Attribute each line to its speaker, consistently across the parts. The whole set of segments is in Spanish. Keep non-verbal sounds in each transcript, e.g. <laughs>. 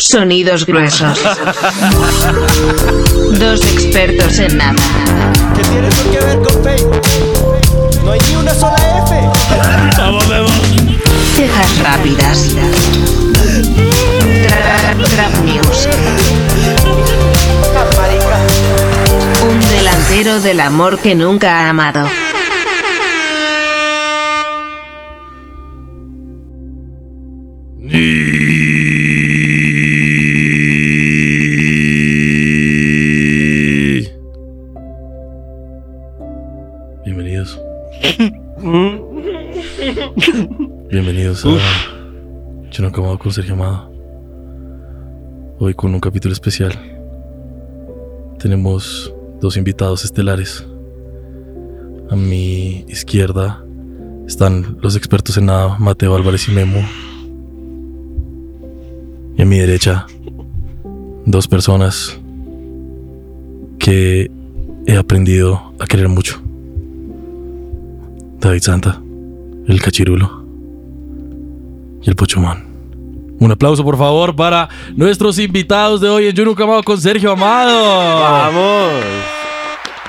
Speaker 1: Sonidos gruesos. Dos expertos en nada.
Speaker 2: ¿Qué tiene eso que ver con Facebook? No hay ni una sola F.
Speaker 3: Vamos, vemos.
Speaker 1: Cejas rápidas. Trap tra- News. Un delantero del amor que nunca ha amado.
Speaker 3: Bienvenidos. Bienvenidos a Yo no acomodo con Sergio Amado. Hoy con un capítulo especial. Tenemos dos invitados estelares. A mi izquierda están los expertos en nada, Mateo Álvarez y Memo. Y a mi derecha, dos personas que he aprendido a querer mucho. David Santa, el cachirulo y el pochumán. Un aplauso, por favor, para nuestros invitados de hoy en Yo Nunca Amado con Sergio Amado.
Speaker 4: Vamos.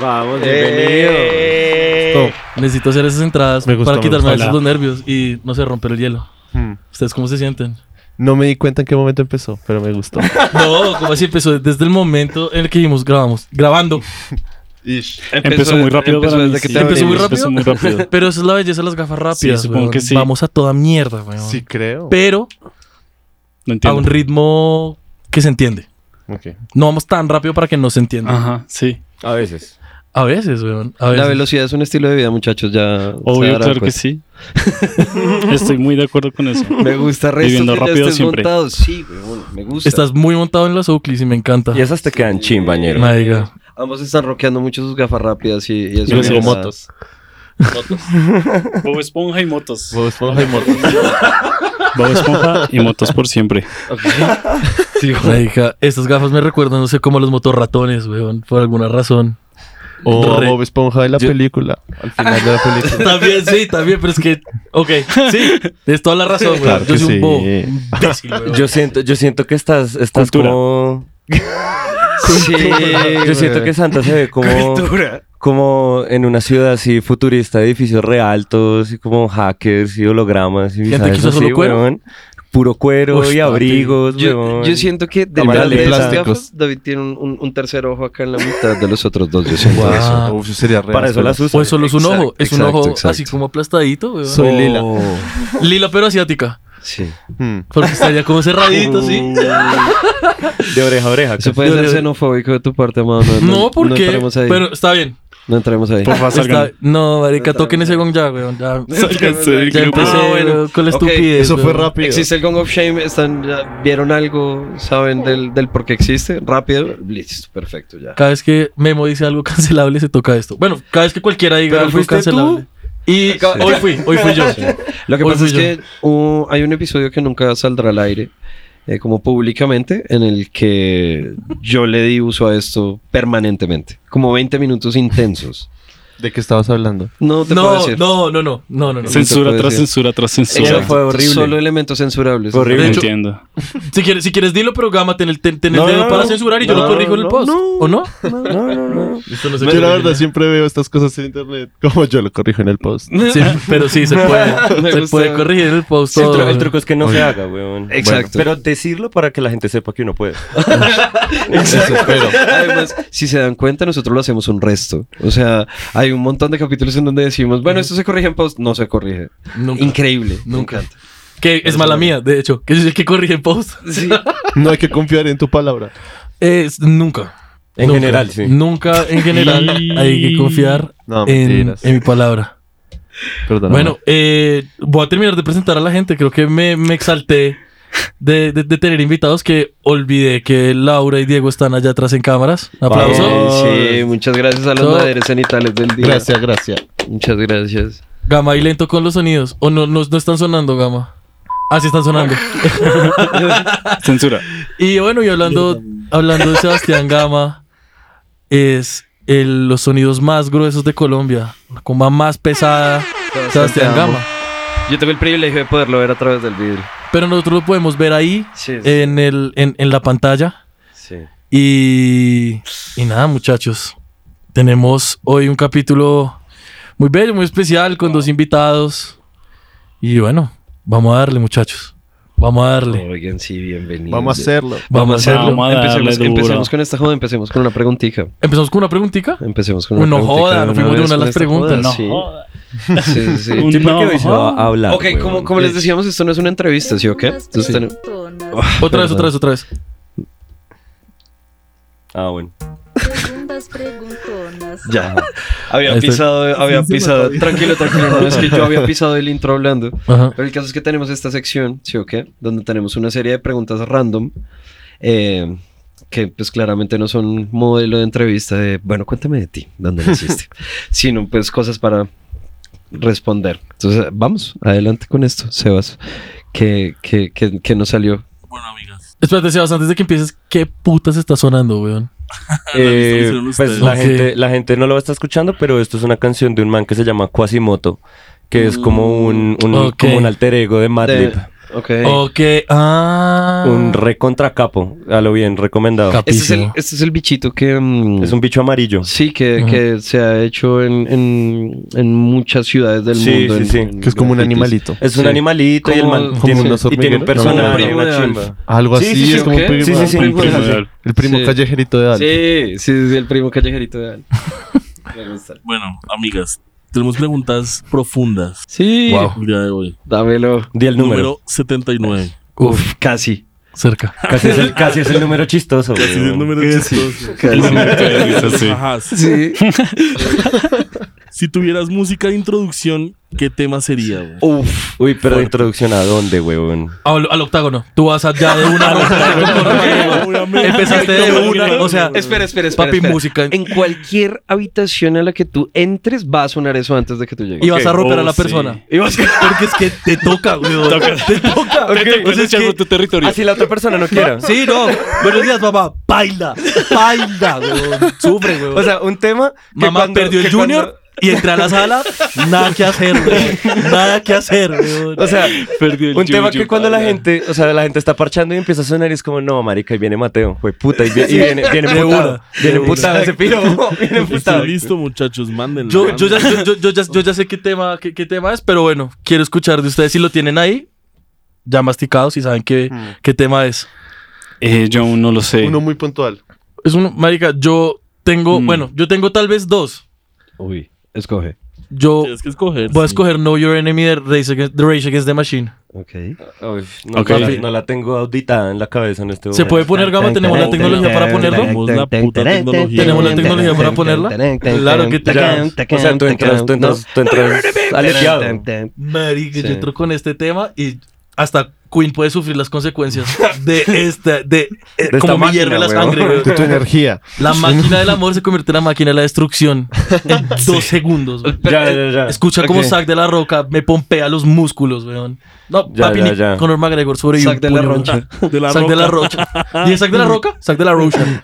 Speaker 4: Vamos, bienvenido.
Speaker 3: Necesito hacer esas entradas
Speaker 4: Me gustó,
Speaker 3: para
Speaker 4: me
Speaker 3: quitarme
Speaker 4: gustó.
Speaker 3: esos dos nervios y, no sé, romper el hielo.
Speaker 4: Hmm.
Speaker 3: ¿Ustedes cómo se sienten?
Speaker 4: No me di cuenta en qué momento empezó, pero me gustó.
Speaker 3: No, ¿cómo así empezó? Desde el momento en el que dijimos, grabamos, grabando.
Speaker 5: Empezó muy rápido
Speaker 6: empezó
Speaker 5: para mí,
Speaker 6: desde que
Speaker 5: sí.
Speaker 6: te
Speaker 3: Empezó muy
Speaker 6: abrimos.
Speaker 3: rápido.
Speaker 5: Empezó muy rápido.
Speaker 3: Pero esa es la belleza de las gafas rápidas.
Speaker 5: supongo
Speaker 3: weón.
Speaker 5: que sí.
Speaker 3: Vamos a toda mierda, weón.
Speaker 4: Sí, creo.
Speaker 3: Pero
Speaker 5: No
Speaker 3: a
Speaker 5: entiendo.
Speaker 3: un ritmo que se entiende.
Speaker 4: Ok.
Speaker 3: No vamos tan rápido para que no se entienda.
Speaker 5: Ajá, sí.
Speaker 4: A veces.
Speaker 3: A veces, weón. A veces.
Speaker 6: La velocidad es un estilo de vida, muchachos, ya. se
Speaker 5: Obvio,
Speaker 6: darán
Speaker 5: claro que
Speaker 6: cuenta.
Speaker 5: sí. Estoy muy de acuerdo con eso.
Speaker 6: pues. Me gusta resto
Speaker 5: Viviendo
Speaker 6: que ya
Speaker 5: rápido
Speaker 6: estés
Speaker 5: siempre.
Speaker 6: montado. Sí, güey, bueno, me gusta.
Speaker 3: Estás muy montado en las Oakleys y me encanta.
Speaker 7: Y esas te quedan chin, bañero.
Speaker 3: Marica.
Speaker 6: Ambos están roqueando mucho sus gafas rápidas y, y eso
Speaker 5: Yo
Speaker 6: me
Speaker 5: soy
Speaker 6: agrada.
Speaker 5: motos. Bob Esponja y motos.
Speaker 4: Vos Esponja y Morty.
Speaker 5: <laughs> Bob Esponja y motos por siempre.
Speaker 3: Marica, estas gafas me recuerdan, no sé, como a los motorratones, weón, por alguna razón.
Speaker 4: O
Speaker 3: Re-
Speaker 4: Bob Esponja de la película. Al final de la
Speaker 3: <laughs>
Speaker 4: película.
Speaker 3: También, sí, también, pero es que, ok, sí, es toda la razón, weón.
Speaker 4: Claro
Speaker 3: Yo
Speaker 4: que
Speaker 3: soy un
Speaker 4: sí.
Speaker 3: bobo. un imbécil, weón.
Speaker 7: Yo siento, yo siento que estás, estás
Speaker 5: Cultura.
Speaker 7: como.
Speaker 6: Sí,
Speaker 7: Yo siento que Santa se
Speaker 3: <laughs>
Speaker 7: ve como, como en una ciudad así futurista, edificios re altos y como hackers y hologramas y
Speaker 3: Gente
Speaker 7: ¿sabes?
Speaker 3: que usa
Speaker 7: Así,
Speaker 3: solo cuero.
Speaker 7: weón. Puro cuero
Speaker 3: Uy,
Speaker 7: y
Speaker 3: papi.
Speaker 7: abrigos,
Speaker 6: Yo,
Speaker 7: weón.
Speaker 6: yo siento que de
Speaker 4: Cámara
Speaker 6: verdad,
Speaker 4: de
Speaker 6: de esas
Speaker 4: plásticos.
Speaker 6: gafas, David tiene un, un- un tercer ojo acá en la mitad de los otros dos.
Speaker 4: <laughs>
Speaker 6: Yo siento
Speaker 3: Wow.
Speaker 6: eso.
Speaker 4: Eso, uf, eso sería re
Speaker 7: Para eso
Speaker 4: áspero.
Speaker 7: las usa.
Speaker 3: O es solo es un
Speaker 6: Exacto,
Speaker 3: ojo, es un
Speaker 6: exacto,
Speaker 3: ojo
Speaker 6: exacto.
Speaker 3: así como aplastadito, weón.
Speaker 4: Soy Lila.
Speaker 3: Lila pero asiática.
Speaker 6: Sí. Mm,
Speaker 4: Hmm.
Speaker 3: Porque estaría como cerradito, sí.
Speaker 7: De oreja a oreja.
Speaker 6: Eso puede
Speaker 3: Yo-
Speaker 6: ser
Speaker 3: yo-
Speaker 6: xenofóbico de tu parte, mano.
Speaker 3: No, porque.
Speaker 6: entremos Uh, ahí.
Speaker 3: pero está bien.
Speaker 6: No entremos ahí. <laughs>
Speaker 5: Por favor,
Speaker 3: Está,
Speaker 5: salgan.
Speaker 3: no, marica, toquen ese gong ya, weón. Ya,
Speaker 5: Sálganse del
Speaker 3: ya
Speaker 5: grupo.
Speaker 3: empecé
Speaker 6: Ah, bueno.
Speaker 3: weón, con la
Speaker 6: Ok,
Speaker 3: estupidez.
Speaker 4: Eso fue
Speaker 3: weón.
Speaker 4: rápido.
Speaker 6: Existe el Gong of Shame, están, ya vieron algo, saben del, del por qué existe, rápido, listo, perfecto, ya.
Speaker 3: Cada vez que Memo dice algo <laughs> cancelable, se toca esto. Bueno, cada vez que cualquiera diga
Speaker 6: Pero
Speaker 3: algo
Speaker 6: fuiste
Speaker 3: cancelable. Y
Speaker 6: Acaba-
Speaker 3: hoy fui, hoy fui yo.
Speaker 6: Lo que
Speaker 3: Hoy
Speaker 6: pasa
Speaker 3: fui
Speaker 6: es
Speaker 3: yo.
Speaker 6: que uh, hay un episodio que nunca saldrá al aire, eh, como públicamente, en el que yo le di uso a esto permanentemente, como 20 minutos intensos.
Speaker 4: ¿De qué estabas hablando?
Speaker 6: No te puedo
Speaker 3: No,
Speaker 6: decir.
Speaker 3: no, no, no, no, no. no.
Speaker 6: Sí.
Speaker 5: Censura
Speaker 6: puede
Speaker 5: tras
Speaker 6: decir.
Speaker 5: censura tras
Speaker 6: Exacto,
Speaker 5: censura.
Speaker 7: Eso fue horrible.
Speaker 6: Solo elementos censurables.
Speaker 7: Fue
Speaker 5: No
Speaker 7: horrible.
Speaker 3: De hecho-
Speaker 5: entiendo.
Speaker 3: Si quieres, si quieres dilo, pero gama, ten el, ten- ten el
Speaker 4: No,
Speaker 3: dedo
Speaker 4: no,
Speaker 3: para
Speaker 4: no.
Speaker 3: censurar y yo
Speaker 4: No,
Speaker 3: lo corrijo en el
Speaker 4: no,
Speaker 3: post.
Speaker 4: no.
Speaker 3: ¿O no?
Speaker 7: No, no, no.
Speaker 3: Esto no se
Speaker 4: Yo la
Speaker 3: puede,
Speaker 4: verdad
Speaker 3: mira.
Speaker 4: siempre veo estas cosas en internet. <laughs> Como yo lo corrijo en el post.
Speaker 3: Sí, pero sí, se puede.
Speaker 6: Me
Speaker 3: se
Speaker 6: gusta.
Speaker 3: puede corregir en el post.
Speaker 7: Sí, el,
Speaker 3: todo,
Speaker 7: tru- el
Speaker 3: weón.
Speaker 7: truco es que no se haga, weón.
Speaker 6: Exacto.
Speaker 7: Bueno, pero decirlo para que la gente sepa que uno puede.
Speaker 6: Eso espero. Además, si se dan cuenta, nosotros lo hacemos un resto. O sea, hay un montón de capítulos en donde decimos, bueno, esto se corrige en post. No se corrige.
Speaker 3: Nunca.
Speaker 6: Increíble.
Speaker 3: Nunca.
Speaker 6: Me encanta.
Speaker 3: Que es mala mía, de hecho. Que yo soy el que corrige en post.
Speaker 6: Sí.
Speaker 4: No hay que confiar en tu palabra.
Speaker 3: Eh, s- nunca.
Speaker 7: En
Speaker 3: Nunca.
Speaker 7: general, sí.
Speaker 3: Nunca, en general, hay que confiar
Speaker 4: No,
Speaker 3: en,
Speaker 4: mentiras.
Speaker 3: en mi palabra.
Speaker 4: Perdón.
Speaker 3: Bueno, eh, voy a terminar de presentar a la gente. Creo que me, me exalté de, de- de tener invitados que olvidé que Laura y Diego están allá atrás en cámaras. Aplauso.
Speaker 6: Eh, sí, muchas gracias a los
Speaker 3: Todo.
Speaker 6: maderes cenitales del día.
Speaker 4: Gracias, gracias.
Speaker 6: Muchas gracias.
Speaker 3: Gama y lento con los sonidos. O no, no, no están sonando, Gama. Ah, sí están sonando. <laughs>
Speaker 5: Censura.
Speaker 3: y bueno, y hablando, hablando de Sebastián Gama, es el- los sonidos más gruesos de Colombia. La comba más pesada. Sebastián
Speaker 6: te amo.
Speaker 3: Gama.
Speaker 6: Yo tengo el privilegio de poderlo ver a través del vidrio.
Speaker 3: Pero nosotros lo podemos ver ahí
Speaker 6: Sí, sí.
Speaker 3: en, el, en, en la pantalla.
Speaker 6: Sí.
Speaker 3: Y, y nada, muchachos. Tenemos hoy un capítulo muy bello, muy especial, con dos invitados. Y bueno, vamos a darle, muchachos. Vamos a darle.
Speaker 6: Oigan, sí, bienvenidos.
Speaker 4: Vamos a hacerlo.
Speaker 3: Vamos a hacerlo.
Speaker 5: Vamos a darle
Speaker 6: empecemos,
Speaker 5: duro.
Speaker 6: empecemos con esta joda, empecemos con una preguntita.
Speaker 3: Empezamos con una preguntica.
Speaker 6: Empecemos con una
Speaker 3: No
Speaker 6: preguntita
Speaker 3: joda, no fuimos de
Speaker 6: vez
Speaker 3: una de
Speaker 6: con
Speaker 3: las
Speaker 6: esta
Speaker 3: preguntas,
Speaker 6: joda,
Speaker 3: no
Speaker 6: sí. Sí,
Speaker 5: <laughs>
Speaker 6: sí.
Speaker 5: Un
Speaker 7: Sí, porque
Speaker 5: no.
Speaker 7: hoy se va a hablar.
Speaker 6: Ok, como, como les decíamos, esto no es una entrevista, ¿sí o qué? Entonces tenemos-
Speaker 3: Otra vez, otra vez, otra vez.
Speaker 7: Ah, bueno.
Speaker 8: Segundas preguntonas.
Speaker 6: Ya. Este- Había
Speaker 3: Ahí estoy.
Speaker 6: pisado, había pisado. Tranquilo, tranquilo. No, es que yo había pisado el intro hablando.
Speaker 3: Ajá.
Speaker 6: Pero el caso es que tenemos esta sección, ¿sí o qué? Donde tenemos una serie de preguntas random. eh, que pues claramente no son modelo de entrevista de, bueno, cuéntame de ti, dónde <laughs> naciste, sino pues cosas para responder. Entonces, vamos, adelante con esto, Sebas. que que que nos salió?
Speaker 3: Espérate, Sebas, antes de que empieces, ¿qué putas está sonando, weón?
Speaker 7: Eh,
Speaker 5: hicieron
Speaker 7: pues
Speaker 5: ustedes.
Speaker 7: la
Speaker 3: Ok.
Speaker 7: gente, la gente no lo está escuchando, pero esto es una canción de un man que se llama Quasimoto, que es como un, un-
Speaker 3: Ok.
Speaker 7: como un alter ego de
Speaker 6: De-
Speaker 7: Madlib.
Speaker 6: ok.
Speaker 4: Oh,
Speaker 3: Ok, ah.
Speaker 7: Un recontracapo, a lo bien, recomendado.
Speaker 6: Este es, el,
Speaker 3: Capísimo.
Speaker 6: este es el bichito que... mm,
Speaker 7: Es un bicho amarillo.
Speaker 6: Sí, que,
Speaker 3: Ajá.
Speaker 6: que se ha hecho en, en- en muchas ciudades del
Speaker 7: Sí,
Speaker 6: mundo.
Speaker 7: sí,
Speaker 6: en-
Speaker 7: sí.
Speaker 6: en
Speaker 4: Que es como un
Speaker 6: grafitis.
Speaker 4: animalito.
Speaker 7: Es un
Speaker 6: Sí.
Speaker 7: animalito y el
Speaker 6: Como-
Speaker 7: man
Speaker 6: como
Speaker 7: tiene,
Speaker 4: unas
Speaker 7: y tiene un
Speaker 4: hormigueras.
Speaker 7: personaje,
Speaker 6: Como un
Speaker 7: una
Speaker 6: primo de
Speaker 7: chimba.
Speaker 4: Algo
Speaker 7: Sí,
Speaker 4: así,
Speaker 7: sí, sí,
Speaker 4: es como
Speaker 6: ¿ok?
Speaker 4: un primo.
Speaker 7: Sí, sí, sí.
Speaker 4: El primo,
Speaker 5: Primo de Alf.
Speaker 4: el primo
Speaker 6: Sí.
Speaker 4: callejerito de Alf.
Speaker 6: Sí, sí, sí, el primo callejerito de Al. Me gusta.
Speaker 9: Bueno, amigas, tenemos preguntas profundas
Speaker 6: Sí,
Speaker 3: Wow.
Speaker 9: el día de hoy.
Speaker 6: dámelo.
Speaker 7: Di el número.
Speaker 9: Número 79.
Speaker 3: Uf,
Speaker 6: Casi.
Speaker 3: cerca.
Speaker 7: Casi, es el, casi es el número chistoso.
Speaker 9: Casi
Speaker 7: weón.
Speaker 9: el número chistoso.
Speaker 5: El número que dices, sí.
Speaker 9: Ajá.
Speaker 6: Sí.
Speaker 9: Si tuvieras música de introducción, ¿qué tema sería? güey?
Speaker 7: Uf. Uy, pero de introducción a dónde, weón.
Speaker 3: Al, al octágono. Tú vas allá de una.
Speaker 9: Obviamente.
Speaker 3: Empezaste de una. O sea,
Speaker 6: Espera, espera, espera.
Speaker 3: papi,
Speaker 6: espera.
Speaker 3: música.
Speaker 6: En cualquier habitación a la que tú entres, va a sonar eso antes de que tú llegues.
Speaker 3: Y vas a romper a
Speaker 5: Oh,
Speaker 3: la
Speaker 5: sí.
Speaker 3: persona.
Speaker 6: Y vas a-
Speaker 3: <laughs> Porque es que te toca, weón. Te toca.
Speaker 5: Te tengo
Speaker 6: pues
Speaker 5: que echar tu territorio.
Speaker 7: Así la otra persona no quiera.
Speaker 3: Sí, no. Buenos días, mamá. Paila. Paila, weón. Sufre, weón.
Speaker 7: O sea, un tema que
Speaker 3: mamá
Speaker 7: cuando-
Speaker 3: perdió el
Speaker 7: que
Speaker 3: Junior y entré a la sala. Nada que hacer, weón. Nada que hacer, weón.
Speaker 7: cuando- o sea,
Speaker 5: Perdí el
Speaker 7: un tema
Speaker 5: yuyu.
Speaker 7: que cuando la gente, o sea, la gente está parchando y empieza a sonar y es como, no, marica, y viene Mateo, fue puta, y, vi-
Speaker 3: <laughs>
Speaker 7: y viene, viene
Speaker 3: De
Speaker 7: putado,
Speaker 3: una.
Speaker 7: viene putado ese piro, <laughs> viene putado.
Speaker 9: Estoy listo, muchachos, mándenlo.
Speaker 3: Yo, yo, ya, yo, yo- yo ya, yo ya sé qué tema, qué, qué tema es, pero bueno, quiero escuchar de ustedes si lo tienen ahí, ya masticados y saben qué,
Speaker 7: Mm.
Speaker 3: qué tema es.
Speaker 5: Eh, yo aún no lo sé.
Speaker 4: Uno muy puntual.
Speaker 3: Es un, marica, yo tengo,
Speaker 5: Mm.
Speaker 3: bueno, yo tengo tal vez dos.
Speaker 6: Uy, escoge.
Speaker 3: Yo
Speaker 9: Tienes que escoger.
Speaker 3: voy a
Speaker 9: sí.
Speaker 3: escoger Know Your Enemy de Rage Against, de Rage Against the Machine.
Speaker 6: Ok.
Speaker 7: Uy, no,
Speaker 5: Ok.
Speaker 7: no la, no la tengo auditada en la cabeza en este momento.
Speaker 3: ¿Se puede poner gama? ¿Tenemos la tecnología para ponerlo?
Speaker 9: Tenemos la puta tecnología.
Speaker 3: ¿Tenemos la tecnología para ponerla? Claro que
Speaker 7: Ya,
Speaker 3: tenemos.
Speaker 7: o sea, tú entras, tú entras, tú entras aleteado.
Speaker 3: Marica,
Speaker 6: Sí.
Speaker 3: yo entro con este tema y hasta Queen puede sufrir las consecuencias de esta, de, eh,
Speaker 7: esta
Speaker 3: como me
Speaker 7: máquina,
Speaker 3: hierve la
Speaker 7: weón.
Speaker 3: sangre.
Speaker 7: <laughs>
Speaker 3: weón.
Speaker 4: De
Speaker 6: <laughs>
Speaker 4: tu energía.
Speaker 3: La máquina del amor se convierte en la máquina de la destrucción en dos segundos. weón.
Speaker 7: Ya, ya, ya.
Speaker 3: Escucha como
Speaker 6: Ok.
Speaker 3: Zack de la Roca me pompea los músculos, weón. No,
Speaker 7: Ya,
Speaker 3: papi,
Speaker 7: ya,
Speaker 3: ni
Speaker 7: ya.
Speaker 3: Conor McGregor sobre
Speaker 6: Zack de la
Speaker 3: <laughs>
Speaker 6: Rocha.
Speaker 9: De la
Speaker 3: Zack de la
Speaker 9: roca.
Speaker 3: Rocha. ¿Y es Zack de la Roca? Zack de la Rocha.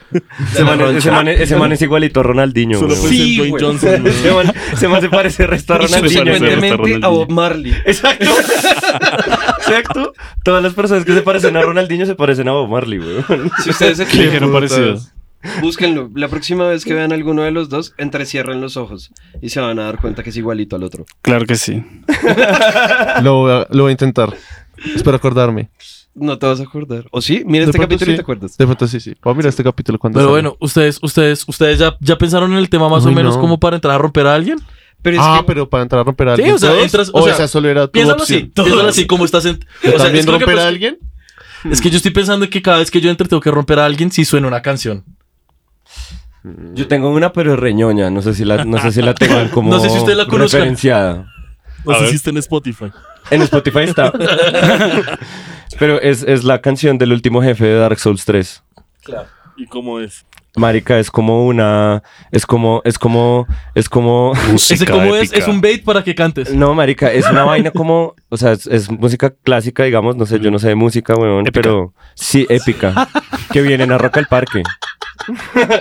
Speaker 7: Ese man, es- ese man es- ese man es igualito a Ronaldinho.
Speaker 9: Solo
Speaker 7: weón.
Speaker 3: pues-
Speaker 9: pensé en Dwayne Johnson. güey.
Speaker 7: Ese man, ese man se parece
Speaker 3: <laughs>
Speaker 7: el resto a Ronaldinho.
Speaker 5: Subsecuentemente
Speaker 7: weón.
Speaker 6: Consecuentemente a Bob <laughs> Marley.
Speaker 7: Exacto. Exacto. <laughs> Todas las personas que se parecen a Ronaldinho se parecen a Bob Marley, weón.
Speaker 6: Si ustedes se
Speaker 5: Que dijeron parecidos.
Speaker 6: Búsquenlo. La próxima vez que vean alguno de los dos, entrecierren los ojos y se van a dar cuenta que es igualito al otro.
Speaker 5: Claro que sí.
Speaker 4: Lo voy a, lo voy a intentar. Espero acordarme.
Speaker 6: No te vas a acordar. O sí, mira
Speaker 4: De
Speaker 6: este
Speaker 4: pronto
Speaker 6: capítulo y
Speaker 4: sí.
Speaker 6: te acuerdas.
Speaker 4: De pronto sí, sí. Voy a mirar este capítulo cuando
Speaker 3: Pero
Speaker 4: salga.
Speaker 3: bueno, ustedes, ustedes, ustedes ya, ya pensaron en el tema más o
Speaker 4: Uy,
Speaker 3: menos
Speaker 4: no.
Speaker 3: como para entrar a romper a alguien.
Speaker 6: Pero es
Speaker 4: ah,
Speaker 6: que
Speaker 4: pero para entrar a romper a
Speaker 3: Sí,
Speaker 4: alguien.
Speaker 3: o sea,
Speaker 4: todos,
Speaker 3: entras- o
Speaker 4: o
Speaker 3: sea,
Speaker 4: esa solo era tu
Speaker 3: Piénsalo así,
Speaker 4: opción.
Speaker 3: piénsalo
Speaker 4: <laughs>
Speaker 3: así, como estás en.
Speaker 4: ¿Yo
Speaker 3: es que pues
Speaker 4: ¿También
Speaker 3: lo que
Speaker 4: romper
Speaker 3: pasa
Speaker 4: a
Speaker 3: es-
Speaker 4: alguien?
Speaker 3: Es que yo estoy pensando que cada vez que yo entre tengo que romper a alguien si suena una canción.
Speaker 7: Yo tengo una, pero es reñoña. No sé si la, no sé si la tengan como
Speaker 3: No sé si ustedes la conozcan.
Speaker 7: referenciada.
Speaker 9: No
Speaker 5: A
Speaker 9: sé
Speaker 5: ver.
Speaker 9: si está en Spotify.
Speaker 7: En
Speaker 3: <laughs>
Speaker 7: Spotify está. pero es, es la canción del último jefe de Dark Souls 3.
Speaker 9: ¿Y cómo es?
Speaker 7: Marica, es como una. Es como. Es como. Es como.
Speaker 3: Ese como es, es un bait para que cantes.
Speaker 7: No, marica, es una vaina como, o sea, es, es música clásica, digamos, no sé, yo no sé de música, weón,
Speaker 5: Épica.
Speaker 7: pero sí, épica, que vienen a Rock al Parque.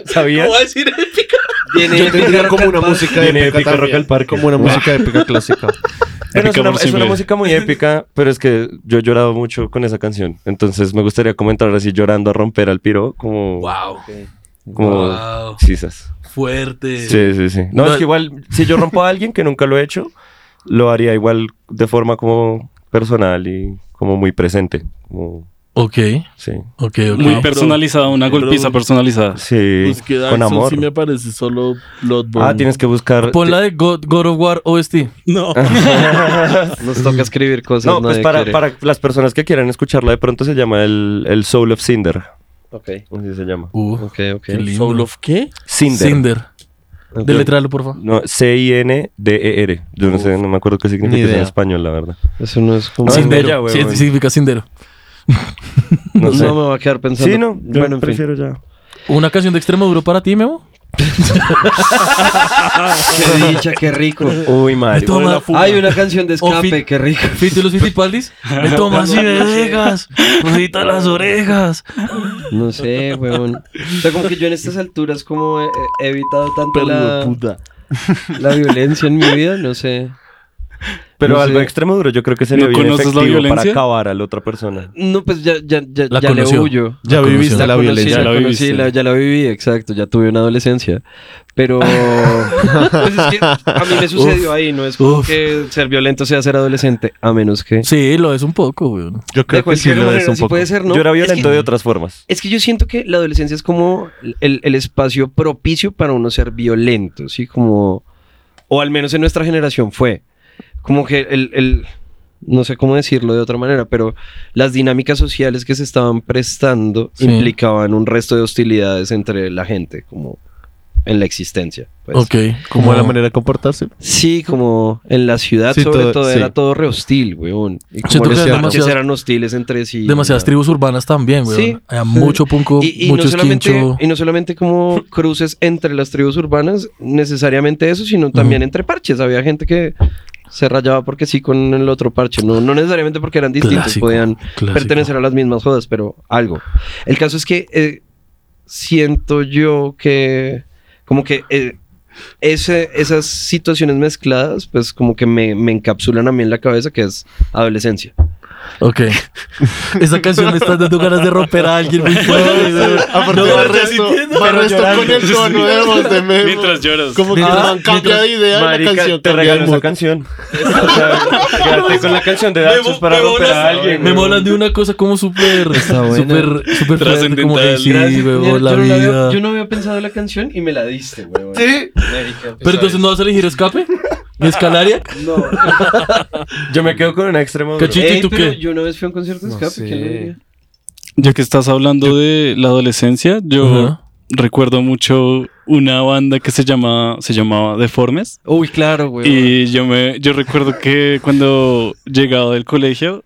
Speaker 7: ¿Sabías?
Speaker 3: a decir épica.
Speaker 6: viene
Speaker 4: Yo tendría como una música
Speaker 7: Viene
Speaker 4: pues, épica
Speaker 7: épico Rock al
Speaker 4: también.
Speaker 7: Parque.
Speaker 4: Como una música épica clásica.
Speaker 7: Bueno, es
Speaker 5: Épica
Speaker 7: una,
Speaker 5: por
Speaker 7: es una
Speaker 5: siempre.
Speaker 7: música muy épica, pero es que yo he llorado mucho con esa canción. Entonces me gustaría comentar así llorando a romper al piro, como.
Speaker 3: Wow.
Speaker 7: Como.
Speaker 3: Wow.
Speaker 7: Sisas.
Speaker 3: Fuerte.
Speaker 7: Sí, sí, sí. No,
Speaker 3: No,
Speaker 7: es que igual, si yo rompo a alguien que nunca lo he hecho, lo haría igual de forma como personal y como muy presente. Como,
Speaker 3: Ok,
Speaker 7: sí.
Speaker 3: ok, ok.
Speaker 5: Muy personalizada, una
Speaker 9: Pero-
Speaker 5: golpiza personalizada.
Speaker 7: Sí,
Speaker 3: Pues
Speaker 9: Búsqueda
Speaker 7: con
Speaker 9: eso
Speaker 7: amor.
Speaker 9: pues sí me aparece solo Bloodborne.
Speaker 7: Ah, tienes que buscar.
Speaker 3: Pon la de God, God of War OST.
Speaker 9: No.
Speaker 6: Nos toca escribir cosas.
Speaker 7: No, pues
Speaker 6: nadie
Speaker 7: para,
Speaker 6: quiere.
Speaker 7: para las personas que quieran escucharla, de pronto se llama el, el Soul of Cinder.
Speaker 6: Ok,
Speaker 7: Así se llama.
Speaker 3: <laughs> Uh,
Speaker 6: ok, ok.
Speaker 3: qué lindo.
Speaker 9: ¿Soul of qué?
Speaker 7: Cinder.
Speaker 3: Cinder. Deletralo, por favor.
Speaker 7: No, C-I-N-D-E-R. E Yo no sé, no me acuerdo qué significa
Speaker 4: Ni
Speaker 7: eso en
Speaker 4: idea.
Speaker 7: español, la verdad.
Speaker 6: Eso no es como.
Speaker 7: No, Sí,
Speaker 3: Cindero.
Speaker 7: bella, güey,
Speaker 3: Sí,
Speaker 7: güey.
Speaker 3: significa cindero.
Speaker 7: No sé.
Speaker 6: No me va a quedar pensando.
Speaker 7: sí, no. Yo
Speaker 6: Bueno, en fin.
Speaker 7: prefiero ya.
Speaker 3: ¿Una canción de extremo duro para ti, Memo?
Speaker 6: Qué dicha, qué <laughs> rico.
Speaker 7: Uy, madre.
Speaker 3: Toma.
Speaker 9: Vuela fuga.
Speaker 6: Hay una canción de
Speaker 3: O
Speaker 6: escape,
Speaker 3: fit-
Speaker 6: qué rico.
Speaker 3: Fito y los Fitipaldis.
Speaker 9: <laughs>
Speaker 3: Me tomas y me dejas. Rita las orejas.
Speaker 6: No sé, weón. O sea, como que yo en estas alturas como he, he evitado tanto
Speaker 9: Perro de
Speaker 6: la,
Speaker 9: puta.
Speaker 6: la violencia en mi vida, no sé.
Speaker 7: Pero
Speaker 6: No
Speaker 7: algo
Speaker 6: sé.
Speaker 7: extremo duro, yo creo que sería
Speaker 5: ¿No
Speaker 7: bien
Speaker 5: conoces la
Speaker 7: efectivo para
Speaker 5: violencia?
Speaker 7: acabar a la otra persona.
Speaker 6: No, pues ya, ya, ya,
Speaker 3: La
Speaker 6: ya le
Speaker 3: conoció.
Speaker 6: huyo.
Speaker 4: Ya viviste
Speaker 3: conoció.
Speaker 4: la,
Speaker 6: conocí,
Speaker 4: violencia.
Speaker 5: Ya la
Speaker 6: conocí,
Speaker 5: viviste.
Speaker 6: la- ya la viví, exacto. Ya tuve una adolescencia. <laughs> Pero pues es que a mí me sucedió ahí, no es como
Speaker 3: uf.
Speaker 6: que ser violento sea ser adolescente, a menos que...
Speaker 3: Sí, lo es un poco, weón.
Speaker 4: Yo creo
Speaker 6: De
Speaker 4: que sí
Speaker 6: cualquier
Speaker 4: lo es
Speaker 6: manera,
Speaker 4: un
Speaker 6: sí
Speaker 4: poco.
Speaker 6: puede ser, ¿no?
Speaker 7: Yo era
Speaker 6: Es que-
Speaker 7: violento de otras formas.
Speaker 6: Es que yo siento que la adolescencia es como el, el espacio propicio para uno ser violento, ¿sí? Como, o al menos en nuestra generación fue. Como que el, el- no sé cómo decirlo de otra manera, pero las dinámicas sociales que se estaban prestando
Speaker 3: Sí.
Speaker 6: implicaban un resto de hostilidades entre la gente, como en la existencia. pues.
Speaker 3: Ok.
Speaker 4: Como la manera de comportarse.
Speaker 6: Sí, como en la ciudad
Speaker 4: Sí,
Speaker 6: sobre todo,
Speaker 4: todo- sí.
Speaker 6: era todo re hostil, weón. Y
Speaker 3: Siento
Speaker 6: como
Speaker 3: que eran
Speaker 6: los parques
Speaker 3: demasiadas-
Speaker 6: eran hostiles entre sí.
Speaker 3: Demasiadas
Speaker 6: ¿no?
Speaker 3: tribus urbanas también, weón.
Speaker 6: Sí.
Speaker 3: Hay mucho punco,
Speaker 6: Y, y
Speaker 3: mucho
Speaker 6: no solamente,
Speaker 3: esquincho.
Speaker 6: y no solamente como cruces entre las tribus urbanas, necesariamente eso, sino también
Speaker 3: Ujú.
Speaker 6: entre parches. Había gente que se rayaba porque sí con el otro parche. No, no necesariamente porque eran distintos,
Speaker 3: Clásico,
Speaker 6: podían
Speaker 3: clásico.
Speaker 6: pertenecer a las mismas jodas, pero algo. El caso es que eh, siento yo que como que eh, ese- esas situaciones mezcladas, pues como que me, me encapsulan a mí en la cabeza, que es adolescencia. <laughs>
Speaker 3: Ok. Esa canción me está dando ganas de romper a alguien.
Speaker 6: <laughs>
Speaker 3: muy fuerte, weón.
Speaker 4: Aparte,
Speaker 3: No,
Speaker 4: va
Speaker 3: pero ya
Speaker 4: resto,
Speaker 3: sintiendo,
Speaker 4: va
Speaker 3: pero
Speaker 4: resto con el tono de voz de Memo.
Speaker 5: Mientras lloras.
Speaker 4: Como que
Speaker 6: Ah,
Speaker 3: Mientras-
Speaker 4: man, cambia de idea y la
Speaker 7: Marica,
Speaker 4: canción.
Speaker 7: te
Speaker 4: cambia de
Speaker 7: regalo esa
Speaker 4: mood.
Speaker 7: canción. O sea, quédate con la canción de Dachos para
Speaker 5: Memo
Speaker 7: romper a
Speaker 5: las-
Speaker 7: alguien.
Speaker 3: Me
Speaker 7: güey.
Speaker 3: molan de una cosa como súper, súper, súper fuerte, como que
Speaker 5: Trascendental.
Speaker 3: sí,
Speaker 6: Gracias,
Speaker 3: weón,
Speaker 6: Daniel.
Speaker 3: la
Speaker 6: yo, no había-
Speaker 3: vida.
Speaker 6: yo no había pensado en la canción y me la diste, weón.
Speaker 3: Pero entonces no vas a elegir escape, ni
Speaker 6: <laughs>
Speaker 3: escalaria.
Speaker 6: pues,
Speaker 5: <laughs>
Speaker 6: No,
Speaker 7: Yo me quedo con un extremo duro.
Speaker 3: Cachito. Chito, ¿y tú
Speaker 6: pero
Speaker 3: qué?
Speaker 6: Yo una vez fui a un concierto de escape. ¿quién lo diría?
Speaker 5: Ya que estás hablando de la adolescencia, yo
Speaker 3: Ajá.
Speaker 5: recuerdo mucho una banda que se llama se llamaba Deformes
Speaker 6: Uy, claro, güey.
Speaker 5: y yo me yo recuerdo que cuando llegaba del colegio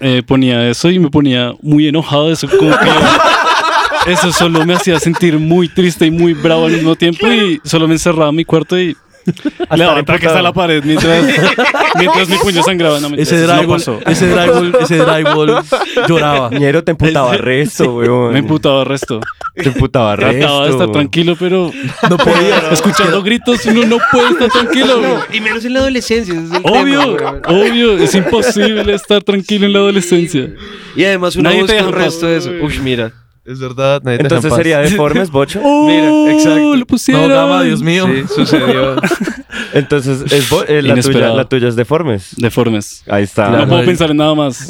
Speaker 5: eh, ponía eso y me ponía muy enojado eso como que eso solo me hacía sentir muy triste y muy bravo al mismo tiempo y solo me encerraba en mi cuarto y le daba ataques a la pared mientras, mientras mi puño sangraba. No, eso
Speaker 3: Ese
Speaker 5: no
Speaker 3: drywall,
Speaker 5: pasó.
Speaker 3: ese drywall, ese drywall
Speaker 6: <laughs>
Speaker 3: lloraba.
Speaker 7: Ñero te emputaba resto, weón.
Speaker 5: Me emputaba el resto.
Speaker 7: Te emputaba resto.
Speaker 5: Trataba de estar
Speaker 7: güey.
Speaker 5: tranquilo, pero <laughs>
Speaker 3: No podía.
Speaker 5: escuchando gritos uno no puede estar tranquilo. güey.
Speaker 6: y menos en la adolescencia. ese es el tema,
Speaker 5: Obvio,
Speaker 6: güey.
Speaker 5: obvio, es imposible estar tranquilo en la adolescencia.
Speaker 6: Y además una
Speaker 5: Nadie
Speaker 6: voz
Speaker 5: te
Speaker 6: con
Speaker 5: deja
Speaker 6: el
Speaker 5: en paz.
Speaker 6: resto de eso. Uy,
Speaker 5: <laughs>
Speaker 6: mira.
Speaker 4: Es verdad, nadie te deja en
Speaker 7: Entonces
Speaker 4: paz.
Speaker 7: sería deformes, bocho.
Speaker 5: Oh,
Speaker 6: exacto.
Speaker 5: Lo
Speaker 3: No,
Speaker 5: pusieron.
Speaker 3: gama, Dios mío.
Speaker 6: Sí, sucedió.
Speaker 7: Entonces es bo- eh, la, tuya,
Speaker 5: Inesperado.
Speaker 7: la tuya es deformes.
Speaker 5: Deformes.
Speaker 7: Ahí está.
Speaker 5: no puedo
Speaker 3: ahí-
Speaker 5: pensar en nada más.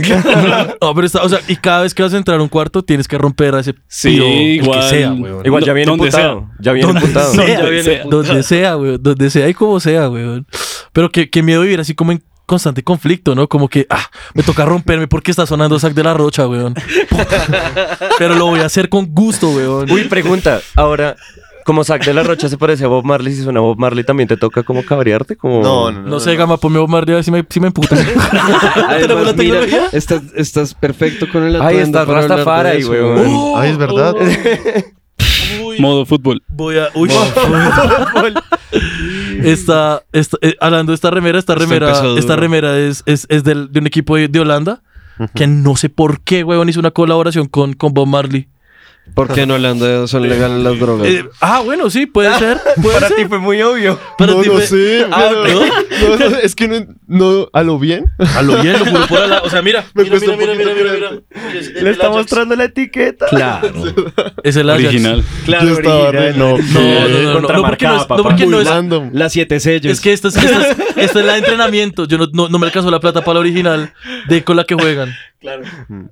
Speaker 3: No, pero está, o sea, y cada vez que vas a entrar a un cuarto tienes que romper a ese
Speaker 5: Sí,
Speaker 3: piro, el
Speaker 5: igual.
Speaker 3: que sea, weón.
Speaker 7: Igual ya viene
Speaker 5: Donde
Speaker 7: emputado. Ya viene
Speaker 3: Donde
Speaker 7: emputado.
Speaker 3: sea,
Speaker 5: Donde sea.
Speaker 3: donde sea, weón, donde sea y como sea, weón. Pero qué, qué miedo vivir así como en constante conflicto, ¿no? Como que, ah, me toca romperme porque está sonando Zack de la Rocha, weón. <laughs> Puta. Pero lo voy a hacer con gusto, weón.
Speaker 7: Uy, pregunta. Ahora, como Zack de la Rocha se parece a Bob Marley, si suena Bob Marley, ¿también te toca como cabrearte? Como...
Speaker 4: No, no, no.
Speaker 3: no sé, gama, ponme a bombardear a ver si me, si me emputas. <laughs> ¿Tenemos la
Speaker 6: Además, mira,
Speaker 3: tecnología?
Speaker 6: estás, estás perfecto con el atuendo.
Speaker 7: Ahí está
Speaker 6: para hablar de
Speaker 7: Rastafari,
Speaker 6: eso,
Speaker 7: weón.
Speaker 5: Uh.
Speaker 4: Ay, es verdad.
Speaker 5: Modo fútbol.
Speaker 3: Voy a. Uy, esta, esta- eh, hablando de esta remera, esta remera,
Speaker 6: empezó duro.
Speaker 3: esta remera es, es, es del- de un equipo de, de Holanda que no sé por qué, weón, hizo una colaboración con, con Bob Marley.
Speaker 6: Porque en Holanda son
Speaker 5: <laughs>
Speaker 6: legales las drogas.
Speaker 3: Eh, ah, bueno, sí, puede ser. Puede
Speaker 7: Para
Speaker 3: ser.
Speaker 7: ti fue muy obvio.
Speaker 3: Para
Speaker 4: <laughs> no
Speaker 3: ti
Speaker 4: lo
Speaker 3: fue-
Speaker 4: sé,
Speaker 3: Ah,
Speaker 4: pero-
Speaker 3: ¿no?
Speaker 4: <laughs> no, no, es que no, no, a lo bien.
Speaker 3: A lo bien, lo juro por Alá. O sea, mira.
Speaker 4: Me
Speaker 3: mira,
Speaker 4: cuesta
Speaker 3: mira,
Speaker 4: un
Speaker 3: mira, mira,
Speaker 4: poquito
Speaker 3: mira, mira. Es el Ajax.
Speaker 7: la etiqueta.
Speaker 6: Claro.
Speaker 3: Es el Ajax.
Speaker 5: Original.
Speaker 4: <laughs>
Speaker 7: Claro,
Speaker 4: Yo estaba re-
Speaker 7: original.
Speaker 4: no,
Speaker 3: No, no, no, no, no, no, porque no es- no, porque
Speaker 4: Muy
Speaker 3: no es-
Speaker 4: random.
Speaker 7: Las siete sellos.
Speaker 3: Es que esta es, esta es- esta es la de entrenamiento. Yo no, no, no me alcanzó la plata para la original de con la que juegan. Claro.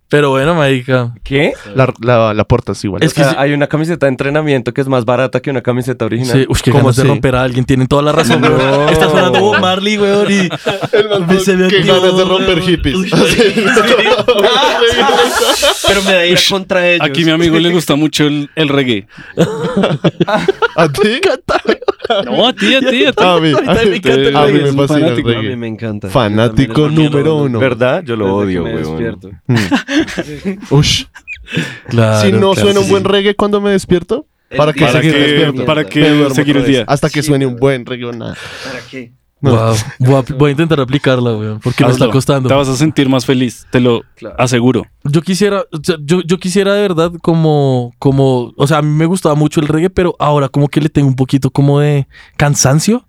Speaker 3: Pero bueno, marica.
Speaker 7: ¿Qué?
Speaker 5: <laughs>
Speaker 4: La, la, la puerta es igual.
Speaker 3: Es
Speaker 7: Es
Speaker 3: que
Speaker 7: que
Speaker 3: sí-
Speaker 7: hay una camiseta de entrenamiento que es más barata que una camiseta original.
Speaker 3: Sí, uy, qué
Speaker 4: ¿Cómo
Speaker 3: ganas de
Speaker 4: así?
Speaker 3: romper a alguien. Tienen toda la razón,
Speaker 7: No.
Speaker 3: weón. Está sonando Bob Marley, weón. Y se me
Speaker 4: que
Speaker 3: activó,
Speaker 4: ganas de
Speaker 3: weón.
Speaker 4: romper hippies.
Speaker 3: Uy,
Speaker 6: Pero me da ira contra ellos.
Speaker 5: Aquí mi amigo le gusta mucho el, el reggae.
Speaker 4: ¿A ti?
Speaker 5: No, a ti, a ti, a <laughs> ti.
Speaker 4: A mí.
Speaker 3: Ahorita me encanta el
Speaker 4: A mí
Speaker 3: reggae,
Speaker 4: me
Speaker 5: es un
Speaker 4: fascina el
Speaker 5: fanático.
Speaker 6: A mí
Speaker 4: reggae.
Speaker 6: me encanta.
Speaker 4: Fanático número uno.
Speaker 7: ¿Verdad? Yo lo odio,
Speaker 6: me
Speaker 7: güey.
Speaker 6: despierto.
Speaker 4: Ush.
Speaker 3: Claro,
Speaker 4: si no
Speaker 3: claro,
Speaker 4: suena un
Speaker 3: sí.
Speaker 4: buen reggae cuando me despierto, ¿para
Speaker 6: El
Speaker 4: qué
Speaker 6: día
Speaker 5: Para
Speaker 4: seguir
Speaker 6: que-
Speaker 5: que,
Speaker 4: despierto?
Speaker 5: para
Speaker 4: Me
Speaker 5: que
Speaker 4: duermo
Speaker 5: seguir el
Speaker 4: otra vez.
Speaker 5: día.
Speaker 4: Hasta que
Speaker 6: Sí,
Speaker 4: suene un
Speaker 6: weón.
Speaker 4: buen reggae o nada.
Speaker 6: ¿Para qué?
Speaker 3: Wow. Voy, a, voy a intentar aplicarla, weón. Porque me Ah, está
Speaker 5: Hazlo.
Speaker 3: costando.
Speaker 5: Te vas a sentir más feliz, te lo
Speaker 6: Claro.
Speaker 5: aseguro.
Speaker 3: Yo quisiera, o sea, yo, yo quisiera de verdad como, como, o sea, a mí me gustaba mucho el reggae, pero ahora como que le tengo un poquito como de cansancio.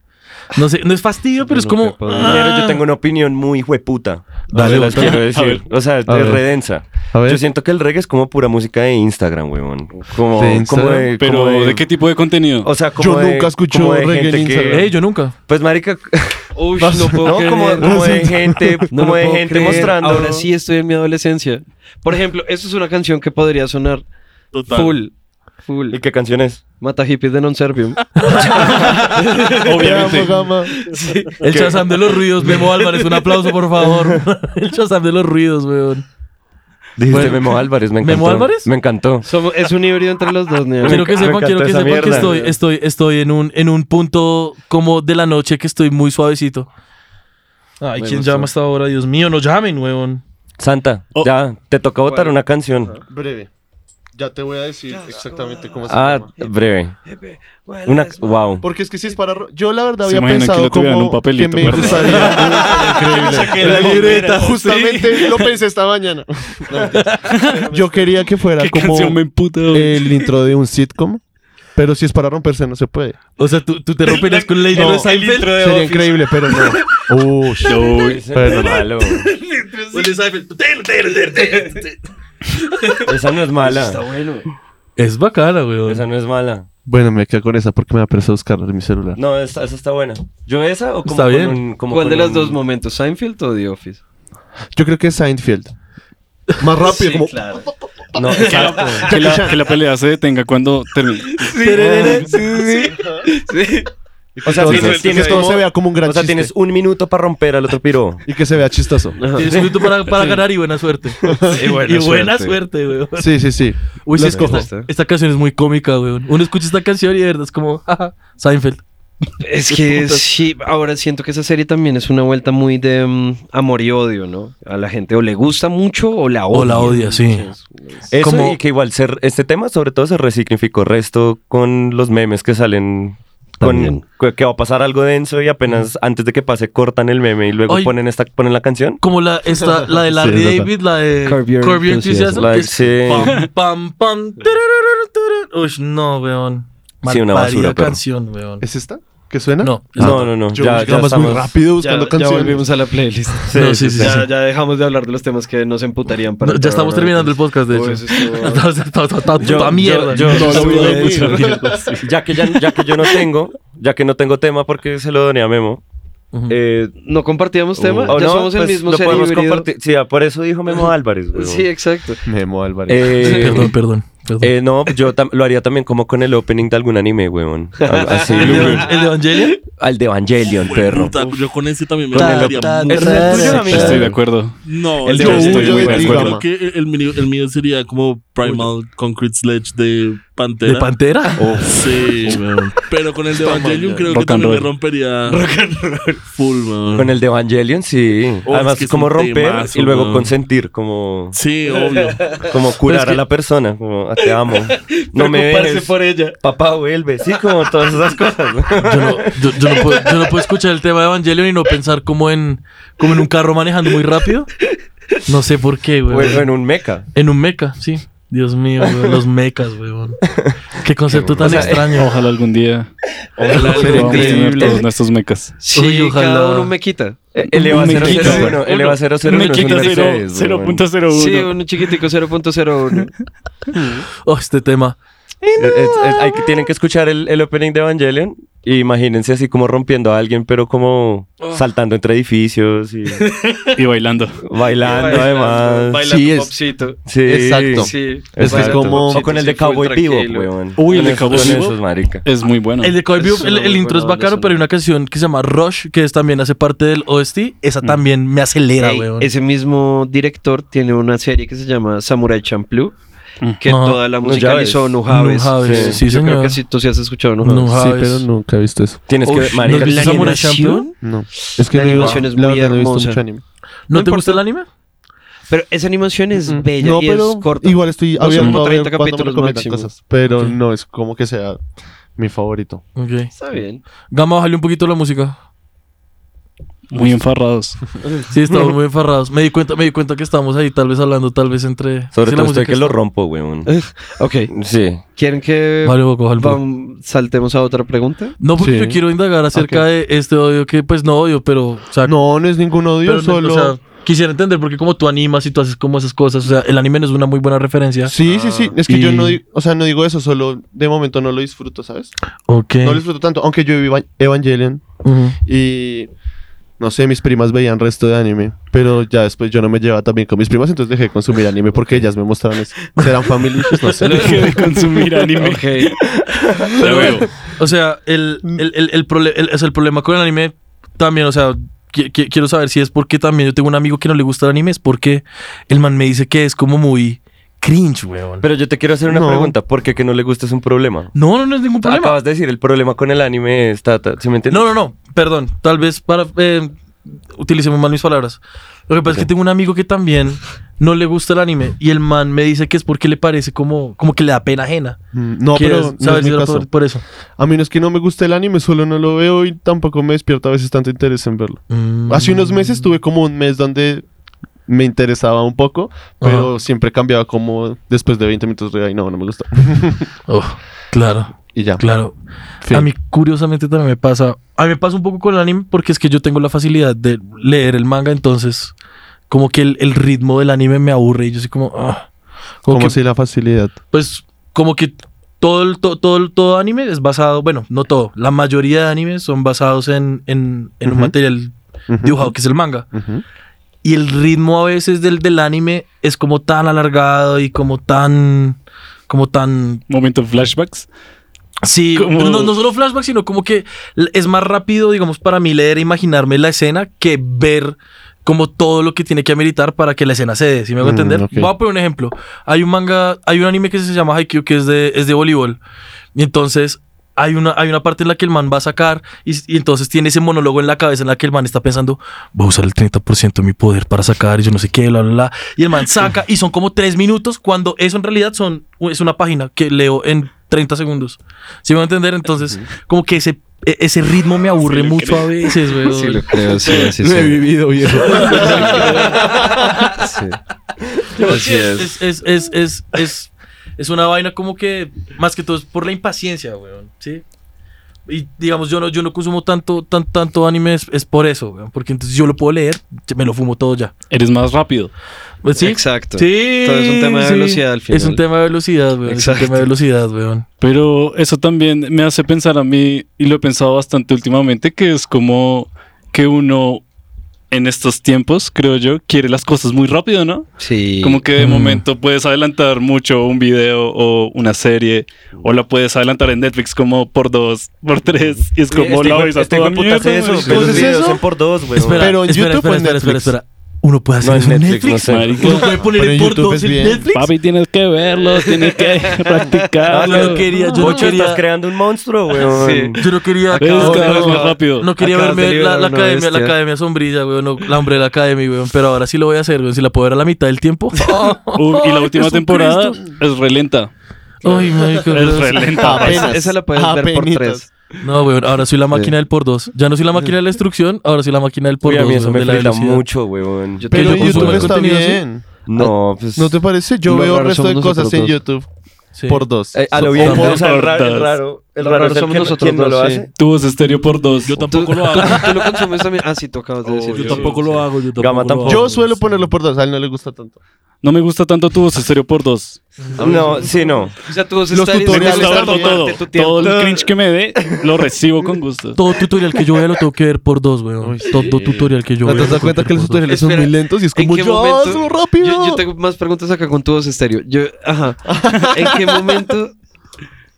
Speaker 3: No sé, no es fastidio, pero es como...
Speaker 7: Primero,
Speaker 5: Ah.
Speaker 7: yo tengo una opinión muy hueputa.
Speaker 3: Dale,
Speaker 7: Dale, las
Speaker 3: otra.
Speaker 7: quiero
Speaker 5: A
Speaker 7: decir.
Speaker 5: ver.
Speaker 7: O sea, es
Speaker 4: ver.
Speaker 7: redensa.
Speaker 4: A ver.
Speaker 7: Yo
Speaker 4: <laughs>
Speaker 7: siento que el reggae es como pura música de Instagram, weón. Como,
Speaker 4: ¿De
Speaker 7: como
Speaker 4: Instagram?
Speaker 7: de,
Speaker 5: Pero,
Speaker 7: como
Speaker 5: ¿de qué tipo de contenido?
Speaker 3: Oh,
Speaker 7: O sea, como
Speaker 4: Yo
Speaker 7: de-
Speaker 4: nunca escucho
Speaker 7: como de
Speaker 4: reggae en
Speaker 7: gente
Speaker 4: Instagram.
Speaker 3: Eh, yo nunca.
Speaker 7: Pues marica,
Speaker 6: Uy,
Speaker 7: <laughs> no,
Speaker 6: no puedo creer.
Speaker 7: como, como de gente,
Speaker 6: No
Speaker 7: como
Speaker 6: lo
Speaker 7: de
Speaker 6: puedo
Speaker 7: gente
Speaker 6: creer.
Speaker 7: mostrando.
Speaker 6: Ahora sí estoy en mi adolescencia. Por ejemplo, esto es una canción que podría sonar
Speaker 9: Total.
Speaker 6: full. Full.
Speaker 7: ¿Y qué canción es?
Speaker 6: Mata hippies de non servium.
Speaker 4: Te
Speaker 5: Obviamente.
Speaker 4: amo, gama.
Speaker 3: El Shazam de los ruidos, <laughs> Memo Álvarez, un aplauso, por favor. <laughs> El Shazam de los ruidos, weón.
Speaker 7: Dijiste
Speaker 3: Bueno.
Speaker 7: Memo Álvarez, me encantó.
Speaker 3: ¿Memo Álvarez?
Speaker 7: Me encantó.
Speaker 6: Somos- es un híbrido entre los dos, ¿no?
Speaker 3: Quiero que
Speaker 7: me
Speaker 3: sepan,
Speaker 7: encantó
Speaker 3: quiero que
Speaker 7: esa
Speaker 3: sepan que
Speaker 7: mierda.
Speaker 3: estoy, estoy, estoy en un, en un punto como de la noche que estoy muy suavecito. Ay, ¿quién llama hasta ahora? Dios mío, no llamen, weón.
Speaker 7: Santa,
Speaker 5: Oh.
Speaker 7: ya, te toca votar una canción.
Speaker 4: Breve. Ya te voy a decir exactamente cómo se
Speaker 7: Ah,
Speaker 4: llama.
Speaker 7: breve. Una, wow.
Speaker 4: Porque es que si es para... ro- Yo la verdad
Speaker 5: Se
Speaker 4: había
Speaker 5: imaginan que
Speaker 4: pensado
Speaker 5: lo tuvieran
Speaker 4: como
Speaker 5: en un papelito,
Speaker 4: que me
Speaker 5: ¿verdad? <laughs>
Speaker 4: gustaría...
Speaker 5: La libreta,
Speaker 4: Justamente lo pensé esta mañana. No, mentira. Yo quería que fuera
Speaker 5: ¿Qué
Speaker 4: como
Speaker 5: canción me emputa?
Speaker 4: el intro de un sitcom. Pero si es para romperse, no se puede.
Speaker 3: O sea, tú, tú te romperías con Lady
Speaker 4: No,
Speaker 3: de Seinfeld.
Speaker 4: Sería increíble, pero no. Uy, <laughs>
Speaker 3: Pues
Speaker 7: Pero malo.
Speaker 3: <laughs>
Speaker 7: Esa no es mala.
Speaker 3: Es bacana, weón.
Speaker 7: Esa no es mala.
Speaker 4: Bueno, me quedo con esa porque me apresó a buscarla en mi celular.
Speaker 7: No, esa, esa está buena. ¿Yo esa o como
Speaker 3: Está
Speaker 7: con
Speaker 3: bien.
Speaker 7: un- como
Speaker 6: ¿Cuál
Speaker 7: con
Speaker 6: de los
Speaker 7: un-
Speaker 6: dos momentos? ¿Seinfeld o The Office?
Speaker 4: Yo creo que es Seinfeld. Más rápido, como.
Speaker 6: <laughs>
Speaker 7: No, exacto.
Speaker 5: Que la, que la pelea se detenga cuando termine.
Speaker 3: <laughs>
Speaker 7: O sea,
Speaker 4: Entonces,
Speaker 7: tienes,
Speaker 4: que
Speaker 7: tienes
Speaker 4: esto
Speaker 7: como-
Speaker 4: se vea como un gran
Speaker 7: o sea,
Speaker 4: chiste.
Speaker 7: tienes un minuto para romper al otro piro.
Speaker 4: Y que se vea chistoso.
Speaker 3: Tienes un minuto para, para ganar y buena suerte.
Speaker 6: Y
Speaker 3: <laughs> y buena suerte, weón.
Speaker 4: Sí, sí, sí.
Speaker 3: Uy, sí,
Speaker 4: Lo
Speaker 3: es que
Speaker 4: escojo.
Speaker 3: esta, esta canción es muy cómica, weón. Uno escucha esta canción y de verdad es como, <laughs> jaja, Seinfeld.
Speaker 6: Es
Speaker 3: Pues
Speaker 6: que sí, ahora siento que esa serie también es una vuelta muy de mm, amor y odio, ¿no? A la gente o le gusta mucho o la odia.
Speaker 3: O la odia, sí.
Speaker 7: Eso
Speaker 3: Como-
Speaker 7: y que igual ser, este tema sobre todo se resignificó resto con los memes que salen. Con,
Speaker 6: También.
Speaker 7: que va a pasar algo denso y apenas antes de que pase cortan el meme y luego
Speaker 3: Ay.
Speaker 7: ponen esta ponen la canción.
Speaker 3: Como la, esta, la de Larry
Speaker 4: es verdad.
Speaker 3: David, la de
Speaker 6: Curb Your
Speaker 3: Curb Your Enthusiasm.
Speaker 6: Enthusiasm.
Speaker 7: La-
Speaker 3: que es
Speaker 7: sí.
Speaker 3: Pam, pam, pam. turururu, turururu. Uy, no, weón.
Speaker 7: Sí, una
Speaker 3: Malparida
Speaker 7: basura, pero-
Speaker 3: canción, weón.
Speaker 4: ¿Es esta? ¿que suena?
Speaker 3: No, es
Speaker 7: No,
Speaker 3: <laughs>
Speaker 7: no, no.
Speaker 4: Yo
Speaker 7: Ya, ya
Speaker 4: buscaba muy
Speaker 7: estamos.
Speaker 4: rápido
Speaker 6: Ya,
Speaker 4: buscando
Speaker 6: ya
Speaker 4: canciones.
Speaker 6: volvimos a la playlist.
Speaker 7: Sí,
Speaker 3: No, <laughs> sí,
Speaker 7: sí,
Speaker 3: sí,
Speaker 7: sí,
Speaker 3: sí.
Speaker 6: Ya, ya dejamos de hablar de los temas que nos emputarían para
Speaker 3: No, ya estamos terminando el podcast,
Speaker 6: Oh,
Speaker 3: de hecho. <laughs> Estamos- estamos- estamos-
Speaker 7: Yo-
Speaker 3: toda
Speaker 7: yo-
Speaker 3: mierda.
Speaker 7: yo-
Speaker 4: No,
Speaker 7: yo-
Speaker 4: lo voy a
Speaker 7: yo-
Speaker 4: decir.
Speaker 7: ya que ya, ya que yo no tengo, ya que no tengo tema porque se lo doné a Memo.
Speaker 3: Ujú.
Speaker 7: Eh,
Speaker 6: ¿No compartíamos tema?
Speaker 3: Uh,
Speaker 7: o
Speaker 6: ya
Speaker 7: no,
Speaker 6: somos el
Speaker 7: pues,
Speaker 6: mismo
Speaker 7: lo
Speaker 6: ser
Speaker 7: podemos
Speaker 6: híbrido.
Speaker 7: compartir. Sí, ah, por eso dijo Memo Álvarez. huevón.
Speaker 6: Sí, exacto.
Speaker 4: Memo Álvarez.
Speaker 7: Eh,
Speaker 3: Perdón, perdón. perdón.
Speaker 7: eh, no, yo tam- lo haría también como con el opening de algún anime, weón.
Speaker 6: <laughs>
Speaker 7: Algo Así,
Speaker 3: ¿El, de,
Speaker 7: weón.
Speaker 3: el de Evangelion?
Speaker 7: Al de Evangelion, perro.
Speaker 9: Puta, yo con ese también me
Speaker 3: Ta,
Speaker 9: metería
Speaker 3: ta,
Speaker 9: mucho.
Speaker 3: ta, ta,
Speaker 7: tuyo,
Speaker 3: ta.
Speaker 7: amigo?
Speaker 5: Estoy de acuerdo.
Speaker 9: No,
Speaker 5: El de
Speaker 9: yo-
Speaker 5: Huyo
Speaker 9: yo-
Speaker 5: de
Speaker 9: yo
Speaker 4: Huyo.
Speaker 9: creo que el, el mío, el mío sería como Primal Concrete Sledge de Pantera.
Speaker 3: ¿De Pantera?
Speaker 9: Sí, weón. Pero con el de Evangelion creo que
Speaker 5: Rock and
Speaker 9: también me
Speaker 5: roll.
Speaker 9: rompería. Full, weón.
Speaker 7: Con el de Evangelion, sí.
Speaker 9: Oh,
Speaker 7: Además,
Speaker 9: es que es
Speaker 7: como
Speaker 9: un
Speaker 7: romper
Speaker 9: temazo,
Speaker 7: y luego
Speaker 9: weón.
Speaker 7: consentir, como,
Speaker 9: Sí, obvio.
Speaker 7: como curar a la persona. Como, "Ah, te amo. No me dejes.
Speaker 6: ella.
Speaker 7: Papá, vuelve. Sí, como todas esas cosas. <laughs> ¿no?
Speaker 3: Yo no, yo, yo no puedo, yo no puedo escuchar el tema de Evangelion y no pensar como en, como en un carro manejando muy rápido. No sé por qué, güey.
Speaker 7: Bueno, en un meca.
Speaker 3: En un meca, sí. Dios mío, weón, los mecas, weón. Qué concepto tan extraño.
Speaker 5: Ojalá algún día
Speaker 6: Ojalá
Speaker 5: podamos tener
Speaker 6: increíble.
Speaker 5: todos nuestros mecas.
Speaker 6: Sí,
Speaker 3: Uy, ojalá.
Speaker 6: cada uno me quita.
Speaker 7: El EVA
Speaker 5: Me quita-
Speaker 7: 001. El EVA 001
Speaker 5: Me
Speaker 7: es un
Speaker 5: quita cero-
Speaker 7: Mercedes, weón.
Speaker 5: 0.01.
Speaker 6: Sí, uno chiquitico <laughs> 0.01.
Speaker 3: Oh, este tema.
Speaker 7: Eh, eh, eh, hay que- tienen que escuchar el, el opening de Evangelion. Y imagínense así como rompiendo a alguien, pero como saltando entre edificios y
Speaker 5: Y bailando.
Speaker 7: bailando además.
Speaker 6: Baila
Speaker 4: Sí,
Speaker 6: tu
Speaker 4: es-
Speaker 6: popcito.
Speaker 7: Sí.
Speaker 4: Exacto.
Speaker 6: Sí.
Speaker 7: Es que es
Speaker 6: baila tu
Speaker 4: como-
Speaker 7: O
Speaker 6: popcito,
Speaker 7: con el
Speaker 6: sí,
Speaker 7: de
Speaker 6: full
Speaker 7: Cowboy Vivo,
Speaker 6: tranquilo.
Speaker 7: weón.
Speaker 5: Uy, el
Speaker 7: Con
Speaker 5: de
Speaker 7: es-
Speaker 5: Cowboy
Speaker 7: con
Speaker 5: Vivo.
Speaker 7: esos, marica.
Speaker 5: Es muy bueno.
Speaker 3: El de Cowboy
Speaker 6: Eso
Speaker 3: Bebop, el, el
Speaker 6: muy
Speaker 3: intro es
Speaker 6: bueno,
Speaker 3: bacano,
Speaker 6: eso.
Speaker 3: pero hay una canción que se llama Rush, que es, también hace parte del OST. Esa también me acelera,
Speaker 6: Ey,
Speaker 3: weón.
Speaker 6: ese mismo director tiene una serie que se llama Samurai Champloo, que
Speaker 3: Ajá.
Speaker 6: toda la música la
Speaker 7: Nujaves.
Speaker 6: hizo Nujaves.
Speaker 3: Nujaves, sí,
Speaker 6: Yo creo
Speaker 3: señor.
Speaker 6: que sí, tú sí has escuchado Nujaves.
Speaker 3: No,
Speaker 4: Sí,
Speaker 3: ¿sabes?
Speaker 4: pero nunca he visto eso.
Speaker 7: Tienes que
Speaker 3: Uy,
Speaker 7: ver,
Speaker 3: ¿no
Speaker 7: marica.
Speaker 3: viste
Speaker 6: la
Speaker 3: Samurai
Speaker 6: animación?
Speaker 3: Champloo?
Speaker 4: No. Es que
Speaker 6: La
Speaker 4: no-
Speaker 6: animación es
Speaker 4: la
Speaker 6: muy
Speaker 4: verdad no he visto
Speaker 6: hermosa.
Speaker 4: mucho anime.
Speaker 3: ¿No, te gusta el anime?
Speaker 6: Pero esa animación es bella
Speaker 4: Mm. no,
Speaker 6: y
Speaker 4: pero
Speaker 6: es corta.
Speaker 4: igual estoy
Speaker 6: son
Speaker 4: abierto
Speaker 6: como
Speaker 4: a
Speaker 6: 30
Speaker 4: ver cuando me
Speaker 6: capítulos
Speaker 4: recomiendan
Speaker 6: máximo.
Speaker 4: cosas. Pero
Speaker 3: Sí.
Speaker 4: no es como que sea mi favorito.
Speaker 3: Ok.
Speaker 6: Está bien.
Speaker 3: Gama, bájale un poquito la música.
Speaker 5: Muy enfarrados.
Speaker 3: Sí, estamos muy enfarrados. Me di cuenta, me di cuenta que estábamos ahí tal vez hablando, tal vez entre...
Speaker 7: Sobre
Speaker 3: Sí, la
Speaker 7: todo usted
Speaker 3: música
Speaker 7: que Eh. lo
Speaker 3: está-
Speaker 7: rompo, weón.
Speaker 6: Ok,
Speaker 7: Sí.
Speaker 6: ¿quieren que
Speaker 3: Vale, poco, vale, poco.
Speaker 6: vam- saltemos a otra pregunta?
Speaker 3: No, porque
Speaker 4: Sí.
Speaker 3: yo quiero indagar acerca de este odio que, pues, no odio, pero... O sea,
Speaker 4: No, no es ningún odio,
Speaker 3: pero no,
Speaker 4: solo.
Speaker 3: o sea, quisiera entender porque como tú animas y tú haces como esas cosas, o sea, el anime no es una muy buena referencia.
Speaker 4: sí, sí, sí. Es que
Speaker 3: y-
Speaker 4: yo no, di- o sea, no digo eso, solo de momento no lo disfruto, ¿sabes?
Speaker 3: Ok.
Speaker 4: No lo disfruto tanto, aunque yo vi Eva- Evangelion
Speaker 3: Ujú.
Speaker 4: y. No sé, mis primas veían resto de anime, pero ya después yo no me llevaba también con mis primas, entonces dejé de consumir anime porque ellas me mostraron eso. ¿Serán family issues? No
Speaker 6: <laughs>
Speaker 4: sé.
Speaker 5: Dejé de consumir anime. <laughs>
Speaker 6: Ok.
Speaker 5: Ya veo.
Speaker 3: O sea, el, el, el, el, prole- el- es el problema con el anime también, o sea, qui- qui- quiero saber si es porque también yo tengo un amigo que no le gusta el anime, es porque el man me dice que es como muy cringe, weón.
Speaker 7: Pero yo te quiero hacer una
Speaker 4: No.
Speaker 7: pregunta. ¿Por qué que no le gusta es un problema?
Speaker 3: no, no, no es ningún problema.
Speaker 7: Acabas de decir, el problema con el anime es Tata. ¿Sí me entiendes?
Speaker 3: No, no, no, perdón, tal vez para... eh, utilicemos mal mis palabras. Lo que pasa es que tengo un amigo que también no le gusta el anime y el man me dice que es porque le parece como, como que le da pena ajena.
Speaker 4: Mm, No,
Speaker 3: ¿Quieres
Speaker 4: pero no
Speaker 3: saber
Speaker 4: es
Speaker 3: si
Speaker 4: mi
Speaker 3: era
Speaker 4: caso.
Speaker 3: por, por eso?
Speaker 4: A mí no es que no me guste el anime, solo no lo veo y tampoco me despierta a veces tanto interés en verlo.
Speaker 6: Mm.
Speaker 4: Hace unos meses tuve como un mes donde me interesaba un poco, pero siempre cambiaba como después de 20 minutos de ahí, no, no me gusta.
Speaker 3: Oh, claro.
Speaker 4: Y ya.
Speaker 3: Claro.
Speaker 4: Fin.
Speaker 3: A mí, curiosamente, también me pasa. A mí me pasa un poco con el anime porque es que yo tengo la facilidad de leer el manga, entonces, como que el, el ritmo del anime me aburre y yo soy como. ah. Como
Speaker 4: Como
Speaker 3: que,
Speaker 4: si la facilidad.
Speaker 3: Pues, como que todo, el, to- todo, el- todo anime es basado, bueno, no todo, la mayoría de animes son basados en, en, en un
Speaker 4: Ujú.
Speaker 3: material dibujado que es el manga.
Speaker 4: Ujú.
Speaker 3: Y el ritmo a veces del, del anime es como tan alargado y como tan. como tan
Speaker 5: Momento flashbacks.
Speaker 3: Sí,
Speaker 5: Como-
Speaker 3: no, no solo flashback, sino como que l- es más rápido, digamos, para mí leer e imaginarme la escena que ver como todo lo que tiene que ameritar para que la escena se dé, si me hago
Speaker 4: Mm,
Speaker 3: entender?
Speaker 4: ok.
Speaker 3: Voy a poner un ejemplo. Hay un manga, hay un anime que se llama Haikyuu que es de, es de voleibol. Y entonces hay una, hay una parte en la que el man va a sacar y, y entonces tiene ese monólogo en la cabeza en la que el man está pensando, voy a usar el 30% de mi poder para sacar y yo no sé qué, bla, bla, bla. Y el man saca y son como tres minutos cuando eso en realidad son, es una página que leo en 30 segundos. ¿Sí me va a entender? Entonces, como que ese, e- ese ritmo me aburre mucho a veces, weón.
Speaker 6: Sí, lo creo, sí, sí, sí.
Speaker 4: vivido, viejo.
Speaker 6: <laughs> Sí.
Speaker 3: <laughs> Sí, es, es, es, es, es- es una vaina como que, más que todo, es por la impaciencia, weón, ¿sí? Y digamos, yo no, yo no consumo tanto, tan, tanto anime, es, es por eso, weón, porque entonces yo lo puedo leer, me lo fumo todo ya.
Speaker 5: Eres más rápido.
Speaker 3: Pues, ¿Sí?
Speaker 6: Exacto.
Speaker 3: Sí,
Speaker 6: Todo es un tema de
Speaker 3: sí.
Speaker 6: velocidad al final.
Speaker 3: Es un tema de velocidad, weón. Es un
Speaker 6: Exacto.
Speaker 3: tema de velocidad, weón.
Speaker 5: Pero eso también me hace pensar a mí, y lo he pensado bastante últimamente, que es como que uno en estos tiempos, creo yo, quiere las cosas muy rápido, ¿no?
Speaker 6: Sí.
Speaker 5: Como que de
Speaker 3: Mm.
Speaker 5: momento puedes adelantar mucho un video o una serie, o la puedes adelantar en Netflix como por dos, por tres, y es como la vais a
Speaker 7: este
Speaker 5: toda
Speaker 7: hijo de puta hace
Speaker 5: mierda,
Speaker 7: eso. Pues,
Speaker 5: marica.
Speaker 7: Ve los
Speaker 4: ¿Entonces
Speaker 7: videos
Speaker 4: eso?
Speaker 7: en por dos, weón.
Speaker 3: Espera,
Speaker 4: Pero en
Speaker 3: espera,
Speaker 4: YouTube
Speaker 3: espera,
Speaker 4: o en
Speaker 3: espera,
Speaker 4: Netflix.
Speaker 3: espera, espera. Uno puede hacer
Speaker 7: No, en
Speaker 3: eso en
Speaker 7: Netflix,
Speaker 3: Netflix.
Speaker 7: no sé.
Speaker 5: Marica.
Speaker 3: Uno puede poner
Speaker 4: Pero
Speaker 3: en
Speaker 4: en
Speaker 3: por
Speaker 4: YouTube
Speaker 3: dos
Speaker 4: es
Speaker 3: en
Speaker 4: bien.
Speaker 3: Netflix.
Speaker 5: Papi, tienes que verlos, tienes que
Speaker 7: Ah,
Speaker 5: practicarlo.
Speaker 3: yo no quería, yo no
Speaker 7: Pocho, estás
Speaker 3: quería.
Speaker 7: creando un monstruo, weón.
Speaker 6: Sí.
Speaker 3: Yo no quería.
Speaker 5: Ves,
Speaker 3: No,
Speaker 5: cada
Speaker 3: no,
Speaker 5: vez
Speaker 3: no.
Speaker 5: más rápido.
Speaker 3: No quería
Speaker 6: Acabas de
Speaker 3: verme la,
Speaker 6: liberar
Speaker 3: la
Speaker 6: una
Speaker 3: academia, la
Speaker 6: bestia.
Speaker 3: academia sombrilla, weón. no, la hombre de la academia, weón. Pero ahora sí lo voy a hacer, weón. Si la puedo ver a la mitad del
Speaker 6: <laughs>
Speaker 3: tiempo.
Speaker 6: Oh,
Speaker 5: Uh, y la última
Speaker 3: Jesucristo.
Speaker 5: temporada es relenta.
Speaker 3: Ay, marica,
Speaker 5: Es
Speaker 3: weón.
Speaker 5: relenta.
Speaker 6: Esa, esa la puedes
Speaker 3: Ah,
Speaker 6: ver por
Speaker 4: Apenitas.
Speaker 6: tres.
Speaker 3: No, weón. Ahora soy la máquina del por dos. Ya no soy la máquina de la instrucción, ahora soy la máquina del por
Speaker 7: Uy, a
Speaker 3: dos.
Speaker 7: mí eso
Speaker 3: weón,
Speaker 7: me
Speaker 3: de la
Speaker 7: frita
Speaker 3: velocidad.
Speaker 7: mucho, weón.
Speaker 3: Pero
Speaker 6: Yo
Speaker 4: Pero
Speaker 3: yo
Speaker 4: en
Speaker 3: consumo
Speaker 4: YouTube
Speaker 3: el
Speaker 4: está
Speaker 3: contenido,
Speaker 4: bien.
Speaker 7: No, pues.
Speaker 4: ¿No te parece? Yo
Speaker 6: Lo
Speaker 4: veo el
Speaker 6: raro
Speaker 4: resto
Speaker 6: somos
Speaker 4: de cosas en
Speaker 6: nosotros
Speaker 4: YouTube
Speaker 3: Sí.
Speaker 4: por dos.
Speaker 7: Eh, a lo
Speaker 4: So-
Speaker 7: bien,
Speaker 4: o por-
Speaker 7: o sea, el raro, el raro, el
Speaker 6: Lo
Speaker 7: raro
Speaker 6: raro
Speaker 7: es el
Speaker 6: somos
Speaker 7: que,
Speaker 6: nosotros
Speaker 7: quien no lo
Speaker 6: dos,
Speaker 7: hace.
Speaker 6: sí.
Speaker 5: Tubos estéreo por dos.
Speaker 3: Yo tampoco
Speaker 6: ¿Tú-
Speaker 3: lo hago.
Speaker 6: <laughs> ¿Tú lo consumes también? Ah, sí, tú acabas de
Speaker 5: Oh,
Speaker 6: decir.
Speaker 3: Yo
Speaker 5: sí,
Speaker 3: tampoco
Speaker 5: sí.
Speaker 3: lo hago. Yo
Speaker 7: Gama
Speaker 3: tampoco. lo
Speaker 7: tampoco.
Speaker 3: hago.
Speaker 4: Yo suelo ponerlo por dos, a él no le gusta tanto.
Speaker 5: No me gusta tanto tubos estéreo por dos.
Speaker 7: No, sí, no.
Speaker 6: O sea, tú
Speaker 4: Los
Speaker 5: Me
Speaker 4: tutoriales
Speaker 5: gusta
Speaker 4: Real, está
Speaker 5: verlo
Speaker 4: bien.
Speaker 5: todo. Todo el cringe que me dé, lo recibo con gusto.
Speaker 3: Todo tutorial que yo vea lo tengo que ver por dos, weón. Todo tutorial que yo
Speaker 4: ¿No
Speaker 3: vea.
Speaker 4: te has
Speaker 3: lo
Speaker 4: dado
Speaker 3: tengo
Speaker 4: cuenta que
Speaker 3: ver por dos.
Speaker 4: los tutoriales son muy
Speaker 6: Espera,
Speaker 4: lentos y es
Speaker 6: ¿en
Speaker 4: como,
Speaker 6: qué
Speaker 4: yo,
Speaker 3: "Ah,
Speaker 6: momento-
Speaker 4: hazlo rápido?
Speaker 6: Yo, yo tengo más preguntas acá con tu voz estéreo. Yo, ajá. ¿En qué momento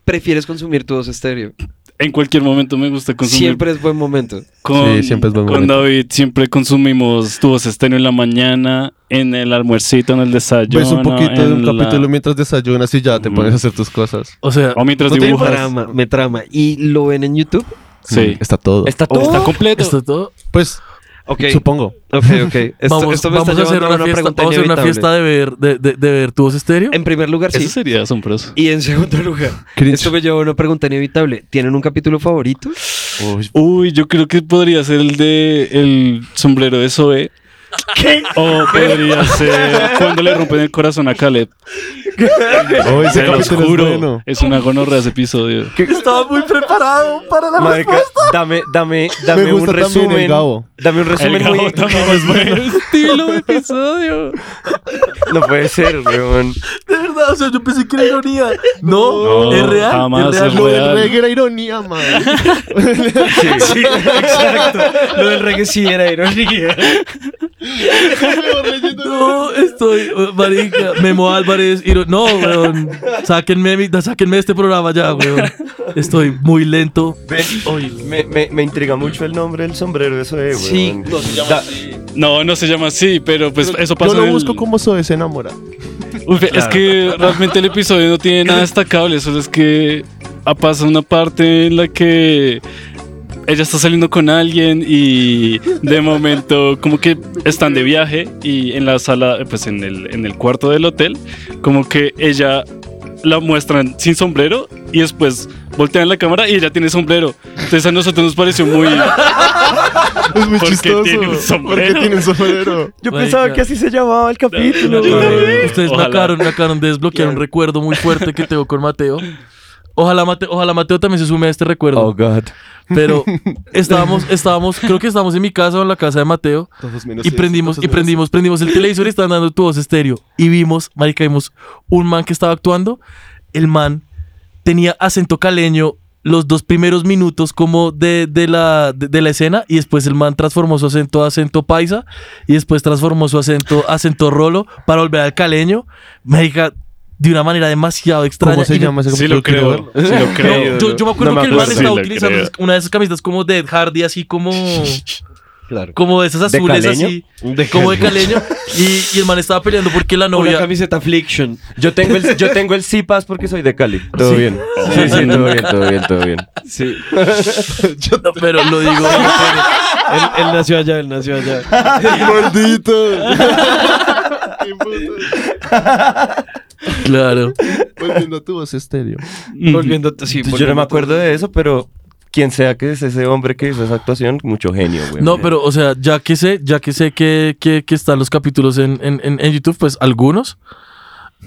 Speaker 6: prefieres consumir tu voz estéreo?
Speaker 5: En cualquier momento me gusta consumir.
Speaker 6: Siempre es buen momento.
Speaker 5: Con,
Speaker 4: Sí, siempre es buen
Speaker 5: con
Speaker 4: momento.
Speaker 5: David siempre consumimos tubos estéreo en la mañana, en el almuercito, en el desayuno.
Speaker 4: Ves un poquito de un
Speaker 5: en la-
Speaker 4: capítulo mientras desayunas y ya te
Speaker 5: Mm.
Speaker 4: pones a hacer tus cosas.
Speaker 3: O sea,
Speaker 5: O mientras
Speaker 4: No te
Speaker 6: Me
Speaker 4: Dibujas.
Speaker 5: dibujas.
Speaker 6: trama, me trama. ¿Y lo ven en YouTube?
Speaker 5: Sí. Oh,
Speaker 4: Está todo.
Speaker 7: Está todo.
Speaker 5: Está completo.
Speaker 3: está todo.
Speaker 4: Pues,
Speaker 6: Ok,
Speaker 4: supongo.
Speaker 6: ok, ok. Esto,
Speaker 3: <laughs> vamos
Speaker 6: esto me
Speaker 3: vamos
Speaker 6: está
Speaker 3: a hacer
Speaker 6: llevando
Speaker 3: una,
Speaker 6: una
Speaker 3: fiesta,
Speaker 6: pregunta
Speaker 3: vamos a hacer una
Speaker 6: inevitable.
Speaker 3: fiesta de ver, de, de, de ver tubos estéreo.
Speaker 6: En primer lugar, sí.
Speaker 5: Eso sería asombroso.
Speaker 6: Y en segundo lugar,
Speaker 4: Cringe.
Speaker 6: esto me lleva a una pregunta inevitable. ¿Tienen un capítulo favorito?
Speaker 5: Uy, yo creo que podría ser el de el sombrero de Zoe. O podría ser cuando le rompen el corazón a Caleb.
Speaker 4: Oh, ese
Speaker 5: Se los
Speaker 4: capítulo es
Speaker 5: juro. Es,
Speaker 4: bueno.
Speaker 5: una gonorrea ese episodio.
Speaker 3: Estaba muy preparado para la
Speaker 7: Marica, dame, dame, dame
Speaker 4: Me
Speaker 7: un
Speaker 4: gusta también el
Speaker 7: resumen.
Speaker 4: Gabo.
Speaker 7: Dame un resumen
Speaker 5: El
Speaker 7: muy.
Speaker 5: Gabo tampoco
Speaker 4: <laughs>
Speaker 5: es buen estilo de episodio.
Speaker 7: No puede ser, weón.
Speaker 3: De verdad, o sea, yo pensé que era ironía. No,
Speaker 5: No,
Speaker 3: es real.
Speaker 5: jamás
Speaker 3: es real.
Speaker 5: es
Speaker 4: Lo
Speaker 5: real.
Speaker 4: del reggae era ironía, madre.
Speaker 6: Sí, exacto. Lo del reggae sí era ironía.
Speaker 3: No, estoy, marica, Memo Álvarez, y no- no, weón, sáquenme, mi- sáquenme de este programa ya, weón. Estoy muy lento.
Speaker 7: Ven, me, me, me intriga mucho el nombre del sombrero, eso es, weón.
Speaker 6: Sí,
Speaker 7: Da-
Speaker 5: No, no se llama así, pero pues eso pasa.
Speaker 4: Yo lo
Speaker 5: en el-
Speaker 4: busco como Zoe se enamora.
Speaker 5: Uf, Es que realmente el episodio no tiene nada destacable, solo es que ah, pasa una parte en la que ella está saliendo con alguien y de momento como que están de viaje y en la sala, eh, pues en el, en el cuarto del hotel, como que ella la muestran sin sombrero y después voltean la cámara y ella tiene sombrero. Entonces a nosotros nos pareció muy...
Speaker 4: Es muy
Speaker 5: Porque
Speaker 4: chistoso.
Speaker 5: tiene un sombrero.
Speaker 4: Porque tiene un sombrero.
Speaker 7: Yo
Speaker 3: Marica.
Speaker 7: pensaba que así se llamaba el capítulo,
Speaker 5: Yo
Speaker 7: weón.
Speaker 5: también.
Speaker 3: Ustedes me
Speaker 5: Ojalá.
Speaker 3: acabaron, me acabaron de desbloquear un recuerdo muy fuerte que tengo con Mateo. Ojalá, Mateo, ojalá Mateo también se sume a este recuerdo.
Speaker 7: Oh, God.
Speaker 3: Pero estábamos, estábamos, creo que estábamos en mi casa o en la casa de Mateo y prendimos, y prendimos, prendimos el televisor y estaban dando tu voz estéreo. Y vimos, marica, vimos un man que estaba actuando. El man tenía acento caleño los dos primeros minutos como de, de la, de, de la escena y después el man transformó su acento a acento paisa y después transformó su acento a acento rolo para volver al caleño. Marica, de una manera demasiado extraña.
Speaker 4: ¿Cómo se
Speaker 3: y no-
Speaker 4: llama ese
Speaker 5: Sí lo
Speaker 4: capítulo?
Speaker 5: creo, sí lo creo.
Speaker 3: yo, yo me acuerdo
Speaker 7: No me
Speaker 3: que el man
Speaker 7: acuerdo.
Speaker 3: estaba
Speaker 5: Sí, lo
Speaker 3: utilizando
Speaker 5: creo.
Speaker 3: una de esas camisetas como Dead Hardy, así como,
Speaker 6: Claro.
Speaker 3: como de esas
Speaker 7: ¿De
Speaker 3: azules,
Speaker 7: caleño?
Speaker 3: así <laughs> como de caleño. Y, y el man estaba peleando porque la
Speaker 6: Una
Speaker 3: novia.
Speaker 6: camiseta Affliction.
Speaker 7: Yo tengo el, yo tengo el CIPAS porque soy de Cali. Todo bien. Sí, sí, todo bien, todo bien, todo bien.
Speaker 6: Sí.
Speaker 3: No, pero lo digo.
Speaker 6: Él, él nació allá, él nació allá.
Speaker 4: ¡Maldito! Qué puto.
Speaker 3: claro.
Speaker 4: Volviendo a tu
Speaker 3: <laughs>
Speaker 4: voz estéreo.
Speaker 6: Volviendo, sí,
Speaker 7: Entonces, yo no
Speaker 6: volviendo
Speaker 7: me
Speaker 6: a-
Speaker 7: acuerdo de eso, pero quien sea que es ese hombre que hizo esa actuación, mucho genio, güey.
Speaker 3: No, pero, o sea, ya que sé, ya que sé que, que, que están los capítulos en, en, en, en YouTube, pues algunos.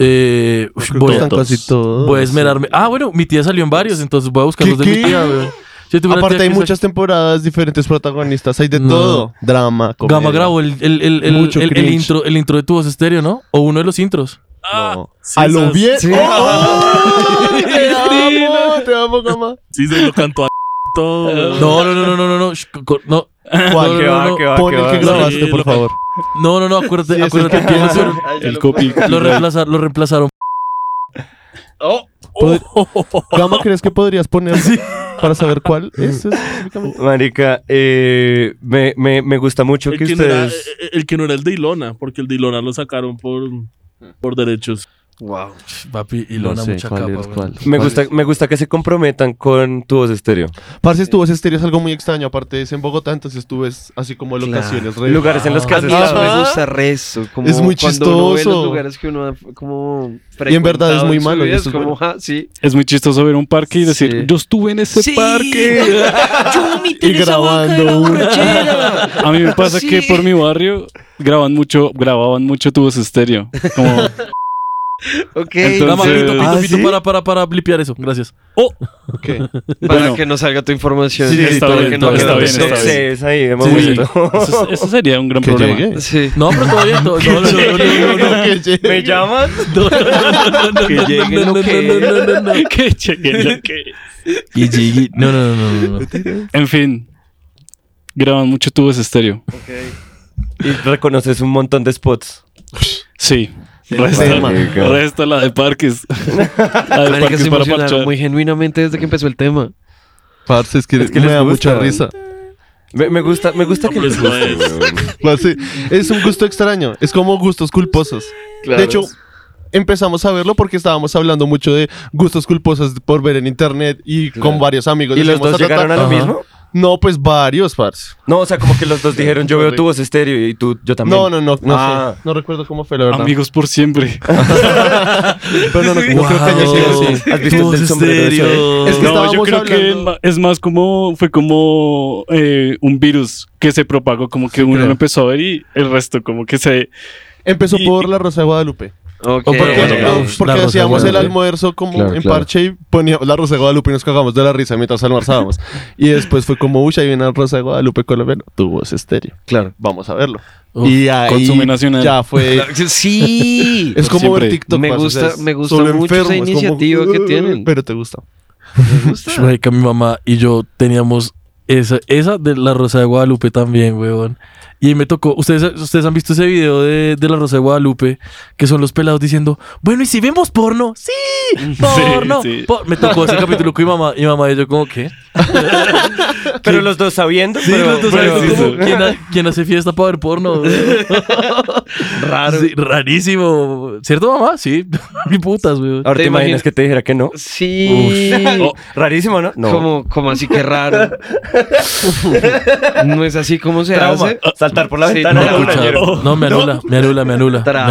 Speaker 3: Eh, uy, voy, a,
Speaker 4: Están casi todos.
Speaker 3: voy a esmerarme. Ah, bueno, mi tía salió en varios, entonces voy a buscar
Speaker 4: ¿Qué,
Speaker 3: los de mi
Speaker 4: qué?
Speaker 3: tía, weón. Yo tengo una
Speaker 4: Aparte
Speaker 3: tía
Speaker 4: hay
Speaker 3: que
Speaker 4: muchas temporadas, diferentes protagonistas, hay de
Speaker 3: No.
Speaker 4: todo. Drama, comedia.
Speaker 3: Gama grabó el, el, el, el-
Speaker 4: Mucho
Speaker 3: el- el
Speaker 4: cringe.
Speaker 3: intro, el intro de tu voz estéreo, ¿no? O uno de los intros.
Speaker 7: Ah,
Speaker 4: No. a lo
Speaker 9: esas-
Speaker 4: bien.
Speaker 6: Sí.
Speaker 3: <laughs>
Speaker 4: ¡Oh! te amo, te amo, Gama.
Speaker 9: Sí, se lo canto a todo.
Speaker 3: No, no, no, no, no, no, no. sh- co- no.
Speaker 4: ¿Cuál?
Speaker 3: No,
Speaker 7: ¿Qué
Speaker 3: no,
Speaker 7: va,
Speaker 3: no,
Speaker 7: qué va,
Speaker 4: Pon
Speaker 7: qué
Speaker 4: el
Speaker 7: va?
Speaker 4: que
Speaker 9: no,
Speaker 4: grabaste,
Speaker 9: sí,
Speaker 4: por
Speaker 3: <laughs>
Speaker 9: lo-
Speaker 4: favor.
Speaker 3: No, no, no, acuérdate,
Speaker 4: Sí, es el
Speaker 3: acuérdate
Speaker 4: que
Speaker 3: que
Speaker 4: piensa.
Speaker 3: lo, hicieron-
Speaker 5: El copy.
Speaker 3: lo reemplaza- lo reemplazaron.
Speaker 4: Gama, ¿crees que podrías poner para saber cuál es? Es-
Speaker 7: Marica, eh, me, me, me gusta mucho
Speaker 9: El
Speaker 7: que eh,
Speaker 9: que, no era,
Speaker 7: ustedes...
Speaker 9: el que no era el de Ilona, porque el de Ilona lo sacaron por, por derechos.
Speaker 6: Wow.
Speaker 3: Papi, y lona
Speaker 7: no sé
Speaker 3: mucha
Speaker 7: cuál
Speaker 3: capa,
Speaker 7: es
Speaker 3: güey.
Speaker 7: cuál. Me gusta, me gusta que se comprometan con tu voz estéreo.
Speaker 4: Parce, tu voz estéreo es algo muy extraño. Aparte, es en Bogotá, entonces tú ves así como locaciones. re-
Speaker 7: Lugares en los que
Speaker 6: A mí
Speaker 7: haces
Speaker 6: eso
Speaker 7: Ajá.
Speaker 6: me gusta rezo. Como
Speaker 4: Es muy
Speaker 6: cuando uno ve
Speaker 4: chistoso.
Speaker 6: los lugares que uno ha como
Speaker 4: Y en verdad es muy
Speaker 6: frecuentado en su
Speaker 4: malo, y
Speaker 6: vida,
Speaker 4: eso
Speaker 6: Es
Speaker 4: es
Speaker 6: como,
Speaker 4: bueno.
Speaker 6: "Ja, sí.
Speaker 5: Es muy chistoso ver un parque y decir,
Speaker 6: Sí.
Speaker 5: yo estuve en ese parque.
Speaker 9: <laughs>
Speaker 1: Yo vomité en
Speaker 4: Y
Speaker 1: esa vaca de la
Speaker 4: grabando una.
Speaker 1: borrachera.
Speaker 5: A mí me pasa
Speaker 1: Sí.
Speaker 5: que por mi barrio graban mucho, grababan mucho tubos estéreo. Como
Speaker 9: <laughs>
Speaker 6: Ok.
Speaker 5: Entonces-
Speaker 3: Dama, pito, pito,
Speaker 5: ¿Ah,
Speaker 3: pito,
Speaker 5: sí?
Speaker 3: para, para, para blipear eso. Gracias.
Speaker 4: Ok.
Speaker 6: para
Speaker 5: bueno.
Speaker 6: que no salga tu información.
Speaker 5: Sí, está
Speaker 6: para
Speaker 5: bien,
Speaker 6: que no
Speaker 5: todo
Speaker 6: quede
Speaker 5: está bien, está
Speaker 6: tu
Speaker 5: bien.
Speaker 6: sexo.
Speaker 7: Sí, es ahí, de
Speaker 5: Sí,
Speaker 7: momento.
Speaker 5: eso, eso sería un gran
Speaker 4: Que
Speaker 5: problema.
Speaker 4: llegue.
Speaker 6: Sí.
Speaker 3: No, pero todo bien. todo- no, no, no, no, no, no.
Speaker 4: <laughs> Que llegue.
Speaker 7: ¿Me llaman?
Speaker 6: Que llegue lo que-
Speaker 5: <laughs> Que chequen lo que-
Speaker 3: No, no, no, no, no.
Speaker 5: En fin, graban mucho tubos estéreo.
Speaker 7: Y reconoces un montón de spots.
Speaker 5: Sí. Resta,
Speaker 7: Marica.
Speaker 5: resta la de
Speaker 9: <laughs>
Speaker 5: parques. La de
Speaker 6: Marica,
Speaker 5: parques
Speaker 6: se
Speaker 5: para
Speaker 6: emocionaron
Speaker 5: marchar.
Speaker 6: muy genuinamente desde que empezó el tema.
Speaker 4: Parce, es que,
Speaker 7: Es que
Speaker 4: me
Speaker 7: les
Speaker 4: da
Speaker 7: gusta.
Speaker 4: mucha risa.
Speaker 7: Me, me gusta, me gusta que les
Speaker 9: pues,
Speaker 7: guste, weón.
Speaker 4: Parce, es un gusto extraño. Es como gustos culposos. De hecho, empezamos a verlo porque estábamos hablando mucho de gustos culposos por ver en internet y con varios amigos.
Speaker 7: ¿Y los
Speaker 4: Decíamos,
Speaker 7: dos
Speaker 4: "Ta, ta, ta".
Speaker 7: llegaron a lo
Speaker 3: Ajá.
Speaker 7: mismo?
Speaker 4: No, pues varios, parce.
Speaker 7: No, o sea, como que los dos dijeron, yo veo tu voz estéreo y tú, yo también.
Speaker 4: No, no, no, no
Speaker 7: Ah.
Speaker 4: sé. No recuerdo cómo fue, la verdad.
Speaker 5: Amigos por siempre.
Speaker 4: Pero no, no, no creo que haya sido así.
Speaker 7: ¿Has visto el del sombrero de
Speaker 4: Es
Speaker 5: No,
Speaker 4: que
Speaker 5: yo
Speaker 4: estábamos
Speaker 5: creo que es
Speaker 4: hablando-
Speaker 5: ma- es más como, fue como eh, un virus que se propagó, como que uno
Speaker 4: creo.
Speaker 5: lo empezó a ver y el resto como que se... <laughs>
Speaker 4: Empezó
Speaker 5: Y-
Speaker 4: por la Rosa de Guadalupe.
Speaker 6: Ok.
Speaker 3: O porque-
Speaker 4: Porque,
Speaker 3: bueno, claro.
Speaker 4: no, porque
Speaker 3: La Rosa de
Speaker 4: hacíamos el
Speaker 3: Guadalupe.
Speaker 4: almuerzo como
Speaker 7: Claro,
Speaker 4: en
Speaker 7: claro.
Speaker 4: parche y poníamos la Rosa de Guadalupe y nos cagábamos de la risa mientras almorzábamos.
Speaker 7: <laughs>
Speaker 4: y después fue como, uy, ahí viene la Rosa de Guadalupe colombiano. Tu voz estéreo.
Speaker 6: Claro.
Speaker 4: Vamos a verlo.
Speaker 3: Uf,
Speaker 4: y ahí
Speaker 5: consume nacional.
Speaker 3: <laughs>
Speaker 4: ya fue...
Speaker 6: Claro que
Speaker 7: <laughs>
Speaker 6: Sí.
Speaker 4: Es como
Speaker 5: siempre.
Speaker 4: ver TikTok.
Speaker 6: Me
Speaker 4: parce, o sea,
Speaker 6: gusta-
Speaker 4: es
Speaker 6: me gusta
Speaker 4: solo
Speaker 6: mucho esa
Speaker 4: enfermo, es como,
Speaker 6: iniciativa que
Speaker 4: "Uh",
Speaker 6: tienen.
Speaker 4: Pero te gusta.
Speaker 3: Marica, mi mamá y yo teníamos esa, esa de la Rosa de Guadalupe también, weón. Y ahí me tocó, ustedes, ustedes han visto ese video de, de la Rosa de Guadalupe, que son los pelados diciendo, bueno, ¿y si vemos porno? Sí, porno.
Speaker 5: sí.
Speaker 3: por-". Me tocó ese capítulo con mi mamá, y mamá y yo como, ¿qué?
Speaker 7: Pero los dos sabiendo.
Speaker 3: Sí,
Speaker 7: pero,
Speaker 3: los dos
Speaker 7: pero-
Speaker 3: sabiendo como, ¿quién, ha- quién hace fiesta para ver porno? Raro. rarísimo. ¿Cierto, mamá? Sí. <laughs> Ni putas, weón.
Speaker 7: Ahora te,
Speaker 6: ¿Te
Speaker 7: imaginas
Speaker 6: imaginas?
Speaker 7: que te dijera que no.
Speaker 6: Sí.
Speaker 7: Oh, rarísimo, ¿no? No.
Speaker 6: Como, como así que
Speaker 7: <laughs>
Speaker 6: raro. no es así como se
Speaker 7: Trauma. Ah,
Speaker 6: hace.
Speaker 7: Saltar por la
Speaker 6: Sí,
Speaker 7: ventana.
Speaker 6: no,
Speaker 7: del
Speaker 6: pucha.
Speaker 7: bañero.
Speaker 3: No, me anula, me anula, me anula, me anula,
Speaker 6: Trauma.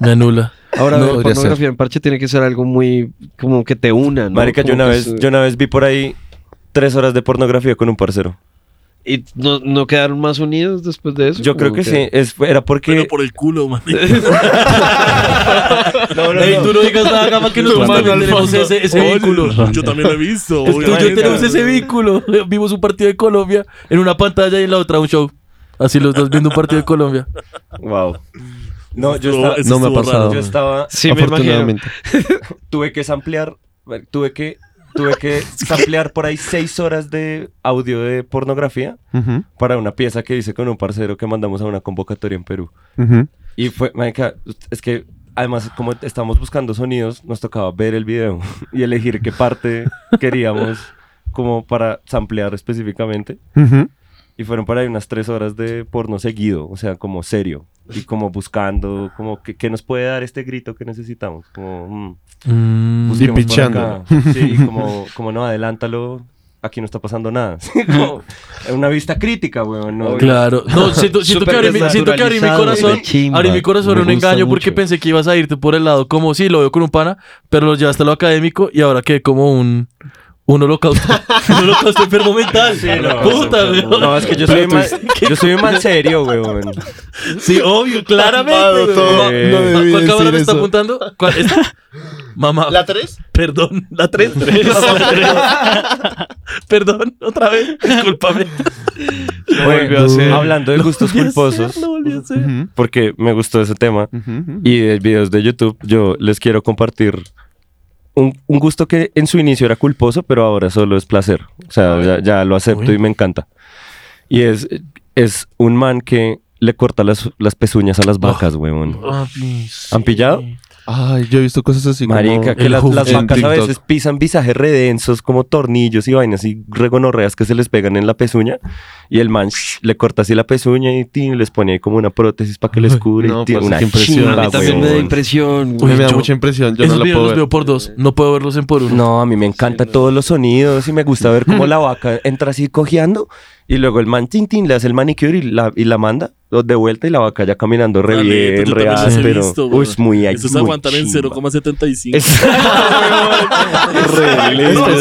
Speaker 3: me anula.
Speaker 6: Ahora,
Speaker 4: No,
Speaker 6: ver,
Speaker 4: podría
Speaker 6: pornografía en parche tiene que ser algo muy como que te una, ¿no?
Speaker 7: Marica, yo
Speaker 6: Como
Speaker 7: una
Speaker 6: que
Speaker 7: vez,
Speaker 6: se-
Speaker 7: yo una vez vi por ahí tres horas de pornografía con un parcero.
Speaker 6: ¿Y no, no quedaron más unidos después de eso?
Speaker 7: Yo creo
Speaker 6: Como
Speaker 7: que sí. Es, era porque.
Speaker 9: Pero por el culo, man.
Speaker 7: No, no,
Speaker 3: Ey,
Speaker 7: no.
Speaker 3: tú no digas nada, gama, que nosotros
Speaker 5: Cuando
Speaker 3: también
Speaker 5: el
Speaker 3: tenemos
Speaker 5: fondo-
Speaker 3: ese, ese
Speaker 5: Oye,
Speaker 3: vínculo.
Speaker 9: Yo también lo he visto.
Speaker 3: Tú y yo
Speaker 9: obviamente.
Speaker 3: tenemos ese vínculo. <laughs> Vimos un partido de Colombia en una pantalla y en la otra un show. Así los dos viendo un partido de Colombia.
Speaker 7: Wow. No, yo
Speaker 9: Estuvo-
Speaker 7: estaba.
Speaker 9: eso
Speaker 4: no me ha
Speaker 9: estuvo
Speaker 4: pasado.
Speaker 9: raro.
Speaker 7: Yo estaba.
Speaker 6: Sí, me imagino.
Speaker 4: afortunadamente.
Speaker 7: Tuve que samplear. Tuve que. Tuve que samplear por ahí seis horas de audio de pornografía
Speaker 4: Ujú,
Speaker 7: para una pieza que hice con un parcero que mandamos a una convocatoria en Perú.
Speaker 4: ujú.
Speaker 7: Y fue, marica, es que además como estamos buscando sonidos, nos tocaba ver el video <laughs> y elegir qué parte queríamos como para samplear específicamente.
Speaker 4: Ujú.
Speaker 7: Y fueron para ahí unas tres horas de porno seguido, o sea, como serio. Y como buscando, como, ¿qué, qué nos puede dar este grito que necesitamos? Como, mm,
Speaker 3: Mm,
Speaker 4: Y
Speaker 7: busquemos por
Speaker 4: pichando.
Speaker 7: acá.
Speaker 3: <laughs>
Speaker 7: Sí, y como, como no, adelántalo, aquí no está pasando nada. <laughs> Como una vista crítica, weón. ¿no?
Speaker 3: claro. No, siento, siento que abrí, mi- siento que abrí mi corazón.
Speaker 6: Supernaturalizado,
Speaker 3: Abrí mi corazón
Speaker 6: me
Speaker 3: era un
Speaker 6: gusta
Speaker 3: engaño porque
Speaker 6: mucho.
Speaker 3: pensé que ibas a irte por el lado como, sí, lo veo con un pana, pero lo llevaste a lo académico y ahora quedé como un... Un holocausto. <laughs> un holocausto enfermo mental.
Speaker 7: no,
Speaker 3: Puta, weón.
Speaker 7: No, es que yo soy, un man- yo soy un
Speaker 3: <laughs>
Speaker 7: man serio, weón.
Speaker 3: Sí, obvio, claramente.
Speaker 4: Tapado todo.
Speaker 3: Ma-
Speaker 7: Eh,
Speaker 4: No debí
Speaker 3: ¿Cuál cámara
Speaker 4: decir
Speaker 3: me está
Speaker 4: eso.
Speaker 3: apuntando? ¿Cuál esta? Mamá.
Speaker 4: ¿La 3?
Speaker 3: Perdón, la 3. <laughs> Perdón, otra vez. Discúlpame.
Speaker 7: Bueno,
Speaker 6: volvió a hacer.
Speaker 7: hablando de gustos culposos,
Speaker 3: No volví a hacer.
Speaker 7: porque me gustó ese tema, y de videos de YouTube, yo les quiero compartir un, un gusto que en su inicio era culposo, pero ahora solo es placer. O sea, ya, ya lo acepto
Speaker 3: Uy.
Speaker 7: y me encanta. Y es, es un man que le corta las, las pezuñas a las vacas, weón.
Speaker 3: Papi,
Speaker 7: ¿Han pillado?
Speaker 4: Ay, yo he visto cosas así como
Speaker 7: Marica, que
Speaker 3: el
Speaker 7: las,
Speaker 3: hoof
Speaker 7: las
Speaker 4: en
Speaker 7: vacas a
Speaker 4: TikTok.
Speaker 7: veces pisan visajes redensos como tornillos y vainas y regonorreas que se les pegan en la pezuña y el man shh, le corta así la pezuña y tin, les pone ahí como una prótesis para que les cubre
Speaker 4: no,
Speaker 7: y tiene
Speaker 4: parce,
Speaker 7: una
Speaker 4: qué impresión.
Speaker 7: chimba,
Speaker 6: A mí <laughs> también me da
Speaker 7: weón.
Speaker 6: impresión.
Speaker 4: Uy,
Speaker 3: Uy,
Speaker 4: me da
Speaker 3: yo-
Speaker 4: mucha impresión, yo
Speaker 3: Esos
Speaker 4: no la
Speaker 3: videos
Speaker 4: puedo
Speaker 3: los
Speaker 4: ver.
Speaker 3: veo por dos. No puedo verlos en por uno.
Speaker 7: No, a mí me encantan todos los sonidos y me gusta ver cómo la vaca entra así cojeando y luego el man tin tin le hace el manicure y la, y la manda de vuelta y la vaca ya caminando re
Speaker 9: Dale,
Speaker 7: bien,
Speaker 9: tú
Speaker 7: re
Speaker 9: también los he
Speaker 7: áspero.
Speaker 9: visto,
Speaker 7: Uy,
Speaker 9: weón.
Speaker 7: es muy
Speaker 9: Eso es
Speaker 7: muy
Speaker 9: aguantar en
Speaker 7: chimba.
Speaker 9: 0,75.
Speaker 3: <laughs>
Speaker 5: Ah, <laughs>
Speaker 7: Exacto, re lento.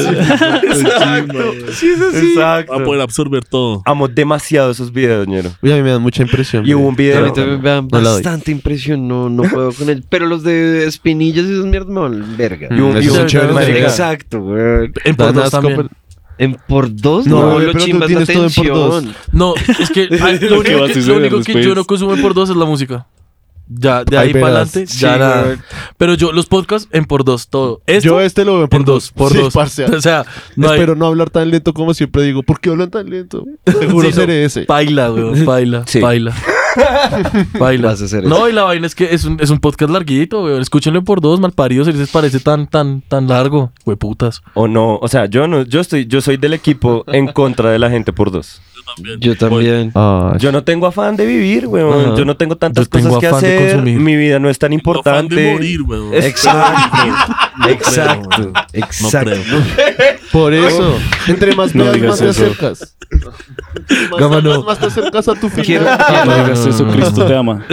Speaker 9: Exacto.
Speaker 7: <laughs> Sí, es así.
Speaker 9: Va
Speaker 3: pues,
Speaker 9: a poder absorber todo.
Speaker 7: Amo demasiado esos videos, ñero.
Speaker 4: Uy, a mí me dan mucha impresión.
Speaker 7: Y hubo un
Speaker 6: A
Speaker 7: video.
Speaker 6: mí también me dan
Speaker 4: no la doy.
Speaker 6: bastante impresión, no, no puedo con él. Pero los de espinillas y esas mierdas me valen verga.
Speaker 7: Y un-
Speaker 4: Mm,
Speaker 7: y
Speaker 4: esos
Speaker 7: un-
Speaker 4: son chéveres,
Speaker 7: marica.
Speaker 4: marica.
Speaker 6: Exacto, weón.
Speaker 3: En por
Speaker 4: Dan
Speaker 3: dos
Speaker 4: asco,
Speaker 3: también.
Speaker 4: pero-
Speaker 6: En por dos,
Speaker 4: No,
Speaker 6: no,
Speaker 4: bebé,
Speaker 6: lo
Speaker 4: pero tú
Speaker 6: chimbas la
Speaker 4: tienes todo en por dos.
Speaker 6: atención.
Speaker 3: No, es que
Speaker 5: Lo
Speaker 3: ay, lo
Speaker 5: que
Speaker 3: único,
Speaker 5: va a
Speaker 3: que, lo
Speaker 5: suceder
Speaker 3: único que yo
Speaker 5: después.
Speaker 3: no consumo en por dos es la música. Ya, de
Speaker 4: Ahí
Speaker 3: ahí para
Speaker 4: verás.
Speaker 3: adelante, ya
Speaker 6: Sí,
Speaker 3: nada.
Speaker 6: weón.
Speaker 3: Pero yo, los podcasts en por dos, todo. Esto,
Speaker 4: Yo este lo veo
Speaker 3: en dos, por
Speaker 4: Sí,
Speaker 3: dos.
Speaker 4: parce.
Speaker 3: O sea, <laughs> no hay
Speaker 4: Espero no hablar tan lento como siempre digo. ¿Por qué hablan tan lento?
Speaker 3: Sí,
Speaker 4: Seguro
Speaker 3: no.
Speaker 4: seré ese.
Speaker 3: Paila,
Speaker 4: <laughs>
Speaker 3: weón, paila,
Speaker 6: <laughs>
Speaker 7: Sí.
Speaker 3: paila. Paila.
Speaker 6: Vas a hacer
Speaker 3: No, y la vaina es que es un, es un podcast larguito, weón. Escúchenlo por dos, malparidos, si les parece tan, tan, tan largo. Hueputas.
Speaker 7: O no, o sea, yo no, yo estoy, yo soy del equipo en contra de la gente por dos.
Speaker 6: Yo también.
Speaker 4: Ah,
Speaker 7: Yo no tengo afán de vivir, weón.
Speaker 6: Ajá.
Speaker 7: Yo no tengo tantas
Speaker 3: Yo tengo
Speaker 7: cosas que
Speaker 3: afán de
Speaker 7: hacer.
Speaker 3: consumir.
Speaker 7: Mi vida no es tan
Speaker 9: Afán
Speaker 7: importante.
Speaker 9: de morir, weón.
Speaker 6: Exacto.
Speaker 7: <laughs>
Speaker 6: Exacto.
Speaker 9: No
Speaker 6: Exacto.
Speaker 9: creo.
Speaker 4: Por eso, entre más
Speaker 5: No
Speaker 4: veas,
Speaker 5: digas
Speaker 4: más te
Speaker 5: eso.
Speaker 4: acercas. Más,
Speaker 3: Gama, no.
Speaker 4: más- más te acercas a tu
Speaker 6: Quiero-
Speaker 4: final.
Speaker 5: No digas eso, Cristo te ama.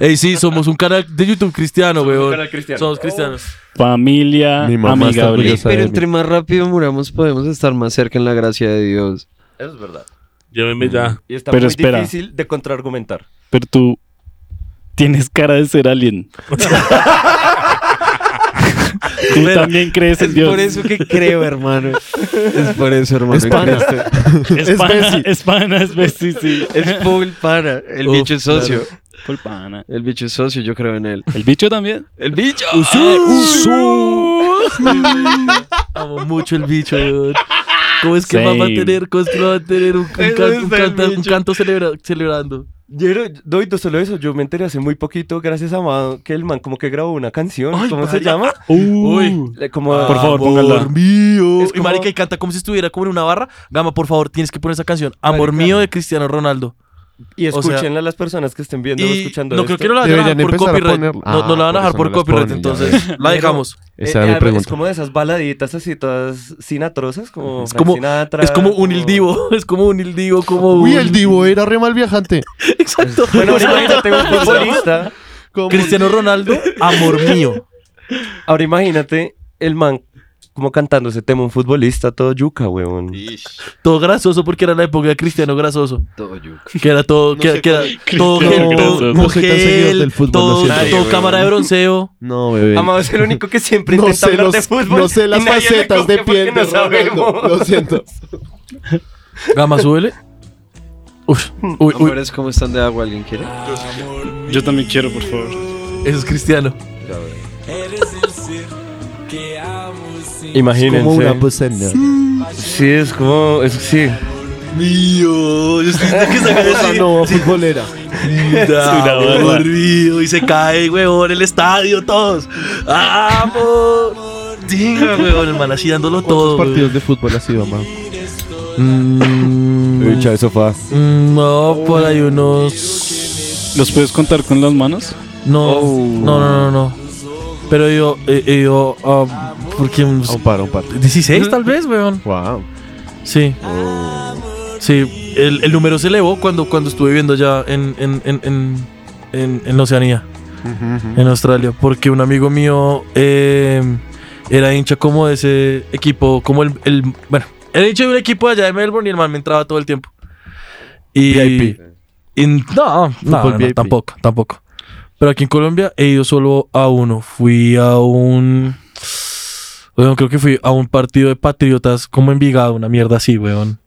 Speaker 3: Ey, sí, somos un canal de YouTube cristiano, weón. Somos cristianos.
Speaker 5: Familia
Speaker 4: Mi mamá está
Speaker 5: amigable.
Speaker 6: Ey,
Speaker 4: orgullosa.
Speaker 6: pero
Speaker 4: de
Speaker 6: entre más rápido muramos, podemos estar más cerca en la gracia de Dios.
Speaker 7: Eso es verdad.
Speaker 9: Llévenme ya.
Speaker 7: Y está
Speaker 5: Pero
Speaker 7: muy
Speaker 5: espera.
Speaker 7: difícil de contraargumentar.
Speaker 5: Pero tú tienes cara de ser <laughs> alien. tú también crees en Dios.
Speaker 6: Por eso que creo, hermano. Es por eso, hermano.
Speaker 4: Es pana.
Speaker 5: <laughs> Es pana,
Speaker 4: Bessie.
Speaker 5: es pana, es Bessie, sí. <laughs>
Speaker 6: Es full pana. El
Speaker 3: Uf,
Speaker 6: bicho es socio.
Speaker 5: Full pana.
Speaker 6: El bicho es socio, yo creo en él.
Speaker 5: El bicho también.
Speaker 6: El bicho.
Speaker 3: <laughs> Amo mucho el bicho, weón. ¿Cómo es que
Speaker 5: Same.
Speaker 3: va a tener? ¿Cómo es que lo va a tener un, un
Speaker 6: Eso
Speaker 3: can- un
Speaker 6: está el
Speaker 3: canta- un
Speaker 6: bicho.
Speaker 3: canto celebra- celebrando?
Speaker 7: Yo no, no, y no solo eso, yo me enteré hace muy poquito, gracias a Mao, que el man como que grabó una canción. ¿Cómo se llama?
Speaker 3: Ah. Uy.
Speaker 7: Le- Como,
Speaker 4: Ah,
Speaker 5: Por favor, pónganla.
Speaker 3: mío.
Speaker 7: Es
Speaker 3: Y
Speaker 7: como-
Speaker 3: marica, y canta como si estuviera como en una barra. Gama, por favor, tienes que poner esa canción. Amor
Speaker 7: Marica.
Speaker 3: mío de Cristiano Ronaldo.
Speaker 7: Y
Speaker 3: o sea-
Speaker 7: escúchenla a las personas que estén viendo o
Speaker 3: Y
Speaker 7: escuchando.
Speaker 3: no
Speaker 7: esto.
Speaker 3: creo que no la vayan a
Speaker 4: Deberían
Speaker 3: dejar por
Speaker 4: empezar a
Speaker 3: copyright.
Speaker 4: ponerla.
Speaker 3: no, no la van a
Speaker 4: Ah,
Speaker 3: dejar
Speaker 4: por
Speaker 3: por
Speaker 4: eso no las
Speaker 3: copyright,
Speaker 4: ponen, ya
Speaker 3: entonces la dejamos.
Speaker 4: Esa era
Speaker 7: Eh,
Speaker 4: mi
Speaker 7: además, Es
Speaker 4: pregunta.
Speaker 7: como de esas baladitas así, todas sinatrosas, como.
Speaker 3: Es como-
Speaker 7: Frank Sinatra,
Speaker 3: Es como un ildivo, <laughs> es como un ildivo, como
Speaker 4: Uy,
Speaker 3: un-
Speaker 4: el Divo era re mal viajante.
Speaker 3: Exacto.
Speaker 7: <laughs>
Speaker 4: <laughs>
Speaker 7: Bueno, ahora imagínate un futbolista.
Speaker 4: Como-
Speaker 3: Cristiano Ronaldo, amor mío.
Speaker 7: Ahora imagínate el man como cantando ese tema, un futbolista todo yuca, weón.
Speaker 3: Todo grasoso porque era la época de Cristiano grasoso.
Speaker 6: Todo yo.
Speaker 3: Que era todo, que, que era todo
Speaker 5: Cristiano
Speaker 3: gel, todo-
Speaker 5: grasoso.
Speaker 3: todo
Speaker 4: No soy tan seguidor
Speaker 3: gel,
Speaker 4: del fútbol, lo
Speaker 3: todo,
Speaker 4: siento.
Speaker 3: todo
Speaker 7: Nadie,
Speaker 3: cámara de
Speaker 7: weón.
Speaker 3: bronceo.
Speaker 4: No, bebé.
Speaker 7: Amado es el único que siempre
Speaker 4: No sé,
Speaker 7: intenta hablar
Speaker 4: los-
Speaker 7: de fútbol.
Speaker 4: no sé las
Speaker 7: y nadie le
Speaker 4: facetas
Speaker 7: coge
Speaker 4: de piel
Speaker 7: porque
Speaker 4: de
Speaker 7: no sabemos.
Speaker 4: Ronaldo. Lo siento.
Speaker 3: Gama, súbele. Uy, uy, uy,
Speaker 6: Hombres, ¿cómo están de agua? ¿Alguien quiere?
Speaker 5: Yo también quiero, por favor.
Speaker 3: eso es Cristiano.
Speaker 7: Imagínense.
Speaker 4: poseña.
Speaker 7: Sí, es como. es- sí.
Speaker 3: Mío, yo estoy que
Speaker 4: no, futbolera.
Speaker 5: una barra.
Speaker 3: aburrido y se cae, weón, el estadio, todos. ¡Vamos! Diga, weón, el man así dándolo todo. weón.
Speaker 4: Partidos de fútbol así, mamá.
Speaker 3: Mm,
Speaker 7: Uy, chao, eso fue.
Speaker 3: mm, no, por ahí unos.
Speaker 5: ¿Los puedes contar con las manos?
Speaker 3: No, no, no, no, no. Pero yo, eh, yo, ah, porque unos
Speaker 4: Un par, un par.
Speaker 3: 16 tal vez, weón.
Speaker 4: Wow.
Speaker 3: Sí. Sí, el, el número se elevó cuando, cuando estuve viviendo allá en, en, en, en, en- en Oceanía. en Australia, porque un amigo mío eh, era hincha como de ese equipo, como el, el- bueno, era hincha de un equipo allá de Melbourne y el man me entraba todo el tiempo. Y,
Speaker 4: VIP.
Speaker 3: y- no, no, no, no,
Speaker 4: VIP.
Speaker 3: tampoco, tampoco. Pero aquí en Colombia he ido solo a uno. Fui a un, weón, creo que fui a un partido de patriotas como en Vigado, una mierda así, weón.
Speaker 9: <laughs>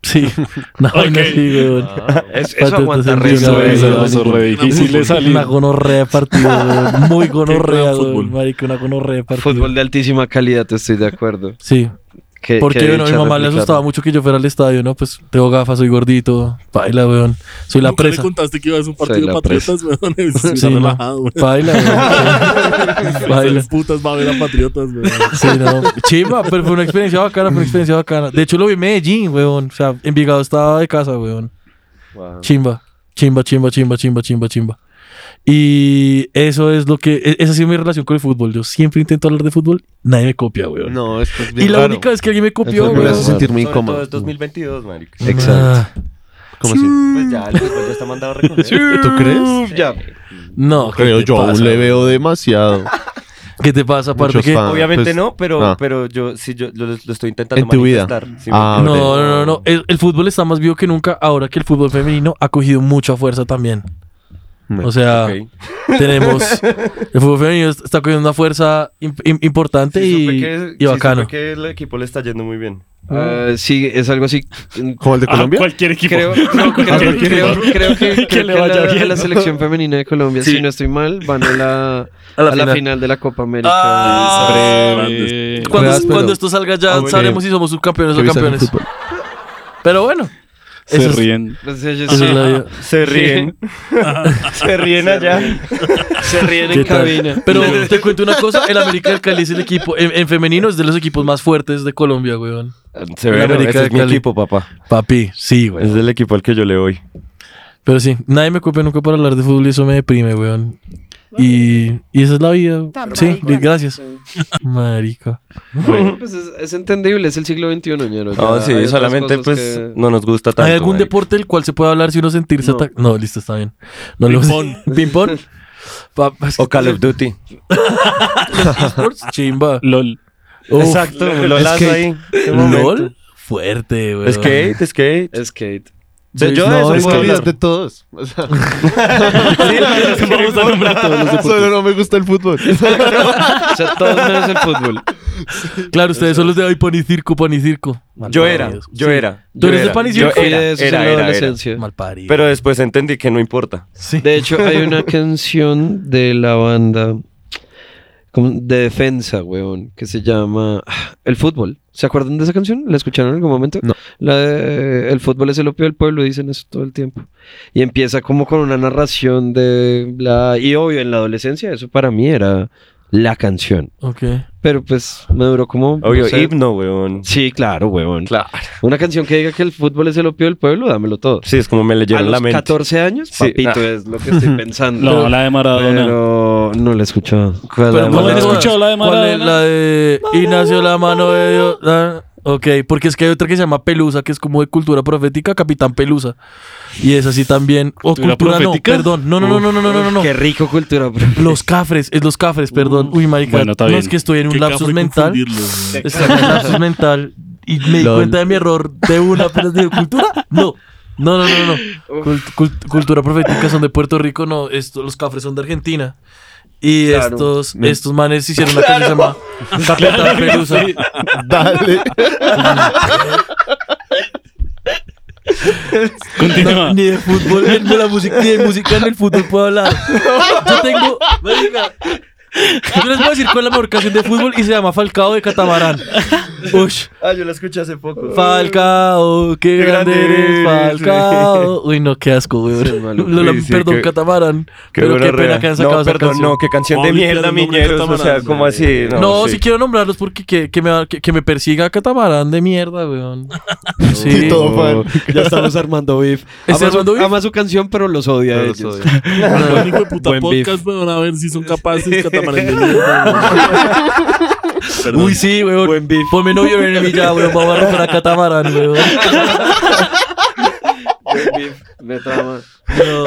Speaker 3: Sí, no, no, sí, weón.
Speaker 9: Ah.
Speaker 3: Patriotas
Speaker 6: Es, eso aguanta
Speaker 3: en
Speaker 6: re
Speaker 5: Eso
Speaker 3: Vigado,
Speaker 6: suave,
Speaker 5: es
Speaker 3: weón.
Speaker 5: eso es re difícil de salir.
Speaker 3: Una gonorrea de partido, weón.
Speaker 9: <laughs>
Speaker 3: Muy gonorrea,
Speaker 9: gran fútbol.
Speaker 3: weón, marica, una gonorrea de partido.
Speaker 9: Eh,
Speaker 6: Fútbol de altísima calidad, estoy de acuerdo.
Speaker 3: Sí.
Speaker 6: ¿Qué- qué
Speaker 3: Porque bueno, a mi
Speaker 6: dicha
Speaker 3: mamá le
Speaker 6: replicarlo?
Speaker 3: asustaba mucho que yo fuera al estadio, ¿no? Pues tengo gafas, soy gordito, baila, weón. Soy la
Speaker 9: Nunca
Speaker 3: presa.
Speaker 9: le contaste que ibas a un partido
Speaker 6: Soy
Speaker 9: de
Speaker 6: la
Speaker 3: <laughs>
Speaker 9: patriotas, weón. Está
Speaker 3: Sí, no.
Speaker 9: relajado, weón.
Speaker 3: Baila,
Speaker 9: <laughs>
Speaker 3: weón. Baila.
Speaker 9: Esas putas va a ver a patriotas,
Speaker 3: <laughs>
Speaker 9: weón.
Speaker 3: Sí, no. Chimba, pero fue una experiencia bacana, fue una experiencia bacana. De hecho, lo vi en Medellín, weón. O sea, Envigado estaba de casa, weón.
Speaker 6: Wow.
Speaker 3: Chimba, chimba, chimba, chimba, chimba, chimba, chimba. Y eso es lo que. e- Esa ha sido mi relación con el fútbol. Yo siempre intento hablar de fútbol, nadie me copia, weón.
Speaker 4: No, esto es pues bien
Speaker 3: y la
Speaker 4: raro.
Speaker 3: única vez que alguien me copió,
Speaker 6: fútbol
Speaker 4: Me
Speaker 3: weón.
Speaker 4: hace sentir muy incómodo.
Speaker 7: es 2022, marica.
Speaker 6: Exacto.
Speaker 3: Ah,
Speaker 4: ¿Cómo así?
Speaker 7: Pues ya, el fútbol ya está mandado a reconocer.
Speaker 4: ¿Tú crees?
Speaker 6: Uf, ya.
Speaker 3: No, ¿qué
Speaker 4: Creo
Speaker 3: te
Speaker 4: yo,
Speaker 3: pasa?
Speaker 4: aún le veo demasiado.
Speaker 3: ¿Qué te pasa? Aparte
Speaker 4: Muchos
Speaker 3: que.
Speaker 4: fans.
Speaker 7: Obviamente
Speaker 4: Pues,
Speaker 7: no, pero,
Speaker 4: ah.
Speaker 7: pero yo, sí, yo lo, lo estoy intentando
Speaker 4: En tu vida.
Speaker 7: manifestar. sí,
Speaker 4: Ah,
Speaker 3: No,
Speaker 7: marica.
Speaker 4: ok.
Speaker 3: no, no, no. El, el fútbol está más vivo que nunca ahora que el fútbol femenino ha cogido mucha fuerza también. O sea,
Speaker 7: Ok.
Speaker 3: tenemos. <laughs> El fútbol femenino está cogiendo una fuerza imp- im- importante
Speaker 7: Sí, supe
Speaker 3: y,
Speaker 7: que- sí,
Speaker 3: y
Speaker 7: supe
Speaker 3: bacano.
Speaker 7: que el equipo le está yendo muy bien.
Speaker 6: Ah, sí, es algo <laughs> así.
Speaker 4: ¿Como el de
Speaker 5: Ah,
Speaker 4: Colombia?
Speaker 5: cualquier equipo.
Speaker 6: Creo,
Speaker 5: <laughs>
Speaker 6: no, creo,
Speaker 5: cualquier
Speaker 6: creo-
Speaker 5: equipo.
Speaker 6: creo- creo que,
Speaker 5: Que
Speaker 6: creo
Speaker 5: le
Speaker 6: que
Speaker 5: vaya
Speaker 6: la,
Speaker 5: bien.
Speaker 6: la selección femenina de Colombia,
Speaker 5: Sí.
Speaker 6: si no estoy mal, van a la,
Speaker 3: A la
Speaker 6: a la
Speaker 3: final.
Speaker 6: final. de la Copa América.
Speaker 5: Ah. Breve.
Speaker 3: Cuando,
Speaker 4: Juegas, pero-
Speaker 3: cuando esto salga ya
Speaker 4: Ah, bueno.
Speaker 3: sabremos si somos subcampeones
Speaker 4: Que
Speaker 3: o
Speaker 4: vi salir
Speaker 3: campeones.
Speaker 4: fútbol.
Speaker 3: Pero bueno. Ah.
Speaker 5: Se
Speaker 3: eso es-
Speaker 5: ríen.
Speaker 6: O sea, yo
Speaker 3: eso
Speaker 6: Pues sí-
Speaker 3: es <laughs> la vida.
Speaker 7: Se
Speaker 3: <laughs>
Speaker 7: ríen. Se ríen allá.
Speaker 6: se ríen
Speaker 3: ¿Qué
Speaker 6: en
Speaker 3: tal?
Speaker 6: cabina.
Speaker 3: Pero <laughs> te cuento una cosa, el América del Cali es el equipo, en, en femenino es de los equipos más fuertes de Colombia, weón.
Speaker 7: Se ven,
Speaker 3: América
Speaker 7: ese
Speaker 3: de
Speaker 7: es mi
Speaker 3: Cali. Pues.
Speaker 7: equipo, papá.
Speaker 3: Papi, sí, weón.
Speaker 7: Es el equipo al que yo le voy.
Speaker 3: Pero sí, nadie me copia nunca para hablar de fútbol y eso me deprime, weón. Y, y esa es la vida. Sí, gracias. <laughs> Marica.
Speaker 7: <laughs>
Speaker 6: Pues es, es entendible, es el siglo XXI, ñero, ya
Speaker 7: No,
Speaker 6: hay
Speaker 7: sí,
Speaker 6: otras
Speaker 7: solamente
Speaker 6: cosas
Speaker 7: pues
Speaker 6: que-
Speaker 7: no nos gusta tanto.
Speaker 3: ¿Hay algún
Speaker 7: marica.
Speaker 3: deporte del cual se pueda hablar si uno sentirse
Speaker 6: No.
Speaker 3: ata- No, listo, está bien. No lo-
Speaker 9: Ping-pong.
Speaker 3: <laughs>
Speaker 7: <laughs>
Speaker 3: ¿Ping-pong? Pa- es que-
Speaker 7: O Call of Duty.
Speaker 3: esports,
Speaker 7: <laughs>
Speaker 3: Chimba.
Speaker 5: LOL.
Speaker 3: Uf,
Speaker 7: Exacto, un lolazo ahí. Qué momento.
Speaker 3: LOL. Fuerte, weón.
Speaker 7: Skate, skate.
Speaker 6: Skate.
Speaker 7: De- yo
Speaker 3: No,
Speaker 7: de eso
Speaker 4: Es
Speaker 7: puedo
Speaker 4: que olvidas
Speaker 7: hablar.
Speaker 4: de todos. O <laughs> sea,
Speaker 5: Vamos a nombrar todos los deportes.
Speaker 4: solo no me gusta el fútbol.
Speaker 6: O sea, todo menos el fútbol.
Speaker 3: Claro, ustedes son los de hoy pan y circo, pan y circo.
Speaker 7: Yo era,
Speaker 3: Malparidos.
Speaker 7: yo
Speaker 3: Sí.
Speaker 7: era.
Speaker 3: Tú
Speaker 7: yo
Speaker 3: eres de
Speaker 7: era,
Speaker 3: pan y
Speaker 7: yo
Speaker 3: circo.
Speaker 6: Fui
Speaker 7: era,
Speaker 6: de esos en
Speaker 7: era,
Speaker 6: la
Speaker 7: era, era.
Speaker 6: adolescencia.
Speaker 3: Malparido.
Speaker 7: Pero después entendí que no importa.
Speaker 3: sí.
Speaker 6: De hecho, hay
Speaker 7: <laughs>
Speaker 6: una canción de la banda como de defensa, weón, que se llama ah, El Fútbol. ¿Se acuerdan de esa canción? ¿La escucharon en algún momento?
Speaker 4: No.
Speaker 6: La de, eh, El fútbol es el opio del pueblo, dicen eso todo el tiempo. Y empieza como con una narración de la... Y obvio, en la adolescencia eso para mí era la canción.
Speaker 3: Ok.
Speaker 6: Pero pues me duró como... no
Speaker 3: pues,
Speaker 7: Obvio,
Speaker 3: eh.
Speaker 6: sé,
Speaker 7: himno, weón.
Speaker 6: Sí, claro, weón.
Speaker 7: Claro.
Speaker 6: Una canción que diga que el fútbol es el opio del pueblo, dámelo todo.
Speaker 7: Sí, es como me
Speaker 6: a
Speaker 7: leyeron
Speaker 6: los
Speaker 7: la mente.
Speaker 6: 14 años,
Speaker 7: Sí.
Speaker 6: papito,
Speaker 7: Ah.
Speaker 6: es lo que estoy pensando.
Speaker 5: No, la de Maradona.
Speaker 6: Pero no la he escuchado. ¿Cuál
Speaker 5: ¿cuál he
Speaker 3: Pero ¿cuál
Speaker 6: la
Speaker 3: es?
Speaker 6: Maradona?
Speaker 5: escuchado la de
Speaker 3: ¿Cuál es
Speaker 5: Maradona?
Speaker 3: la de Ignacio la mano de Dios? Ah, ok, porque es que hay otra que se llama Pelusa, que es como de cultura profética, Capitán Pelusa. Y es así también. O
Speaker 5: ¿Cultura
Speaker 3: cultura,
Speaker 5: profética?
Speaker 3: no, perdón. No, no, no, no, no, no, no, no.
Speaker 6: Qué rico cultura, bro.
Speaker 3: Los cafres, es los cafres, perdón. Uy, marica.
Speaker 5: Bueno, está
Speaker 3: No
Speaker 5: bien.
Speaker 3: es que estoy en
Speaker 9: Qué
Speaker 3: un lapsus
Speaker 9: cafre
Speaker 3: mental.
Speaker 9: confundirlo, weón.
Speaker 3: Estoy en un lapsus mental. Y me di cuenta de mi error de una, pero de cultura, no. No, no, no, no. Cult- cult- cultura profética son de Puerto Rico, no. Esto, los cafres son de Argentina. Y
Speaker 6: Claro.
Speaker 3: estos, estos manes hicieron una canción llamada Capitán Pelusa.
Speaker 4: Dale.
Speaker 5: Continúa.
Speaker 3: No, ni de fútbol, ni de la música, ni de música en el fútbol puedo hablar. Yo tengo. marica, Yo les voy a decir cuál es la mejor canción de fútbol y se llama Falcao de Catamarán. Ush.
Speaker 7: Ah, yo la escuché hace poco.
Speaker 3: Falcao, qué,
Speaker 7: Qué
Speaker 3: grande,
Speaker 7: grande
Speaker 3: eres,
Speaker 7: eres,
Speaker 3: Falcao. Uy, no, qué asco, güey.
Speaker 6: Sí, malo.
Speaker 3: Lola,
Speaker 7: Uy, sí,
Speaker 3: perdón,
Speaker 7: qué-
Speaker 3: Catamarán.
Speaker 7: Qué
Speaker 3: pero
Speaker 7: buena
Speaker 3: qué pena
Speaker 7: rea.
Speaker 3: que han sacado
Speaker 7: No,
Speaker 3: esa
Speaker 7: perdón,
Speaker 3: canción.
Speaker 7: no, qué canción
Speaker 9: Vamos
Speaker 7: de
Speaker 9: a limpiar
Speaker 7: mierda,
Speaker 9: el nombre de
Speaker 7: miñeros. O sea,
Speaker 9: Catamarán,
Speaker 7: como así. No,
Speaker 3: No,
Speaker 7: sí.
Speaker 3: si quiero nombrarlos porque que, que me, va- que, que me persiga Catamarán de mierda, weón. Sí.
Speaker 4: Y todo fan.
Speaker 6: Oh, Ya estamos armando beef.
Speaker 3: ¿Está
Speaker 6: Ama
Speaker 3: armando
Speaker 6: su,
Speaker 3: beef?
Speaker 6: ama su canción, pero los odia a
Speaker 4: Pero
Speaker 6: ellos.
Speaker 4: los odio.
Speaker 9: Buen hijo de puta
Speaker 6: Buen beef.
Speaker 9: podcast, weón. A ver si
Speaker 3: <laughs>
Speaker 9: son capaces catamarán de mierda, weón. Perdón.
Speaker 3: Uy, sí, weón. Ponme novio
Speaker 7: <laughs>
Speaker 3: enemy ya, weón. Vamos a romper a Catamarán, weón.
Speaker 6: Me trama.
Speaker 3: No,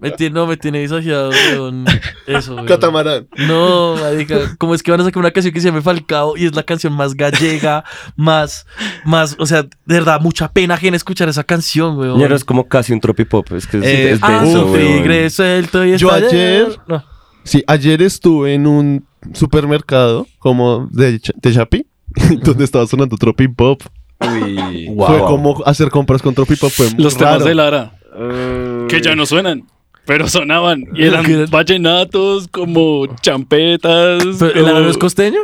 Speaker 3: me tiene, no, me tiene desafiado, weón. Eso, weón.
Speaker 4: Catamarán.
Speaker 3: No, marica, ¿cómo es que van a sacar una canción que se llama Falcao y es la canción más gallega, más, más, o sea, de verdad, mucha pena ajena escuchar esa canción, weón.
Speaker 7: Ñero es como casi un tropipop. Es que es,
Speaker 6: Eh,
Speaker 7: es
Speaker 3: Ah,
Speaker 7: denso,
Speaker 3: su
Speaker 7: weón.
Speaker 3: tigre suelto y
Speaker 4: Yo
Speaker 3: está
Speaker 4: ayer-
Speaker 3: lleno. No.
Speaker 4: Sí, ayer estuve en un supermercado como de, Ch- de Chapi, <laughs> donde estaba sonando Tropi Pop.
Speaker 6: Uy.
Speaker 4: Fue como hacer compras con Tropi Pop. Fue muy
Speaker 5: Los temas
Speaker 4: raro.
Speaker 5: de Lara,
Speaker 6: Ah.
Speaker 5: que ya no suenan, pero sonaban. Y
Speaker 3: Pero que eran-
Speaker 5: eran vallenatos como champetas.
Speaker 3: Pero, ¿El
Speaker 5: como-
Speaker 3: árabe es costeño?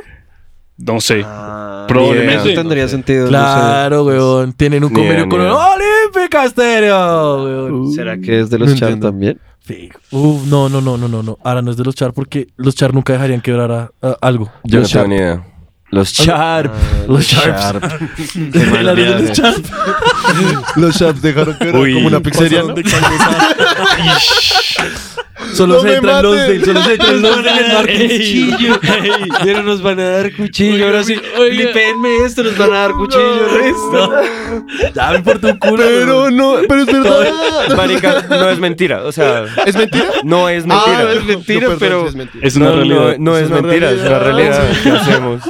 Speaker 5: No sé.
Speaker 6: Eso
Speaker 5: probablemente.
Speaker 6: tendría sentido.
Speaker 3: Claro, weón. Tienen un
Speaker 7: Ni idea,
Speaker 3: convenio
Speaker 7: ni
Speaker 3: con el
Speaker 7: idea.
Speaker 3: Olímpica Estéreo, weón.
Speaker 6: No sé. ¿Será que es de
Speaker 4: No
Speaker 6: los Char
Speaker 4: entiendo.
Speaker 6: también?
Speaker 3: Fijo. Uf, no, no, no, no, no, no. Ahora no es de los Char porque los Char nunca dejarían quebrar a- a- algo.
Speaker 7: Yo no
Speaker 3: Los
Speaker 7: tengo
Speaker 3: Sharp.
Speaker 7: ni idea. Los Sharp.
Speaker 3: Los Sharp. El área
Speaker 7: eh.
Speaker 3: de los Sharp.
Speaker 4: <laughs> Los Sharps dejaron que era
Speaker 5: Uy.
Speaker 4: como una pizzería. ¿no? <laughs>
Speaker 9: Pasaron de cabeza.
Speaker 3: Solo
Speaker 4: No
Speaker 3: se
Speaker 4: me
Speaker 3: entran los
Speaker 4: maten.
Speaker 3: del, solo <laughs> se entran los
Speaker 4: <laughs>
Speaker 3: del Marqués.
Speaker 6: Cuchillo. Ya no nos van a dar cuchillo. Ahora sí. Lipenme esto, nos van a dar cuchillo.
Speaker 7: <laughs>
Speaker 6: resto.
Speaker 3: Ya me importa un culo.
Speaker 4: Pero
Speaker 3: weón.
Speaker 4: no, pero es verdad.
Speaker 7: Marica, no es mentira. O sea,
Speaker 4: ¿Es mentira?
Speaker 7: no es <laughs> mentira.
Speaker 4: Ah, es mentira,
Speaker 7: No,
Speaker 4: pero.
Speaker 5: Es una
Speaker 7: No,
Speaker 5: realidad.
Speaker 7: no, no
Speaker 4: Es
Speaker 7: es
Speaker 4: una
Speaker 7: mentira, es una
Speaker 4: realidad.
Speaker 7: realidad. ¿Qué hacemos?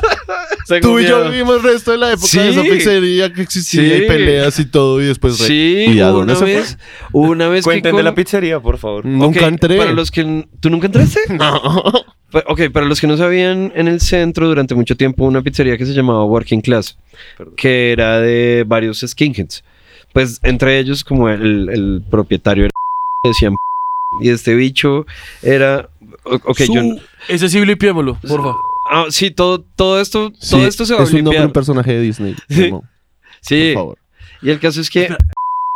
Speaker 4: Tú y yo vivimos el resto de la época de esa
Speaker 6: Sí.
Speaker 4: pizzería que existía
Speaker 6: Sí.
Speaker 4: y peleas y todo y después re-
Speaker 6: Sí,
Speaker 4: <laughs> ¿Y a dónde
Speaker 6: una
Speaker 4: se fue?
Speaker 6: vez, una vez que
Speaker 7: Cuenten de
Speaker 6: con-
Speaker 7: la pizzería, por favor.
Speaker 4: Nunca
Speaker 6: Ok,
Speaker 4: entré.
Speaker 6: Para los que n- tú nunca entraste?
Speaker 4: <laughs> No.
Speaker 6: Pa- Ok, para los que no sabían, en el centro durante mucho tiempo una pizzería que se llamaba Working Class, que era de varios skinheads. Pues entre ellos como el, el propietario era <laughs> decían y este bicho era o- ok, yo
Speaker 3: Su- Ese sí blipiémoslo, porfa.
Speaker 6: ah, sí, todo todo esto todo
Speaker 4: Sí,
Speaker 6: esto se va
Speaker 4: Es
Speaker 6: a
Speaker 4: un nombre de
Speaker 6: limpiar.
Speaker 4: un personaje de Disney.
Speaker 6: Sí.
Speaker 4: Por
Speaker 6: Sí.
Speaker 4: favor.
Speaker 6: Y el caso es que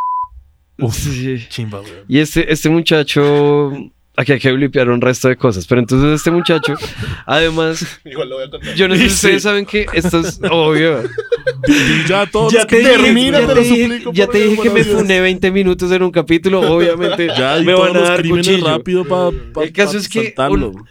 Speaker 6: <laughs>
Speaker 3: Uf.
Speaker 6: Sí.
Speaker 3: Chimba, weón.
Speaker 6: Y este, este muchacho. Aquí hay que blipear un resto de cosas. Pero entonces este <laughs> muchacho, además,
Speaker 4: Igual lo voy a contar.
Speaker 6: yo no sé si
Speaker 5: Sí.
Speaker 6: ustedes saben que esto es obvio.
Speaker 9: Y ya todos los que
Speaker 4: te dije,
Speaker 9: terminan
Speaker 4: ya
Speaker 9: de
Speaker 4: te
Speaker 9: los-
Speaker 4: dije- suplico,
Speaker 6: ya
Speaker 4: por
Speaker 6: te
Speaker 4: Dios,
Speaker 6: dije que me
Speaker 4: buenos días.
Speaker 6: funé 20 minutos en un capítulo, obviamente.
Speaker 9: Ya di
Speaker 6: me
Speaker 9: todos
Speaker 6: van a
Speaker 9: los
Speaker 6: dar
Speaker 9: crímenes
Speaker 6: cuchillo.
Speaker 9: rápido para
Speaker 6: El caso es que
Speaker 9: saltarlo.
Speaker 6: un-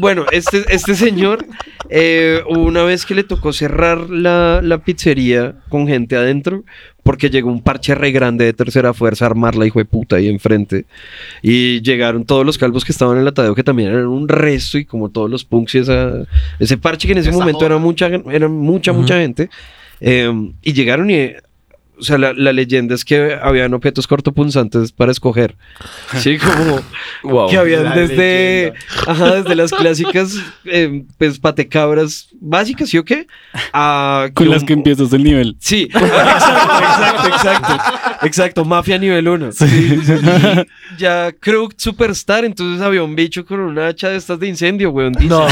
Speaker 6: Bueno, este, este señor, eh, una vez que le tocó cerrar la, la pizzería con gente adentro, porque llegó un parche re grande de tercera fuerza a armarla, hijo de puta, ahí enfrente. Y llegaron todos los calvos que estaban en el atadeo, que también eran un resto, y como todos los punks y esa- ese parche que en ese momento era mucha, era mucha,
Speaker 3: Ujú.
Speaker 6: mucha gente. eh, y llegaron y. eh, O sea, la, la leyenda es que habían objetos cortopunzantes para escoger. Sí, como
Speaker 7: Wow.
Speaker 6: que habían
Speaker 4: La
Speaker 6: desde, ajá, desde las clásicas eh, pues patecabras básicas, ¿sí o qué? A
Speaker 5: Con
Speaker 6: que
Speaker 5: las
Speaker 6: un-
Speaker 5: que empiezas el nivel.
Speaker 6: Sí, <laughs> exacto, exacto, exacto. Exacto, mafia nivel 1. Ya Crook Superstar, entonces había un bicho con un hacha de estas de incendio, weón. dice.
Speaker 3: No,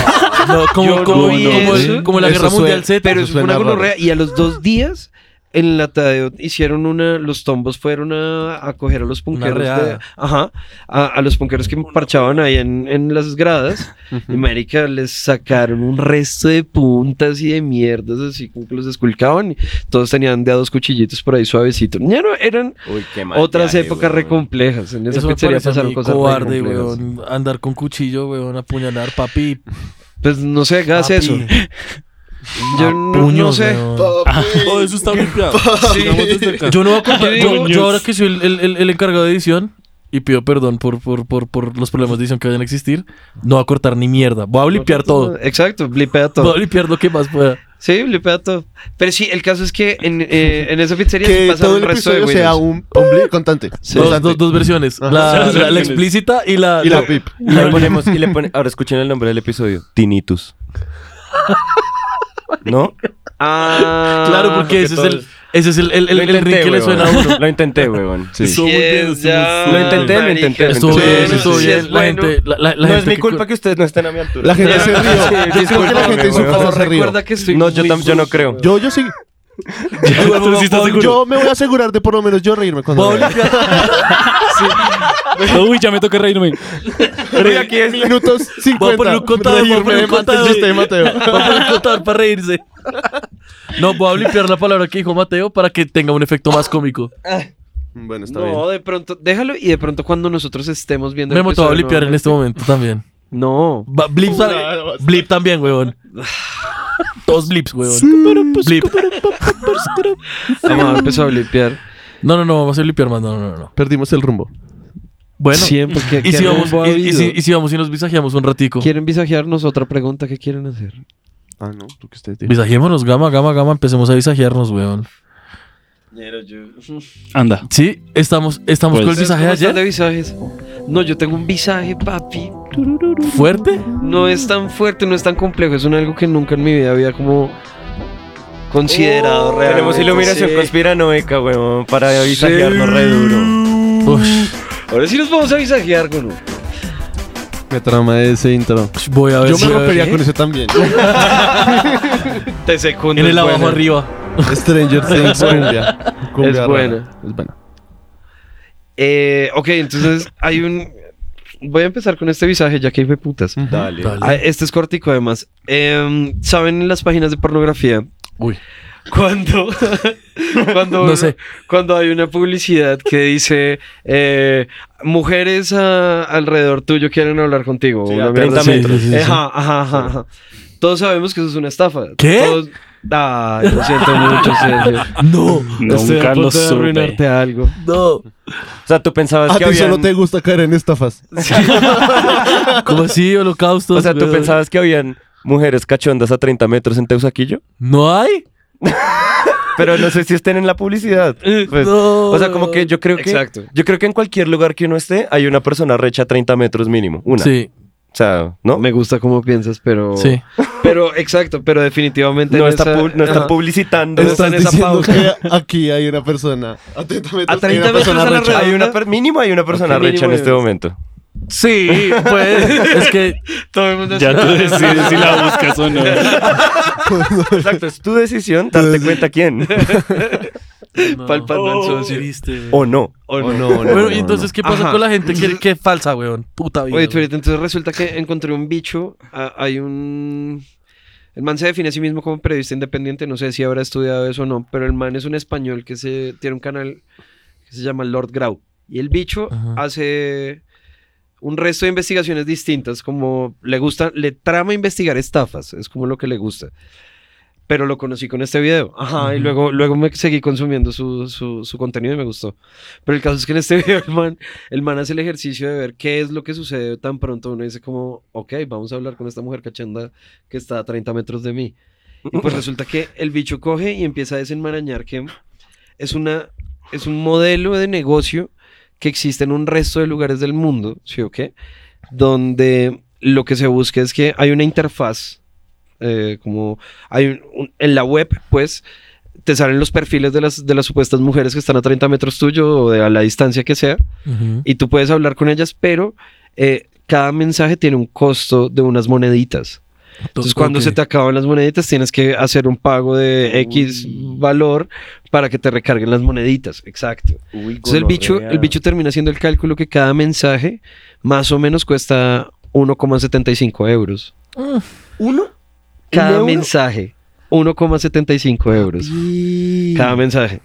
Speaker 3: no, como,
Speaker 6: Yo
Speaker 3: como,
Speaker 6: no vi
Speaker 3: como el-
Speaker 6: eso.
Speaker 3: como la
Speaker 4: Eso
Speaker 3: Guerra
Speaker 4: suena-
Speaker 3: Mundial Z.
Speaker 6: Pero
Speaker 4: Eso
Speaker 6: eso fue una
Speaker 4: suena raro.
Speaker 6: gonorrea y a los dos días en el atadeo hicieron una, los tombos fueron a, a coger a los punqueros, de-
Speaker 3: reada.
Speaker 6: ajá, a, a los punqueros que parchaban ahí en, en las gradas y marica les sacaron un resto de puntas y de mierdas así como que los esculcaban y todos tenían de a dos cuchillitos por ahí suavecito, ya no, eran
Speaker 7: Uy, qué mal
Speaker 6: otras
Speaker 7: viaje,
Speaker 6: épocas
Speaker 7: weón.
Speaker 6: re complejas, en esa
Speaker 3: Eso me
Speaker 6: pizzería
Speaker 3: parece a
Speaker 6: pasaron
Speaker 3: mí
Speaker 6: cosas re
Speaker 3: cobarde,
Speaker 6: complejas.
Speaker 3: weón. Andar con cuchillo, weón, apuñalar, papi.
Speaker 6: pues no sé, hagas
Speaker 3: papi.
Speaker 6: eso, <laughs> yo
Speaker 3: A
Speaker 6: no,
Speaker 3: puños,
Speaker 6: no sé,
Speaker 3: weón.
Speaker 4: Ah,
Speaker 9: Todo eso está
Speaker 5: <laughs>
Speaker 9: limpiado. Sigamos desde
Speaker 3: <laughs>
Speaker 9: acá.
Speaker 3: Yo no voy a contar.
Speaker 6: Yo
Speaker 3: Yo,
Speaker 6: digo-
Speaker 3: yo ahora que soy el, el- el- el encargado de edición y pido perdón por, por, por, por los problemas de edición que vayan a existir, no voy a cortar ni mierda. Voy a blipear todo.
Speaker 6: Exacto, blipea todo.
Speaker 3: Voy a blipear lo que más pueda.
Speaker 6: Sí, blipea todo. Pero sí, el caso es que en,
Speaker 3: <laughs>
Speaker 6: eh, en esa pizzería se
Speaker 4: Que
Speaker 6: pasaron
Speaker 4: todo el
Speaker 6: resto de
Speaker 4: episodio sea
Speaker 6: Widows.
Speaker 4: un un blip constante.
Speaker 3: Dos,
Speaker 4: constante.
Speaker 3: dos- dos versiones. La,
Speaker 4: Ajá.
Speaker 3: la-
Speaker 5: Dos
Speaker 3: la
Speaker 5: versiones.
Speaker 3: explícita y la...
Speaker 4: Y la pip.
Speaker 7: Y le ponemos, y le pone- ahora escuchen el nombre del episodio. Tinnitus. ¿No?
Speaker 6: Ah,
Speaker 3: Claro, porque ese es el... Ese es el, el, el,
Speaker 7: Lo
Speaker 3: el
Speaker 7: intenté,
Speaker 3: ring que le
Speaker 7: weón.
Speaker 3: suena a uno.
Speaker 7: Lo intenté, weón.
Speaker 5: Estuvo muy bien,
Speaker 6: Yes,
Speaker 5: estuvo muy-
Speaker 6: ya.
Speaker 5: estuvo muy
Speaker 7: Lo intenté,
Speaker 5: bien.
Speaker 7: lo intenté. <laughs> lo
Speaker 3: Estuvo
Speaker 7: intenté.
Speaker 3: bien,
Speaker 4: sí,
Speaker 3: estuvo
Speaker 6: sí,
Speaker 3: bien.
Speaker 6: es
Speaker 3: la
Speaker 6: bueno.
Speaker 3: gente... La, la- la
Speaker 7: No
Speaker 3: gente
Speaker 7: es mi
Speaker 3: que-
Speaker 7: culpa que ustedes no estén a mi altura.
Speaker 4: La
Speaker 7: <laughs>
Speaker 4: gente
Speaker 6: Sí,
Speaker 4: se rió. Yo creo que la
Speaker 7: discúlpame,
Speaker 4: gente en su
Speaker 7: weón.
Speaker 4: casa se rió.
Speaker 6: recuerda que estoy
Speaker 7: No, yo,
Speaker 6: muy
Speaker 7: tam- yo no
Speaker 6: sucio.
Speaker 7: creo.
Speaker 4: Yo, yo sí.
Speaker 5: Tú sí estás seguro.
Speaker 4: Yo me voy a asegurar de por lo menos yo reírme cuando.
Speaker 3: Voy a
Speaker 4: vea.
Speaker 5: Uy, ya me toca reírme.
Speaker 7: Pero aquí
Speaker 4: <laughs>
Speaker 7: es
Speaker 4: Minutos 50.
Speaker 3: Voy a poner un contador, voy a poner un
Speaker 4: Reírme de Mateo,
Speaker 3: contador.
Speaker 4: chiste de Mateo.
Speaker 3: <laughs> Va a poner contador para reírse. No, voy a blipear la palabra que dijo Mateo para que tenga un efecto más cómico.
Speaker 4: Bueno, está bien.
Speaker 6: No, de pronto, déjalo y de pronto cuando nosotros estemos viendo. el
Speaker 3: Memo te va a
Speaker 6: episodio
Speaker 3: blipear en este momento también.
Speaker 6: nuevamente- No.
Speaker 3: Va- blip, tam- blip también, weón. Dos blips, weón. Blip.
Speaker 6: Vamos a empezar a limpiar.
Speaker 3: No, no, no, vamos a blipear más. No, no, no, no.
Speaker 4: <laughs> Perdimos el rumbo.
Speaker 3: <laughs> Bueno,
Speaker 6: Siempre que
Speaker 3: y,
Speaker 6: que
Speaker 3: si vamos,
Speaker 6: rumbo ha
Speaker 3: y, y
Speaker 6: habido.
Speaker 3: si, y si vamos y nos visajeamos un ratico.
Speaker 6: ¿Quieren visajearnos otra pregunta que quieren hacer?
Speaker 4: Ah, no, tú que estés.
Speaker 3: Visajémonos, gama, gama, gama. Empecemos a visajearnos, weón.
Speaker 5: Anda.
Speaker 3: Sí, estamos, estamos
Speaker 5: Pues.
Speaker 3: con el visaje de
Speaker 6: ¿Cómo están de
Speaker 3: ayer.
Speaker 6: visajes? No, yo tengo un visaje, papi.
Speaker 3: Fuerte.
Speaker 6: No es tan fuerte, no es tan complejo. Es un algo que nunca en mi vida había como considerado realmente.
Speaker 7: Tenemos iluminación
Speaker 6: Sí.
Speaker 7: conspiranoica, weón, para visajearnos
Speaker 6: Sí.
Speaker 7: re duro.
Speaker 3: Ush.
Speaker 6: Ahora sí nos vamos a visajear, Gono.
Speaker 4: Me trama ese intro.
Speaker 3: Voy a ver
Speaker 4: Yo
Speaker 3: si-
Speaker 4: me rompería con ese también.
Speaker 6: Te secundo.
Speaker 3: en el
Speaker 6: es
Speaker 3: abajo
Speaker 6: buena.
Speaker 3: arriba.
Speaker 4: <laughs> Stranger
Speaker 6: <laughs>
Speaker 4: Things cumbia. Cumbia
Speaker 6: Es
Speaker 4: rara.
Speaker 6: buena.
Speaker 4: Es buena.
Speaker 6: Eh, ok, entonces hay un. Voy a empezar con este visaje, ya que hay putas.
Speaker 3: Mm,
Speaker 7: Dale.
Speaker 3: Dale.
Speaker 6: Ah, este es cortico, además. Em, ¿Saben en las páginas de pornografía?
Speaker 3: Uy.
Speaker 6: Cuando, <laughs> cuando,
Speaker 3: No sé.
Speaker 6: cuando hay una publicidad que dice eh, mujeres a- alrededor tuyo quieren hablar contigo. una
Speaker 7: a
Speaker 6: mierda
Speaker 7: 30
Speaker 6: así. Eh,
Speaker 3: metros. Sí, sí, sí, sí.
Speaker 6: Ajá, ajá, ajá, ajá. Todos sabemos que eso es una estafa.
Speaker 3: ¿Qué?
Speaker 6: Todos- Ay, lo siento mucho,
Speaker 3: <laughs>
Speaker 6: Sergio.
Speaker 3: No,
Speaker 6: Estoy a
Speaker 5: Nunca lo
Speaker 6: punto de
Speaker 5: supe.
Speaker 6: arruinarte algo.
Speaker 3: no.
Speaker 7: O sea, tú pensabas
Speaker 4: A ti
Speaker 7: que habían...
Speaker 4: solo te gusta caer en estafas.
Speaker 3: ¿Cómo así? Holocausto.
Speaker 7: O sea, tú pensabas que habían mujeres cachondas a 30 metros en Teusaquillo.
Speaker 3: ¿No hay?
Speaker 7: Pero no sé si estén en la publicidad. Pues,
Speaker 3: Eh, No.
Speaker 7: O sea, como que yo creo que...
Speaker 6: Exacto.
Speaker 7: Yo creo que en cualquier lugar que uno esté, hay una persona recha a 30 metros mínimo. Una.
Speaker 3: Sí,
Speaker 7: O sea, ¿no?
Speaker 6: Me gusta cómo piensas, pero.
Speaker 3: sí.
Speaker 6: Pero, exacto, pero definitivamente.
Speaker 7: No
Speaker 6: en
Speaker 7: está,
Speaker 6: esa-
Speaker 7: pu- no está
Speaker 6: ajá.
Speaker 7: publicitando.
Speaker 6: Entonces,
Speaker 4: Estás
Speaker 6: en esa
Speaker 4: diciendo
Speaker 6: pausa.
Speaker 4: que aquí hay una persona. A 30 metros.
Speaker 6: A 30
Speaker 4: hay una persona
Speaker 6: metros a la
Speaker 4: recha.
Speaker 6: red.
Speaker 7: Hay una per- mínimo hay una persona
Speaker 6: Ok,
Speaker 7: recha en
Speaker 6: mínimo
Speaker 7: este
Speaker 6: hay- <laughs>
Speaker 7: momento.
Speaker 3: Sí, pues es que
Speaker 6: Todo el mundo
Speaker 5: Ya tú decides si la buscas o no.
Speaker 7: Exacto, es tu decisión darte cuenta quién.
Speaker 6: Palpando al socio.
Speaker 3: Oh. Triste,
Speaker 7: o no.
Speaker 6: O Oh, no.
Speaker 3: Bueno, y entonces, ¿qué pasa
Speaker 6: Ajá.
Speaker 3: con la gente que, que es falsa, weón? Puta vida.
Speaker 6: Oye,
Speaker 3: weón.
Speaker 6: Turita, entonces resulta que encontré un bicho. ah, hay un. El man se define a sí mismo como periodista independiente. No sé si habrá estudiado eso o no, pero el man es un español que se tiene un canal que se llama Lord Grau. Y el bicho
Speaker 3: Ajá.
Speaker 6: hace un resto de investigaciones distintas. Como le gusta, le trama investigar estafas. Es como lo que le gusta. Pero lo conocí con este video. Ajá, y
Speaker 3: Ujú.
Speaker 6: luego, luego me seguí consumiendo su, su, su contenido y me gustó. Pero el caso es que en este <laughs> video el man el man hace el ejercicio de ver qué es lo que sucede tan pronto. Uno dice como, ok, vamos a hablar con esta mujer cachonda que está a 30 metros de mí. Y pues resulta que el bicho coge y empieza a desenmarañar que es, una, es un modelo de negocio que existe en un resto de lugares del mundo, ¿sí o qué? Donde lo que se busca es que hay una interfaz, eh, como hay un- un- en la web, pues, te salen los perfiles de las, de las supuestas mujeres que están a 30 metros tuyo o de a la distancia que sea,
Speaker 3: Ujú.
Speaker 6: y tú puedes hablar con ellas, pero eh, cada mensaje tiene un costo de unas moneditas. Entonces, cuando
Speaker 3: Ok.
Speaker 6: se te acaban las moneditas, tienes que hacer un pago de X valor para que te recarguen las moneditas. Exacto.
Speaker 7: pues,
Speaker 6: Entonces, el bicho, el bicho termina haciendo el cálculo que cada mensaje más o menos cuesta 1,75 euros.
Speaker 7: ¿Uno?
Speaker 6: Cada
Speaker 7: euro?
Speaker 6: mensaje, 1,75 euros. Cada mensaje.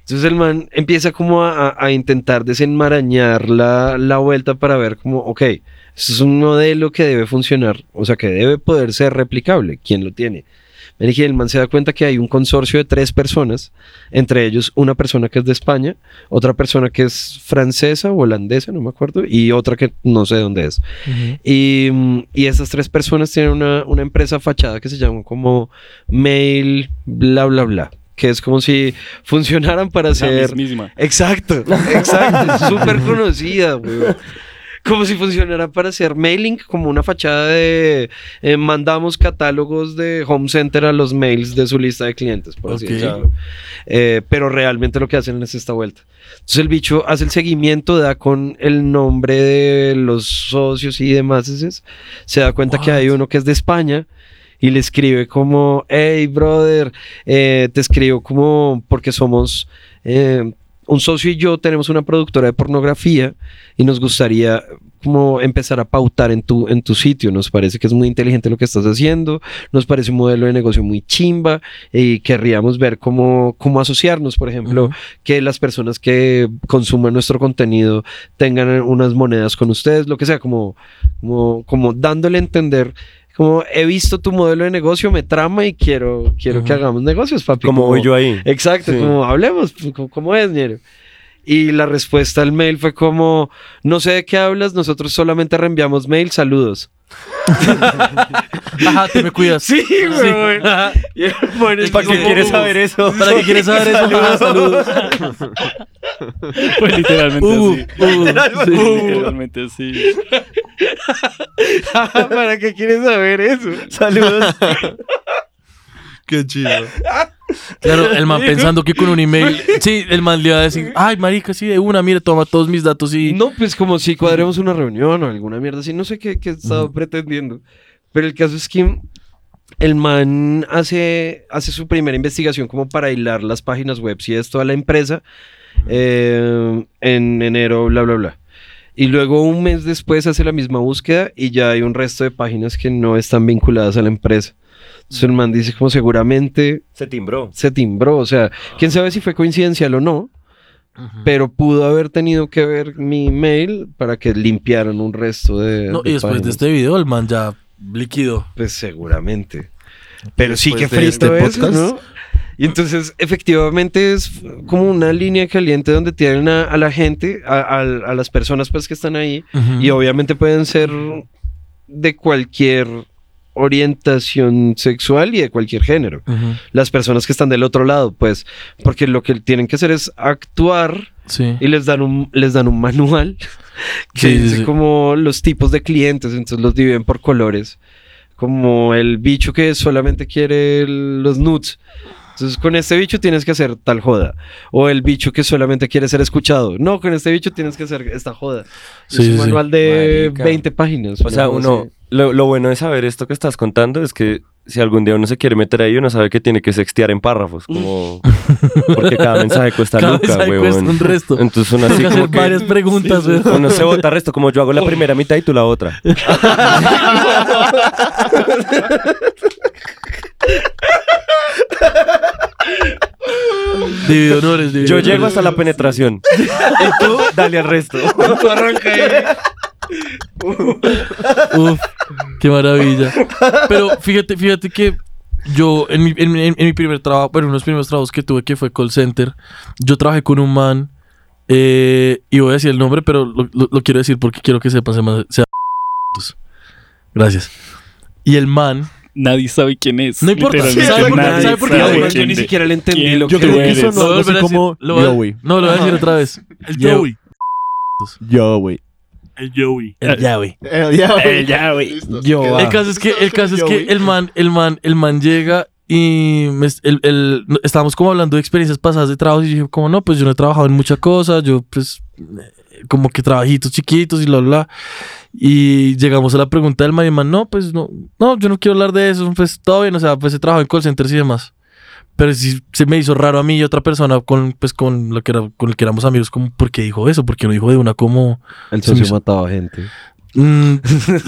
Speaker 6: Entonces el man empieza como a, a- a intentar desenmarañar la, la vuelta para ver como, ok, esto es un modelo que debe funcionar, o sea, que debe poder ser replicable. ¿Quién lo tiene? Ven aquí, el man se da cuenta que hay un consorcio de tres personas, entre ellos una persona que es de España, otra persona que es francesa o holandesa, no me acuerdo, y otra que no sé dónde es.
Speaker 3: Ujú.
Speaker 6: Y, mm, y estas tres personas tienen una, una empresa fachada que se llama como Mail, bla, bla, bla. Que es como si funcionaran para
Speaker 5: La
Speaker 6: hacer...
Speaker 5: mismísima.
Speaker 6: Exacto, exacto. es Súper conocida, weón. Como si funcionara para hacer mailing, como una fachada de... eh, mandamos catálogos de Home Center a los mails de su lista de clientes, por así
Speaker 3: Ok.
Speaker 6: decirlo. Eh, pero realmente lo que hacen es esta vuelta. Entonces el bicho hace el seguimiento, da con el nombre de los socios y demás. eses. Se da cuenta que
Speaker 3: What?
Speaker 6: hay uno que es de España y le escribe como, hey brother, eh, te escribo como porque somos... eh, un socio y yo tenemos una productora de pornografía y nos gustaría como empezar a pautar en tu, en tu sitio. Nos parece que es muy inteligente lo que estás haciendo, nos parece un modelo de negocio muy chimba eh, y querríamos ver cómo, cómo asociarnos, por ejemplo, que las personas que consuman nuestro contenido tengan unas monedas con ustedes, lo que sea, como, como, como dándole a entender. Como he visto tu modelo de negocio, me trama y quiero, quiero que
Speaker 3: Ujú.
Speaker 6: hagamos negocios, papi.
Speaker 7: Como
Speaker 6: Como-
Speaker 7: voy yo ahí.
Speaker 6: Exacto,
Speaker 7: Sí.
Speaker 6: como hablemos, pues, como, como es, ñero. Y la respuesta al mail fue como, no sé de qué hablas, nosotros solamente reenviamos mail, saludos.
Speaker 3: Ajá, te me cuidas.
Speaker 6: <laughs> Sí, güey.
Speaker 3: Ajá.
Speaker 6: Y el man <laughs> es
Speaker 7: ¿Para qué
Speaker 6: como-
Speaker 7: quieres saber eso?
Speaker 3: ¿Para qué
Speaker 7: <laughs>
Speaker 3: quieres saber eso? Ajá, Saludos.
Speaker 6: <laughs>
Speaker 5: Fue literalmente
Speaker 3: Hugo,
Speaker 5: así.
Speaker 3: Hugo,
Speaker 5: Sí,
Speaker 3: Hugo.
Speaker 5: literalmente así.
Speaker 6: ¿Para qué quieres saber eso?
Speaker 7: Saludos.
Speaker 4: Qué chido.
Speaker 3: Claro, el man pensando que con un email. Sí, el man le iba a decir, ay, marica, sí, de una, mira, toma todos mis datos y.
Speaker 6: No, pues como si cuadremos una reunión o alguna mierda así, no sé qué, qué estaba pretendiendo. Pero el caso es que el man hace, hace su primera investigación como para hilar las páginas web y esto a la empresa eh, en enero, bla, bla, bla. Y luego un mes después hace la misma búsqueda y ya hay un resto de páginas que no están vinculadas a la empresa. Entonces el man dice como seguramente
Speaker 7: Se timbró.
Speaker 6: se timbró. O sea, quién sabe si fue coincidencial o no, pero pudo haber tenido que ver mi mail para que limpiaran un resto de.
Speaker 3: No, y después de
Speaker 6: páginas.
Speaker 3: este video, el man ya líquido.
Speaker 6: Pues seguramente. Pero sí que
Speaker 4: Después de
Speaker 6: frito
Speaker 4: este
Speaker 6: eso, ¿no? Y entonces, efectivamente, es como una línea caliente donde tienen a, a la gente, a, a- a las personas pues que están ahí,
Speaker 3: Ujú.
Speaker 6: y obviamente pueden ser de cualquier orientación sexual y de cualquier género.
Speaker 3: Ujú.
Speaker 6: las personas que están del otro lado, pues, porque lo que tienen que hacer es actuar
Speaker 3: Sí.
Speaker 6: y les dan un, les dan un manual <laughs> que
Speaker 3: Sí, sí,
Speaker 6: dice
Speaker 3: sí.
Speaker 6: como los tipos de clientes, entonces los dividen por colores, como el bicho que solamente quiere el- los nudes. Entonces con este bicho tienes que hacer tal joda. O el bicho que solamente quiere ser escuchado. No, con este bicho tienes que hacer esta joda.
Speaker 3: Sí,
Speaker 6: es
Speaker 3: sí,
Speaker 6: un
Speaker 3: sí.
Speaker 6: manual de
Speaker 7: Marica.
Speaker 6: 20 páginas.
Speaker 7: O sea,
Speaker 6: una cosa
Speaker 7: uno,
Speaker 6: así.
Speaker 7: lo, lo bueno de saber esto que estás contando es que si algún día uno se quiere meter ahí, uno sabe que tiene que sextear en párrafos,
Speaker 3: <laughs>
Speaker 7: como porque cada mensaje cuesta
Speaker 3: Cada
Speaker 7: lucas,
Speaker 3: mensaje
Speaker 7: huevón.
Speaker 3: cuesta un resto.
Speaker 7: Entonces uno
Speaker 3: Hay
Speaker 7: así
Speaker 3: que hacer
Speaker 7: como que <laughs>
Speaker 3: varias preguntas, güey.
Speaker 7: uno se vota resto, como yo hago la primera mitad y tú la otra.
Speaker 3: Divide honores, divide
Speaker 7: Yo
Speaker 3: honores.
Speaker 7: llego hasta
Speaker 3: <laughs>
Speaker 7: la penetración y tú dale al resto.
Speaker 3: Uf, qué maravilla. Pero fíjate, fíjate que yo en mi, en, mi- en mi primer trabajo, bueno, unos primeros trabajos que tuve que fue call center, yo trabajé con un man, eh, y voy a decir el nombre, pero lo, lo- lo quiero decir porque quiero que sepan, se llama- se llama- Gracias. Y el man,
Speaker 5: Nadie sabe quién es.
Speaker 3: No importa,
Speaker 5: Literalmente,
Speaker 3: ¿sabe por qué?
Speaker 5: nadie
Speaker 3: ¿sabe por qué?
Speaker 5: sabe
Speaker 3: Yo
Speaker 5: quién
Speaker 3: ni
Speaker 5: de-
Speaker 6: siquiera le entendí
Speaker 5: quién
Speaker 6: lo
Speaker 5: tú
Speaker 4: que- Yo creo que eso
Speaker 5: eres.
Speaker 3: lo voy a
Speaker 4: algo
Speaker 3: volver
Speaker 4: así
Speaker 3: a decir-
Speaker 4: como
Speaker 3: lo voy a-
Speaker 4: Joey.
Speaker 3: no, lo voy a decir otra vez.
Speaker 9: El
Speaker 3: Yo-
Speaker 9: Joey.
Speaker 4: Yo, güey.
Speaker 9: El Joey.
Speaker 3: El Yahweh.
Speaker 4: El Eh, ya, güey.
Speaker 3: <laughs>
Speaker 4: Yo, ah.
Speaker 3: El caso es que, el caso es que
Speaker 4: Joey.
Speaker 3: el man, el man, el man llega y me- el- el- no, estábamos como hablando de experiencias pasadas de trabajo y yo dije, como no, pues yo no he trabajado en mucha cosa, yo pues eh, como que trabajitos chiquitos y bla, bla, bla. Y llegamos a la pregunta del man y el man, no, pues no, no, yo no quiero hablar de eso, pues todo bien, o sea, pues he trabajado en call centers y demás. Pero sí se me hizo raro a mí y otra persona con, pues, con, lo que era, con el que éramos amigos, como, ¿por qué dijo eso? Porque no dijo de una como...
Speaker 6: El
Speaker 3: Se me
Speaker 6: socio
Speaker 3: hizo-
Speaker 6: mataba gente.
Speaker 3: Mm,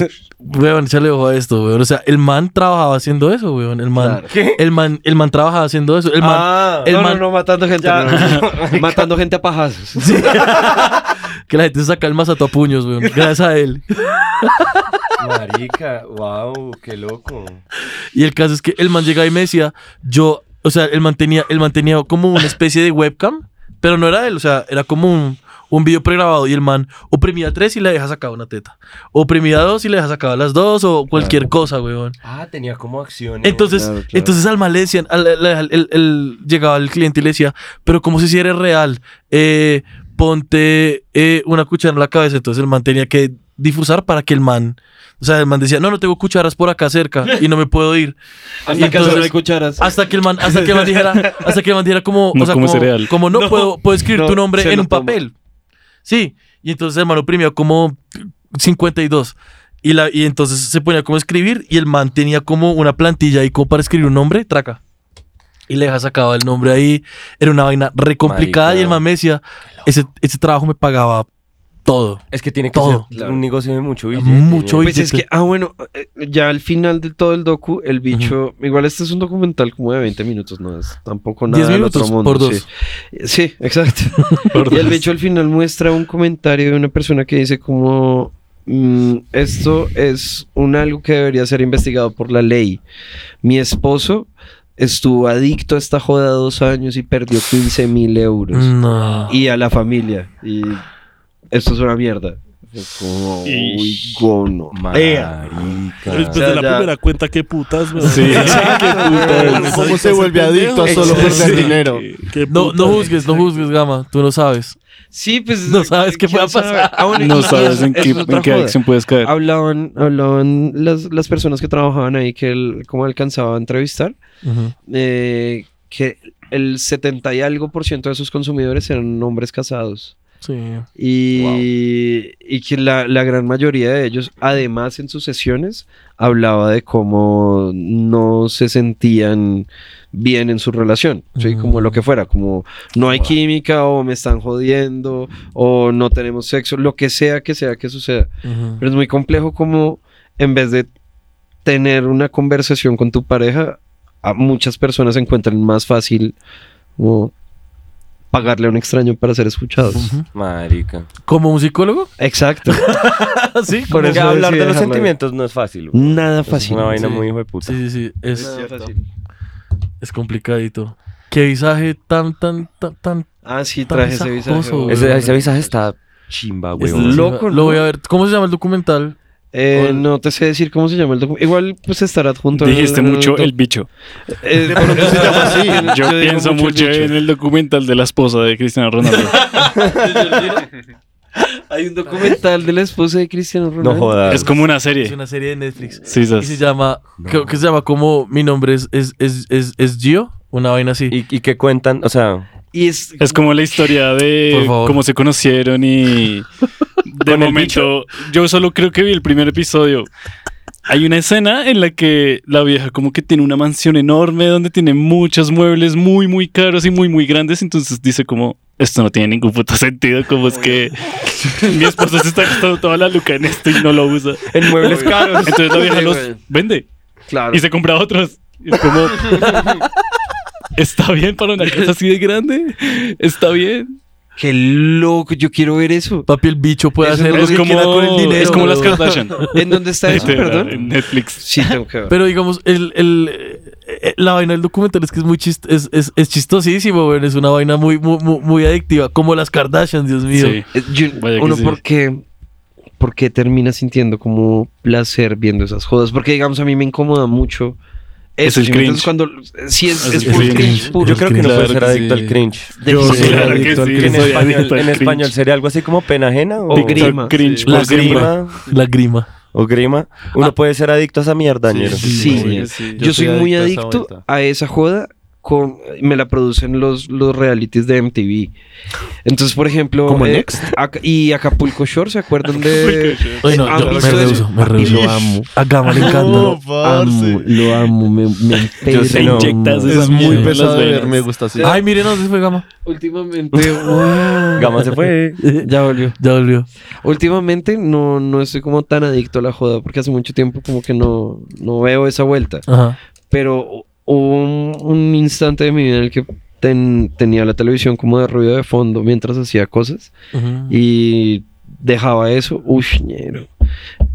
Speaker 3: <laughs> weón, échale ojo a esto, weón. O sea, el man trabajaba haciendo eso, weón. El man, el man, el man trabajaba haciendo eso. El <laughs> man,
Speaker 7: Ah,
Speaker 3: el
Speaker 6: no,
Speaker 3: man-
Speaker 6: no, no, matando gente. <laughs> no, no. matando gente a pajazos.
Speaker 3: <laughs> que la gente se saca el mazato a puños, weón. Gracias a él.
Speaker 7: marica, wow, qué loco.
Speaker 3: Y el caso es que el man llegaba y me decía, yo, o sea, el man tenía, el man tenía como una especie de webcam, pero no era él, o sea, era como un, un video pregrabado y el man oprimía tres y le deja sacada una teta. Oprimía dos y le deja sacada las dos o cualquier cosa, weón.
Speaker 7: Ah, tenía como acciones.
Speaker 3: Entonces,
Speaker 6: Claro, claro.
Speaker 3: entonces al mal le decían, al- al- al- el- el- llegaba el cliente y le decía, pero como si eres real, Eh, ponte eh, una cuchara en la cabeza. Entonces el man tenía que difusar para que el man, o sea, el man decía, no, no tengo cucharas por acá cerca y no me puedo ir.
Speaker 6: Hasta
Speaker 3: Y
Speaker 6: que
Speaker 3: entonces-
Speaker 6: solo hay cucharas.
Speaker 3: Hasta que el man, hasta que el man dijera, hasta que el man dijera como,
Speaker 5: No
Speaker 3: o sea,
Speaker 5: como
Speaker 3: como,
Speaker 5: cereal.
Speaker 3: como no, puedo, puedo escribir
Speaker 6: no,
Speaker 3: tu nombre
Speaker 6: se
Speaker 3: en
Speaker 6: lo
Speaker 3: un
Speaker 6: toma.
Speaker 3: papel. Sí. Y entonces el man oprimía como 52. Y, la, y entonces se ponía como a escribir y el man tenía como una plantilla ahí como para escribir un nombre, traca. Y le deja sacado el nombre ahí. Era una vaina re complicada
Speaker 7: Marica.
Speaker 3: y el man me decía, ese, ese trabajo me pagaba todo.
Speaker 7: es que tiene que
Speaker 3: Todo.
Speaker 7: ser un negocio de mucho billete.
Speaker 3: Mucho
Speaker 6: Pues es
Speaker 3: billete.
Speaker 6: que, ah, bueno, eh, ya al final de todo el docu, el bicho. Igual este es un documental como de 20 minutos, no es tampoco nada.
Speaker 3: 10
Speaker 6: del
Speaker 3: minutos
Speaker 6: otro mundo,
Speaker 3: por dos.
Speaker 6: Sí, Sí, <laughs> exacto. y el bicho al final muestra un comentario de una persona que dice como. mm, esto es un algo que debería ser investigado por la ley. Mi esposo estuvo adicto a esta joda dos años y perdió 15 mil
Speaker 5: Pues,
Speaker 6: euros.
Speaker 3: No.
Speaker 6: y a la familia. Y esto es una mierda. Es como, uy, gono.
Speaker 9: Después
Speaker 7: Marica.
Speaker 9: de
Speaker 6: Ya,
Speaker 9: la
Speaker 6: ya.
Speaker 9: primera cuenta, qué putas, weón.
Speaker 5: Sí.
Speaker 4: ¿Cómo se vuelve adicto a solo perder dinero?
Speaker 9: Qué
Speaker 3: No, no
Speaker 9: putas.
Speaker 3: juzgues, no juzgues, Gama. Tú no sabes.
Speaker 6: Sí, pues.
Speaker 3: No sabes qué pueda
Speaker 6: quién sabe.
Speaker 3: pasar.
Speaker 6: Ah,
Speaker 3: <laughs>
Speaker 6: bueno,
Speaker 5: No
Speaker 6: y- y
Speaker 5: sabes
Speaker 6: eso-
Speaker 5: en qué,
Speaker 6: eso es otra
Speaker 5: en qué
Speaker 6: joda.
Speaker 5: adicción puedes caer.
Speaker 6: Hablaban, hablaban las, las personas que trabajaban ahí que él, como alcanzaba a entrevistar,
Speaker 3: Ujú.
Speaker 6: eh, que el 70 y algo por ciento de sus consumidores eran hombres casados.
Speaker 3: Sí.
Speaker 6: Y, y que la, la gran mayoría de ellos, además en sus sesiones, hablaba de cómo no se sentían bien en su relación, ¿sí? como lo que fuera, como no hay química o me están jodiendo o no tenemos sexo, lo que sea que sea que suceda.
Speaker 3: Ujú.
Speaker 6: Pero es muy complejo como en vez de tener una conversación con tu pareja, a muchas personas encuentran más fácil como, pagarle a un extraño para ser escuchados.
Speaker 7: Marica.
Speaker 3: ¿Como <laughs> musicólogo?
Speaker 6: Exacto.
Speaker 3: Ah, sí.
Speaker 6: Por eso
Speaker 7: Venga,
Speaker 6: decidí
Speaker 7: hablar de los
Speaker 6: dejarlo ahí.
Speaker 7: sentimientos no es fácil. güey.
Speaker 6: Nada
Speaker 7: Es
Speaker 6: fácil.
Speaker 7: una vaina
Speaker 3: sí.
Speaker 7: muy hijo de puta.
Speaker 3: Sí, sí, sí. Es,
Speaker 6: Nada fácil.
Speaker 3: es complicadito. Qué visaje tan, tan, tan, tan.
Speaker 6: Ah, sí,
Speaker 3: Tan
Speaker 6: traje ese
Speaker 3: visajoso,
Speaker 6: visaje.
Speaker 3: güey.
Speaker 7: Ese, ese visaje está chimba, güey.
Speaker 3: es
Speaker 6: loco,
Speaker 3: Lo
Speaker 6: ¿no?
Speaker 3: voy a ver. ¿Cómo se llama el documental?
Speaker 6: Eh, no te sé decir cómo se llama el documento. Igual pues estará junto. al-
Speaker 5: Dijiste
Speaker 6: al-
Speaker 5: mucho el bicho.
Speaker 6: Eh,
Speaker 5: <laughs>
Speaker 4: se llama
Speaker 3: pues
Speaker 4: así.
Speaker 6: yo
Speaker 5: Yo,
Speaker 6: digo
Speaker 5: pienso mucho,
Speaker 6: el bicho.
Speaker 5: en el documental de la esposa de Cristiano
Speaker 3: <laughs>
Speaker 5: Ronaldo.
Speaker 6: Hay un documental de la esposa de Cristiano Ronaldo.
Speaker 7: No jodas.
Speaker 5: es como una
Speaker 3: Es
Speaker 5: serie.
Speaker 3: una serie de Netflix.
Speaker 5: Sí,
Speaker 3: Y se
Speaker 5: esas.
Speaker 3: llama. Creo que se llama como Mi nombre es, es, es, es, es Gio. Una vaina así.
Speaker 7: ¿Y, y qué cuentan? O sea,
Speaker 6: Y es,
Speaker 5: Es como la historia
Speaker 3: Por
Speaker 5: de
Speaker 3: favor.
Speaker 5: cómo se conocieron
Speaker 3: <laughs>
Speaker 5: y de momento. Yo solo creo que vi el primer episodio. Hay una escena en la que la vieja como que tiene una mansión enorme donde tiene muchos muebles muy muy caros y muy muy grandes, entonces dice como esto no tiene ningún puto sentido, como es que <laughs> mi esposo se está gastando toda la luca en esto y no lo usa.
Speaker 7: en muebles <laughs> caros.
Speaker 5: Entonces la vieja
Speaker 6: Sí,
Speaker 5: los
Speaker 6: güey.
Speaker 5: vende
Speaker 6: claro.
Speaker 5: y se compra otros. Y es
Speaker 6: <laughs>
Speaker 5: como está bien para una casa así de grande, está bien.
Speaker 6: Qué loco, yo quiero ver eso.
Speaker 3: Papi, el bicho puede
Speaker 6: Eso
Speaker 3: hacer lo
Speaker 5: es
Speaker 3: que quiera
Speaker 5: como,
Speaker 3: con el dinero.
Speaker 5: es como las
Speaker 3: bro.
Speaker 5: Kardashian.
Speaker 6: ¿En
Speaker 5: <laughs>
Speaker 6: dónde está eso,
Speaker 5: Literal,
Speaker 6: perdón?
Speaker 5: En Netflix.
Speaker 6: Sí, tengo que ver.
Speaker 3: Pero digamos, el, el, eh, la vaina del documental es que es muy chist es, es, es chistosísimo, güey. Es una vaina muy, muy, muy, muy adictiva. Como las Kardashian, Dios mío.
Speaker 5: Sí.
Speaker 6: Eh, yo-
Speaker 5: Vaya que
Speaker 6: uno,
Speaker 5: sí.
Speaker 6: ¿por qué? por qué termina sintiendo como placer viendo esas jodas? Porque, digamos, a mí me incomoda mucho.
Speaker 5: Es
Speaker 6: eso,
Speaker 5: el
Speaker 6: ¿sí?
Speaker 5: cringe.
Speaker 6: Entonces, cuando, eh, sí, es,
Speaker 5: Es
Speaker 6: es
Speaker 5: el
Speaker 6: full
Speaker 5: cringe.
Speaker 6: cringe. puro.
Speaker 7: Yo creo que no
Speaker 5: Claro
Speaker 7: puede ser
Speaker 5: que
Speaker 7: adicto
Speaker 5: sí.
Speaker 7: al cringe.
Speaker 5: Yo,
Speaker 6: Sí,
Speaker 5: claro que
Speaker 7: Adicto al
Speaker 5: sí, soy
Speaker 7: cringe. En español,
Speaker 5: adicto al
Speaker 7: en
Speaker 5: cringe.
Speaker 7: español sería algo así como pena ajena o,
Speaker 6: O
Speaker 5: TikTok
Speaker 6: grima.
Speaker 5: cringe
Speaker 3: La
Speaker 5: por siempre.
Speaker 3: grima. La grima.
Speaker 7: o grima. Uno puede ser adicto a esa mierda, ñero.
Speaker 6: Sí, señor. Yo, soy, muy adicto a esa joda. Con, me la producen los, los realities de MTV. Entonces, por ejemplo, eh, Ac- y Acapulco Shore, ¿se acuerdan de...?
Speaker 3: Oye, Ah, no,
Speaker 6: ¿Han
Speaker 3: yo me
Speaker 6: visto eso?
Speaker 3: rehuso, me rehuso.
Speaker 6: Lo amo,
Speaker 3: A Gama le encanta.
Speaker 4: No,
Speaker 6: amo,
Speaker 4: parce.
Speaker 6: lo amo, me, me emperra.
Speaker 7: sé, no.
Speaker 5: Inyectas esa
Speaker 4: Es muy
Speaker 5: mierda en las
Speaker 4: pesado de
Speaker 5: venas.
Speaker 4: ver, me gusta así.
Speaker 3: Ay, miren, no, se fue Gama.
Speaker 6: Últimamente, <laughs> wow.
Speaker 7: Gama se fue.
Speaker 6: Ya volvió.
Speaker 3: Ya volvió.
Speaker 6: Últimamente no, no estoy como tan adicto a la joda, porque hace mucho tiempo como que no, no veo esa vuelta.
Speaker 3: Ajá.
Speaker 6: Pero hubo un, un instante de mi vida en el que ten- tenía la televisión como de ruido de fondo mientras hacía cosas
Speaker 3: Ujú.
Speaker 6: y dejaba eso. Uy, ñero.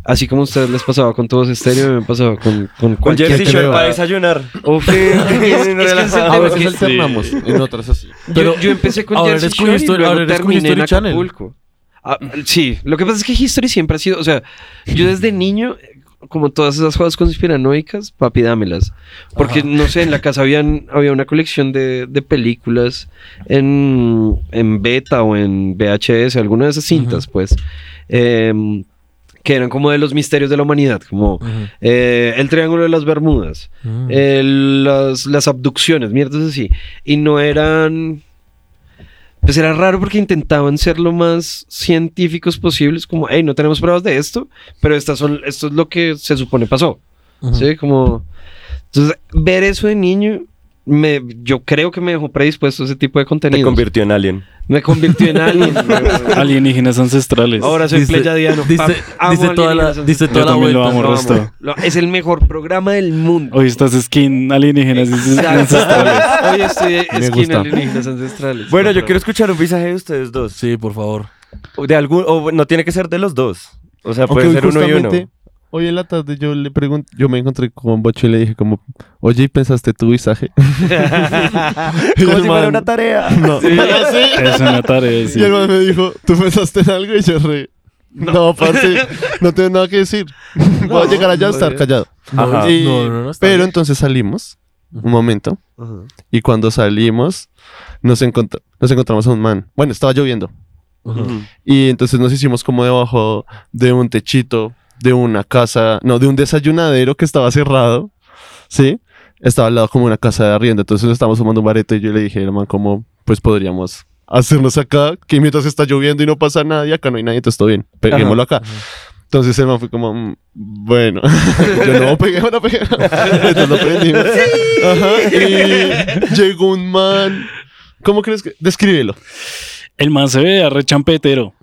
Speaker 6: Así como a ustedes les pasaba con todos estéreo, me pasaba con, con
Speaker 7: Con
Speaker 6: cualquier
Speaker 7: Jersey Shore
Speaker 4: creo.
Speaker 7: para desayunar.
Speaker 6: Uf, <laughs> es- es que es el
Speaker 3: Ah,
Speaker 4: A
Speaker 6: tema,
Speaker 3: pues
Speaker 4: veces
Speaker 6: que-
Speaker 4: alternamos, en otras así.
Speaker 3: Pero-
Speaker 6: yo, yo empecé con
Speaker 3: ahora
Speaker 6: Jersey
Speaker 3: eres con
Speaker 6: Shore y
Speaker 3: History-
Speaker 6: luego
Speaker 3: ahora eres con
Speaker 6: terminé en
Speaker 3: History Channel.
Speaker 6: Acapulco. Ah, sí, lo que pasa es que History siempre ha sido, o sea, yo desde niño, eh, como todas esas cosas conspiranoicas, papi, dámelas. Porque, no sé, en la casa habían, había una colección de, de películas en, en beta o en VHS, alguna de esas cintas, pues, em, que eran como de los misterios de la humanidad, como
Speaker 3: Ujú.
Speaker 6: eh, el Triángulo de las Bermudas,
Speaker 3: Mm.
Speaker 6: eh, las, las abducciones, mierdas así. Y no eran. Pues era raro porque intentaban ser lo más científicos posibles, como, hey, no tenemos pruebas de esto, pero estas son, esto es lo que se supone pasó.
Speaker 3: Ujú.
Speaker 6: ¿Sí? Como. Entonces, ver eso de niño, me, yo creo que me dejó predispuesto a ese tipo de
Speaker 7: Te
Speaker 6: contenido.
Speaker 7: convirtió en alien.
Speaker 6: me convirtió
Speaker 5: <laughs>
Speaker 6: en alien. weón.
Speaker 5: Alienígenas ancestrales.
Speaker 6: Ahora soy
Speaker 3: Dice-
Speaker 6: pleyadiano.
Speaker 3: dice-
Speaker 6: Pap, amo
Speaker 3: dice toda la-
Speaker 6: alienígenas.
Speaker 3: dice
Speaker 5: Yo
Speaker 3: toda la
Speaker 5: también lo
Speaker 3: vuelta.
Speaker 5: amo,
Speaker 6: Lo amo.
Speaker 5: resto.
Speaker 6: Lo- es el mejor programa del mundo.
Speaker 5: Hoy estás skin alienígenas ancestrales.
Speaker 6: Hoy estoy
Speaker 4: Me
Speaker 6: esquina
Speaker 4: gusta.
Speaker 6: alienígenas ancestrales.
Speaker 7: Bueno, yo quiero escuchar un visaje de ustedes dos.
Speaker 3: Sí, por favor.
Speaker 7: O De algún, o no tiene que ser de los dos. O sea, puede
Speaker 4: Aunque hoy
Speaker 7: ser uno y uno.
Speaker 4: justamente, Hoy en la tarde yo le pregunté, yo me encontré con Bocho y le dije como, oye, ¿y pensaste tu
Speaker 7: <laughs>
Speaker 4: visaje? <laughs> Y
Speaker 7: Como
Speaker 4: el man-
Speaker 7: si fuera una tarea.
Speaker 4: No.
Speaker 5: Es una tarea, sí.
Speaker 4: Y el man me dijo, ¿tú pensaste en algo? Y yo re, no, parce,
Speaker 7: <laughs>
Speaker 4: no tengo nada que decir. Voy a llegar allá a estar callado.
Speaker 7: Ajá.
Speaker 4: Y-
Speaker 3: No, no, no, está
Speaker 4: pero
Speaker 3: bien.
Speaker 4: entonces salimos, un momento,
Speaker 6: Ajá.
Speaker 4: y cuando salimos nos, encont- nos encontramos a un man. Bueno, estaba lloviendo. Y entonces nos hicimos como debajo de un techito, de una casa, no, de un desayunadero que estaba cerrado, ¿sí? estaba al lado como una casa de arriendo, entonces estábamos fumando un bareto y yo le dije, hermano, ¿cómo pues podríamos hacernos acá? Que mientras está lloviendo y no pasa nada y acá no hay nadie, entonces todo bien, peguémoslo acá. Entonces el man fue como, "Mm, bueno, <laughs> yo no pegué, no pegué. <laughs> Entonces lo prendimos. Ajá, y llegó un man. ¿Cómo crees que? Descríbelo.
Speaker 5: El man se ve arre champetero.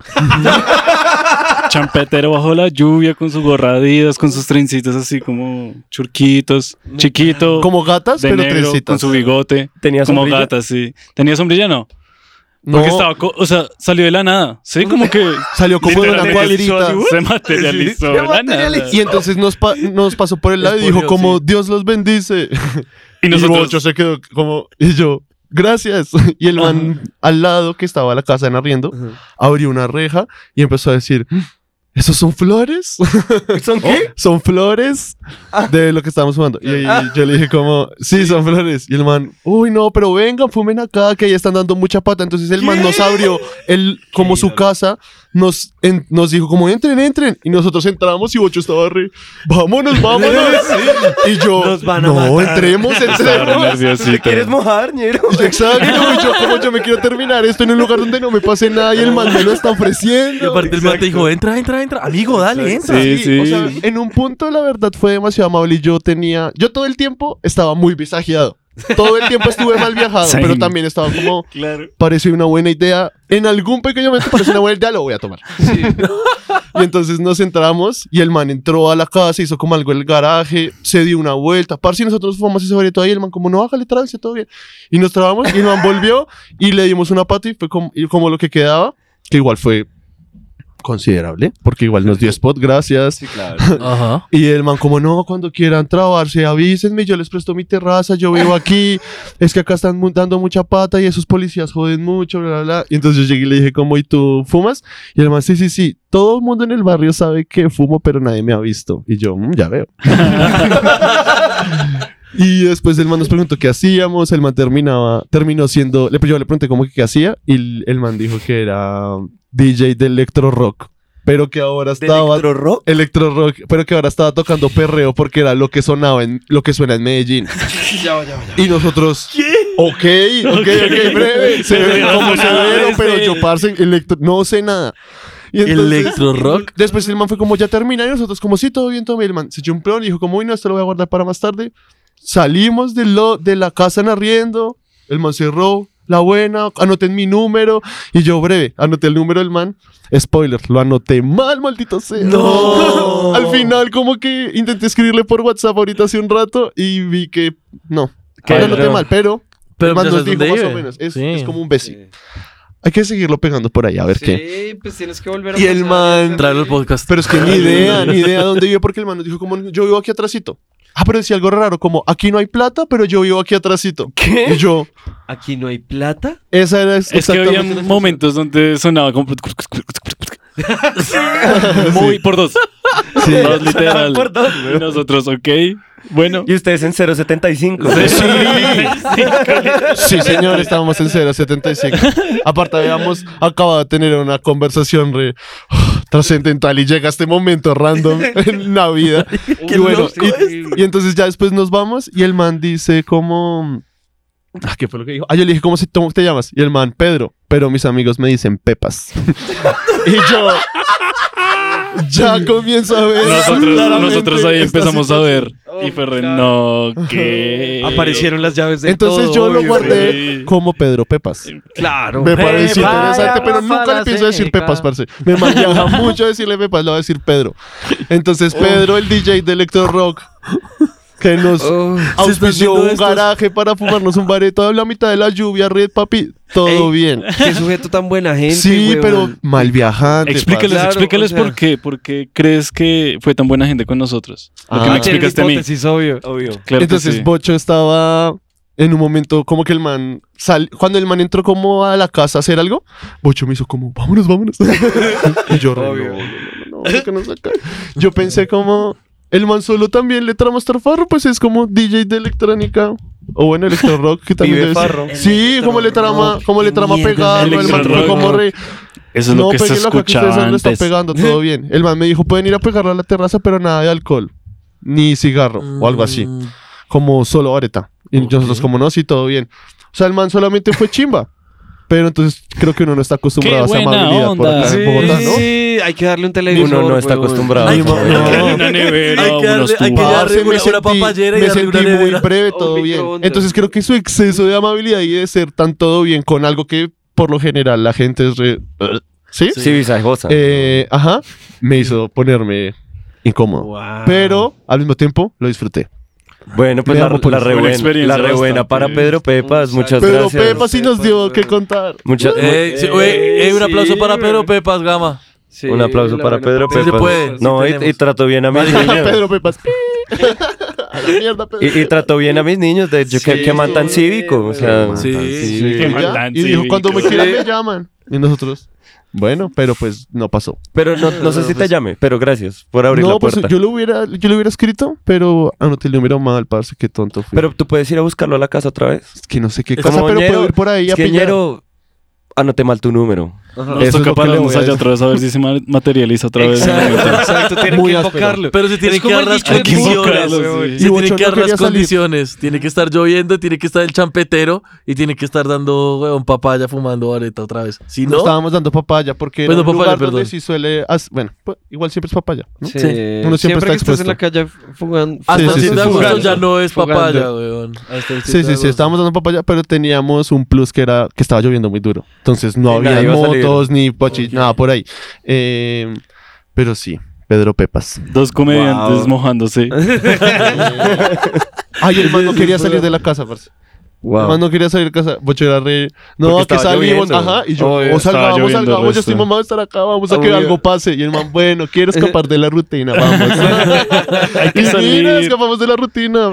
Speaker 5: champetero bajo la lluvia, con sus gorradidas, con sus trencitos así como churquitos, chiquito,
Speaker 4: Como gatas,
Speaker 5: de
Speaker 4: pero
Speaker 5: negro, con
Speaker 4: trencitas.
Speaker 5: su bigote.
Speaker 7: Tenía
Speaker 5: como
Speaker 7: sombrilla.
Speaker 5: gata, sí. ¿Tenía sombrilla? No.
Speaker 4: No,
Speaker 5: Porque estaba, co- o sea, salió de la nada. Sí, como que
Speaker 4: salió como de una
Speaker 5: literalmente <laughs>
Speaker 4: cuadrita.
Speaker 5: se materializó. de la nada.
Speaker 4: Y entonces nos, pa- nos pasó por el lado y dijo
Speaker 3: curioso,
Speaker 4: como Dios los bendice.
Speaker 5: Y
Speaker 4: Y Bocho
Speaker 5: nosotros,
Speaker 4: se quedó como, y yo, gracias. <laughs> Y el man al lado que estaba la casa en arriendo, abrió una reja y empezó a decir, ¿esos son flores?
Speaker 7: <laughs> ¿Son
Speaker 4: <laughs>
Speaker 7: qué? Ah.
Speaker 4: Son flores de lo que estábamos jugando. Y, y yo le dije como, sí, son flores. Y el man, uy, no, pero vengan, fumen acá, que ya están dando mucha pata. Entonces el man nos abrió el, como su casa, nos, en- nos dijo como, entren, entren. Y nosotros entramos y Bocho estaba re,
Speaker 7: <laughs>
Speaker 4: vámonos, vámonos. Y yo,
Speaker 7: Nos van a
Speaker 4: no,
Speaker 7: matar".
Speaker 4: entremos,
Speaker 5: Ahora
Speaker 4: entremos.
Speaker 5: nerviosito.
Speaker 7: ¿Quieres mojar, ñero?
Speaker 4: Y yo, <laughs> Exacto, y yo como yo me quiero terminar esto en un lugar donde no me pase nada y el man me lo está ofreciendo.
Speaker 3: Y aparte el man te dijo, entra, entra, entra. Amigo, dale, entra.
Speaker 5: Sí, sí.
Speaker 4: O sea, en un punto la verdad fue demasiado amable y yo tenía, yo todo el tiempo estaba muy visajeado. Todo el tiempo estuve mal viajado,
Speaker 5: Same.
Speaker 4: pero también estaba como, parece una buena idea. En algún pequeño momento parece una buena idea, lo voy a tomar. <laughs> Y entonces nos entramos y el man entró a la casa, hizo como algo en el garaje, se dio una vuelta. Parce, y nosotros fumamos ese bareto ahí, el man como, no, hágale, trábese, todo bien. Y nos trabamos y el man volvió y le dimos una pata y fue como, y como lo que quedaba, que igual fue considerable, porque igual nos dio spot, gracias.
Speaker 3: Ajá.
Speaker 4: Y el man como, no, cuando quieran trabarse, avísenme, yo les presto mi terraza, yo vivo aquí, es que acá están mu- dando mucha pata y esos policías joden mucho, bla, bla, bla. Y entonces yo llegué y le dije como, ¿y tú fumas? Y el man, sí, sí, sí, todo el mundo en el barrio sabe que fumo, pero nadie me ha visto. Y yo, "Mm, ya veo. <laughs> Y después el man nos preguntó qué hacíamos, el man terminaba, terminó siendo, le, yo le pregunté cómo que qué hacía y el, el man dijo que era DJ de electro rock, pero que ahora estaba
Speaker 7: rock?
Speaker 4: electro rock, pero que ahora estaba tocando perreo porque era lo que sonaba en lo que suena en <laughs> Medellín. Y nosotros, ok, ok, ok, breve, <laughs> se ve como severo, pero yo parce, electro, no sé nada. Y entonces-
Speaker 3: Electro rock.
Speaker 4: Después el man fue como, ya termina, y nosotros como, sí, todo bien, todo bien. El man se echó un plon y dijo como, uy, no, esto lo voy a guardar para más tarde. Salimos de, lo, de la casa en arriendo, el man cerró, la buena, anoten mi número. Y yo, breve, anoté el número del man. Spoiler, lo anoté mal, maldito sea.
Speaker 3: No.
Speaker 4: <laughs> Al final como que intenté escribirle por WhatsApp ahorita hace un rato y vi que, no,
Speaker 3: Que
Speaker 4: lo anoté
Speaker 3: no.
Speaker 4: mal, pero...
Speaker 3: Pero
Speaker 4: el man
Speaker 3: ya
Speaker 4: nos
Speaker 3: sabes
Speaker 4: dijo
Speaker 3: dónde
Speaker 4: más o
Speaker 3: vive.
Speaker 4: menos, es,
Speaker 3: Sí.
Speaker 4: es como un beso. Hay que seguirlo pegando por ahí, a ver qué.
Speaker 6: Sí, pues tienes que volver
Speaker 4: Y el
Speaker 6: pasar
Speaker 4: man-
Speaker 6: esa-
Speaker 3: Traerlo al podcast.
Speaker 4: Pero es que ni idea, ni idea dónde vive, porque el man nos dijo como, yo vivo aquí atrásito. Ah, pero decía algo raro, como, aquí no hay plata, pero yo vivo aquí atrásito. Y
Speaker 7: ¿Qué?
Speaker 4: yo,
Speaker 7: ¿Aquí no hay plata?
Speaker 4: esa era
Speaker 5: Es que había
Speaker 4: la
Speaker 5: momentos donde sonaba como... <laughs> Muy por dos. Dos, literal.
Speaker 7: Por dos, güey.
Speaker 5: Y nosotros, ok. Bueno. <laughs>
Speaker 7: Y ustedes en 075.
Speaker 4: Sí, señor, estábamos en 075. Aparte, habíamos acabado de tener una conversación re, oh, trascendental y llega este momento random en la vida. y bueno, <laughs> y, y entonces ya después nos vamos y el man dice como... Ah, ¿Qué fue lo que dijo? Ah, yo le dije, ¿cómo, se, cómo te llamas? Y el man, Pedro. Pero mis amigos me dicen Pepas. y yo... Ya comienzo a ver.
Speaker 5: Nosotros,
Speaker 4: claramente
Speaker 5: nosotros ahí
Speaker 4: esta
Speaker 5: empezamos a
Speaker 4: situación.
Speaker 5: ver. y Ferre, no, ¿qué?
Speaker 6: Aparecieron las llaves de
Speaker 4: Entonces
Speaker 6: todo,
Speaker 4: yo lo
Speaker 6: obvio,
Speaker 4: guardé
Speaker 5: sí.
Speaker 4: como Pedro Pepas.
Speaker 6: Claro.
Speaker 4: Me pareció
Speaker 6: Pepa,
Speaker 4: interesante,
Speaker 6: ya
Speaker 4: pero
Speaker 6: vas a
Speaker 4: nunca
Speaker 6: la
Speaker 4: le pienso decir
Speaker 6: seca.
Speaker 4: Pepas, parce. Me
Speaker 6: <laughs>
Speaker 4: manchaba mucho decirle Pepas, lo va a decir Pedro. Entonces, Pedro, el DJ de Electro Rock, que nos
Speaker 6: Oh,
Speaker 4: auspició un garaje para fumarnos un bareto a la mitad de la lluvia, red papi, todo
Speaker 6: Ey,
Speaker 4: bien.
Speaker 6: Qué sujeto tan buena gente.
Speaker 4: Sí,
Speaker 6: weón.
Speaker 4: pero mal viajante.
Speaker 5: Explícales,
Speaker 6: Claro,
Speaker 5: explícales
Speaker 6: o sea-
Speaker 5: por qué. ¿Por qué crees que fue tan buena gente con nosotros? Lo que
Speaker 4: Ah.
Speaker 5: me explicaste a mí.
Speaker 6: Hipótesis, obvio.
Speaker 5: Claro que
Speaker 4: Entonces
Speaker 5: sí.
Speaker 4: Bocho estaba en un momento como que el man sal- cuando el man entró como a la casa a hacer algo, Bocho me hizo como, vámonos, vámonos. <laughs> y yo, re,
Speaker 6: Obvio.
Speaker 4: no, no, no, no, que nos sacan. Yo pensé como, el man solo también le trama estar farro, pues es como DJ de electrónica. O bueno, electro rock que también
Speaker 7: Vive
Speaker 4: debe ser.
Speaker 7: farro.
Speaker 4: Sí, como le trama, como le trama pegar, el man fue
Speaker 5: Electro
Speaker 4: como
Speaker 5: rock.
Speaker 4: re,
Speaker 5: Eso es lo que se
Speaker 4: peguen la caja, ustedes
Speaker 5: escuchaba
Speaker 4: saben, le están
Speaker 5: antes.
Speaker 4: pegando, todo bien.
Speaker 3: Mm.
Speaker 4: El man me dijo, pueden ir a pegarla a la terraza, pero nada de alcohol, ni cigarro o algo así. como solo vareta. Y nosotros como no, sí, todo bien. O sea, el man solamente fue chimba. Pero entonces creo que uno no está acostumbrado
Speaker 5: ¡Qué
Speaker 4: a esa
Speaker 5: buena
Speaker 4: amabilidad por
Speaker 5: onda!
Speaker 4: acá Ah, en Bogotá, ¿no?
Speaker 6: Sí, hay que darle un teléfono.
Speaker 7: Uno no está
Speaker 6: Ah,
Speaker 7: acostumbrado.
Speaker 3: Ay,
Speaker 7: Como-
Speaker 3: no.
Speaker 5: Hay una nevera,
Speaker 3: Hay que darle-
Speaker 5: unos
Speaker 3: hay que
Speaker 5: tubos.
Speaker 3: darle-
Speaker 4: Parce,
Speaker 3: una- una papayera y
Speaker 4: Ah, me
Speaker 3: darle una
Speaker 4: sentí muy
Speaker 3: nevera.
Speaker 4: breve,
Speaker 6: O
Speaker 4: todo
Speaker 6: un
Speaker 4: bien.
Speaker 6: microondas.
Speaker 4: Entonces creo que su exceso de amabilidad y de ser tan todo bien con algo que por lo general la gente es re... uh, ¿Sí?
Speaker 7: Sí, visajosa.
Speaker 4: Eh, ajá, me hizo ponerme incómodo. Pero al mismo tiempo lo disfruté.
Speaker 7: Bueno, pues
Speaker 4: Me
Speaker 7: la,
Speaker 4: amo por
Speaker 7: la
Speaker 4: eso.
Speaker 7: re
Speaker 5: Una
Speaker 7: buena,
Speaker 5: experiencia
Speaker 7: la re buena
Speaker 5: bastante-
Speaker 7: para Pedro Pepas. Muchas
Speaker 4: Pero
Speaker 7: gracias.
Speaker 4: Pepa sí nos dio que contar.
Speaker 7: Muchas,
Speaker 3: Eh, sí, oye, eh, un
Speaker 6: sí.
Speaker 3: aplauso para Pedro Pepas Gama.
Speaker 7: un aplauso para Pedro
Speaker 3: Sí se
Speaker 7: Pepas.
Speaker 3: puede, sí
Speaker 7: no, y- y,
Speaker 3: tenemos.
Speaker 7: trató bien
Speaker 4: <laughs>
Speaker 7: a mis niños.
Speaker 3: <laughs>
Speaker 4: Pedro Pepas. A la mierda, Pedro.
Speaker 7: Y, y trató bien a mis niños, de hecho, que, que man tan cívico. O sea,
Speaker 3: Sí.
Speaker 4: Y
Speaker 5: Qué
Speaker 4: ya,
Speaker 5: maldad,
Speaker 4: y dijo,
Speaker 5: sí,
Speaker 4: cuando me
Speaker 5: qué
Speaker 4: quieran me llaman. Y nosotros, bueno, pero pues no pasó.
Speaker 7: Pero no, no sé si
Speaker 3: pues.
Speaker 7: te llame, pero gracias por abrir
Speaker 4: no,
Speaker 7: la
Speaker 4: pues
Speaker 7: puerta.
Speaker 4: yo lo hubiera, yo lo hubiera escrito, pero anoté el número mal, parce, qué tonto fui.
Speaker 7: Pero tú puedes ir a buscarlo a la casa otra vez.
Speaker 4: es que no sé qué
Speaker 7: Es
Speaker 4: cosa,
Speaker 7: como
Speaker 4: pero
Speaker 7: ñero,
Speaker 4: puedo ir por ahí
Speaker 7: Es
Speaker 4: a
Speaker 7: que
Speaker 4: pillar.
Speaker 7: ñero, anoté mal
Speaker 3: <laughs>
Speaker 7: tu número.
Speaker 5: Nos
Speaker 4: Eso
Speaker 5: toca
Speaker 4: es lo que le
Speaker 5: pararnos
Speaker 4: voy a
Speaker 5: allá
Speaker 4: decir.
Speaker 5: otra vez a ver si se ma- materializa otra vez.
Speaker 6: Exacto, tiene
Speaker 4: Muy
Speaker 6: que
Speaker 4: áspero.
Speaker 6: enfocarlo.
Speaker 3: Pero se tienen
Speaker 6: como
Speaker 3: que dar
Speaker 6: el
Speaker 3: las
Speaker 6: dicho de
Speaker 3: condiciones.
Speaker 5: Bocarlo,
Speaker 3: Se
Speaker 5: sí.
Speaker 4: Y
Speaker 3: tienen
Speaker 4: Bochón
Speaker 3: que
Speaker 4: no
Speaker 3: dar las
Speaker 4: quería salir.
Speaker 3: condiciones. Tiene que estar lloviendo, tiene que estar el champetero y tiene que estar dando, weón, papaya fumando areta otra vez. Si
Speaker 4: No
Speaker 3: no,
Speaker 4: estábamos dando papaya porque
Speaker 3: Pues
Speaker 4: era
Speaker 3: no,
Speaker 4: un
Speaker 3: papaya,
Speaker 4: lugar
Speaker 3: perdón.
Speaker 4: donde sí suele... as- bueno, pues, igual siempre es papaya, ¿no?
Speaker 6: Sí.
Speaker 3: Sí.
Speaker 4: Uno siempre
Speaker 6: Uno siempre,
Speaker 4: está
Speaker 6: que estás
Speaker 4: expuesto. Ah,
Speaker 6: en la calle jugando.
Speaker 3: hasta
Speaker 4: Sí,
Speaker 3: el 7
Speaker 4: sí,
Speaker 3: de
Speaker 4: sí,
Speaker 3: agosto
Speaker 4: fugando,
Speaker 3: ya no es
Speaker 6: fugando.
Speaker 3: papaya, weón. Hasta el 7
Speaker 4: Sí,
Speaker 3: de
Speaker 4: sí, sí,
Speaker 3: agosto.
Speaker 4: estábamos dando papaya, pero teníamos un plus que era que estaba lloviendo muy duro. Entonces no
Speaker 7: Sí,
Speaker 4: había
Speaker 7: nadie iba a
Speaker 4: motos
Speaker 7: salir.
Speaker 4: ni pochi, nada por ahí. Eh, pero sí, Pedro
Speaker 7: <laughs>
Speaker 4: Pepas.
Speaker 5: Dos comediantes
Speaker 6: <laughs>
Speaker 5: mojándose.
Speaker 4: Ay, el man no quería salir de la casa, parce. El man
Speaker 7: Wow.
Speaker 4: no quería salir de casa. Bocho era re. No,
Speaker 7: Porque
Speaker 4: que
Speaker 7: estaba
Speaker 4: salimos.
Speaker 7: lloviendo.
Speaker 4: Ajá. Y yo,
Speaker 7: Obvio,
Speaker 4: o salgamos,
Speaker 5: estaba lloviendo,
Speaker 4: salgamos. Yo estoy
Speaker 5: resto.
Speaker 4: mamado de estar acá. Vamos a que
Speaker 6: Obvio.
Speaker 4: algo pase. Y el man, bueno, quiero escapar de la rutina.
Speaker 7: <laughs>
Speaker 4: Vamos.
Speaker 5: Hay
Speaker 4: y
Speaker 5: que
Speaker 4: mira,
Speaker 5: salir.
Speaker 4: escapamos de la rutina.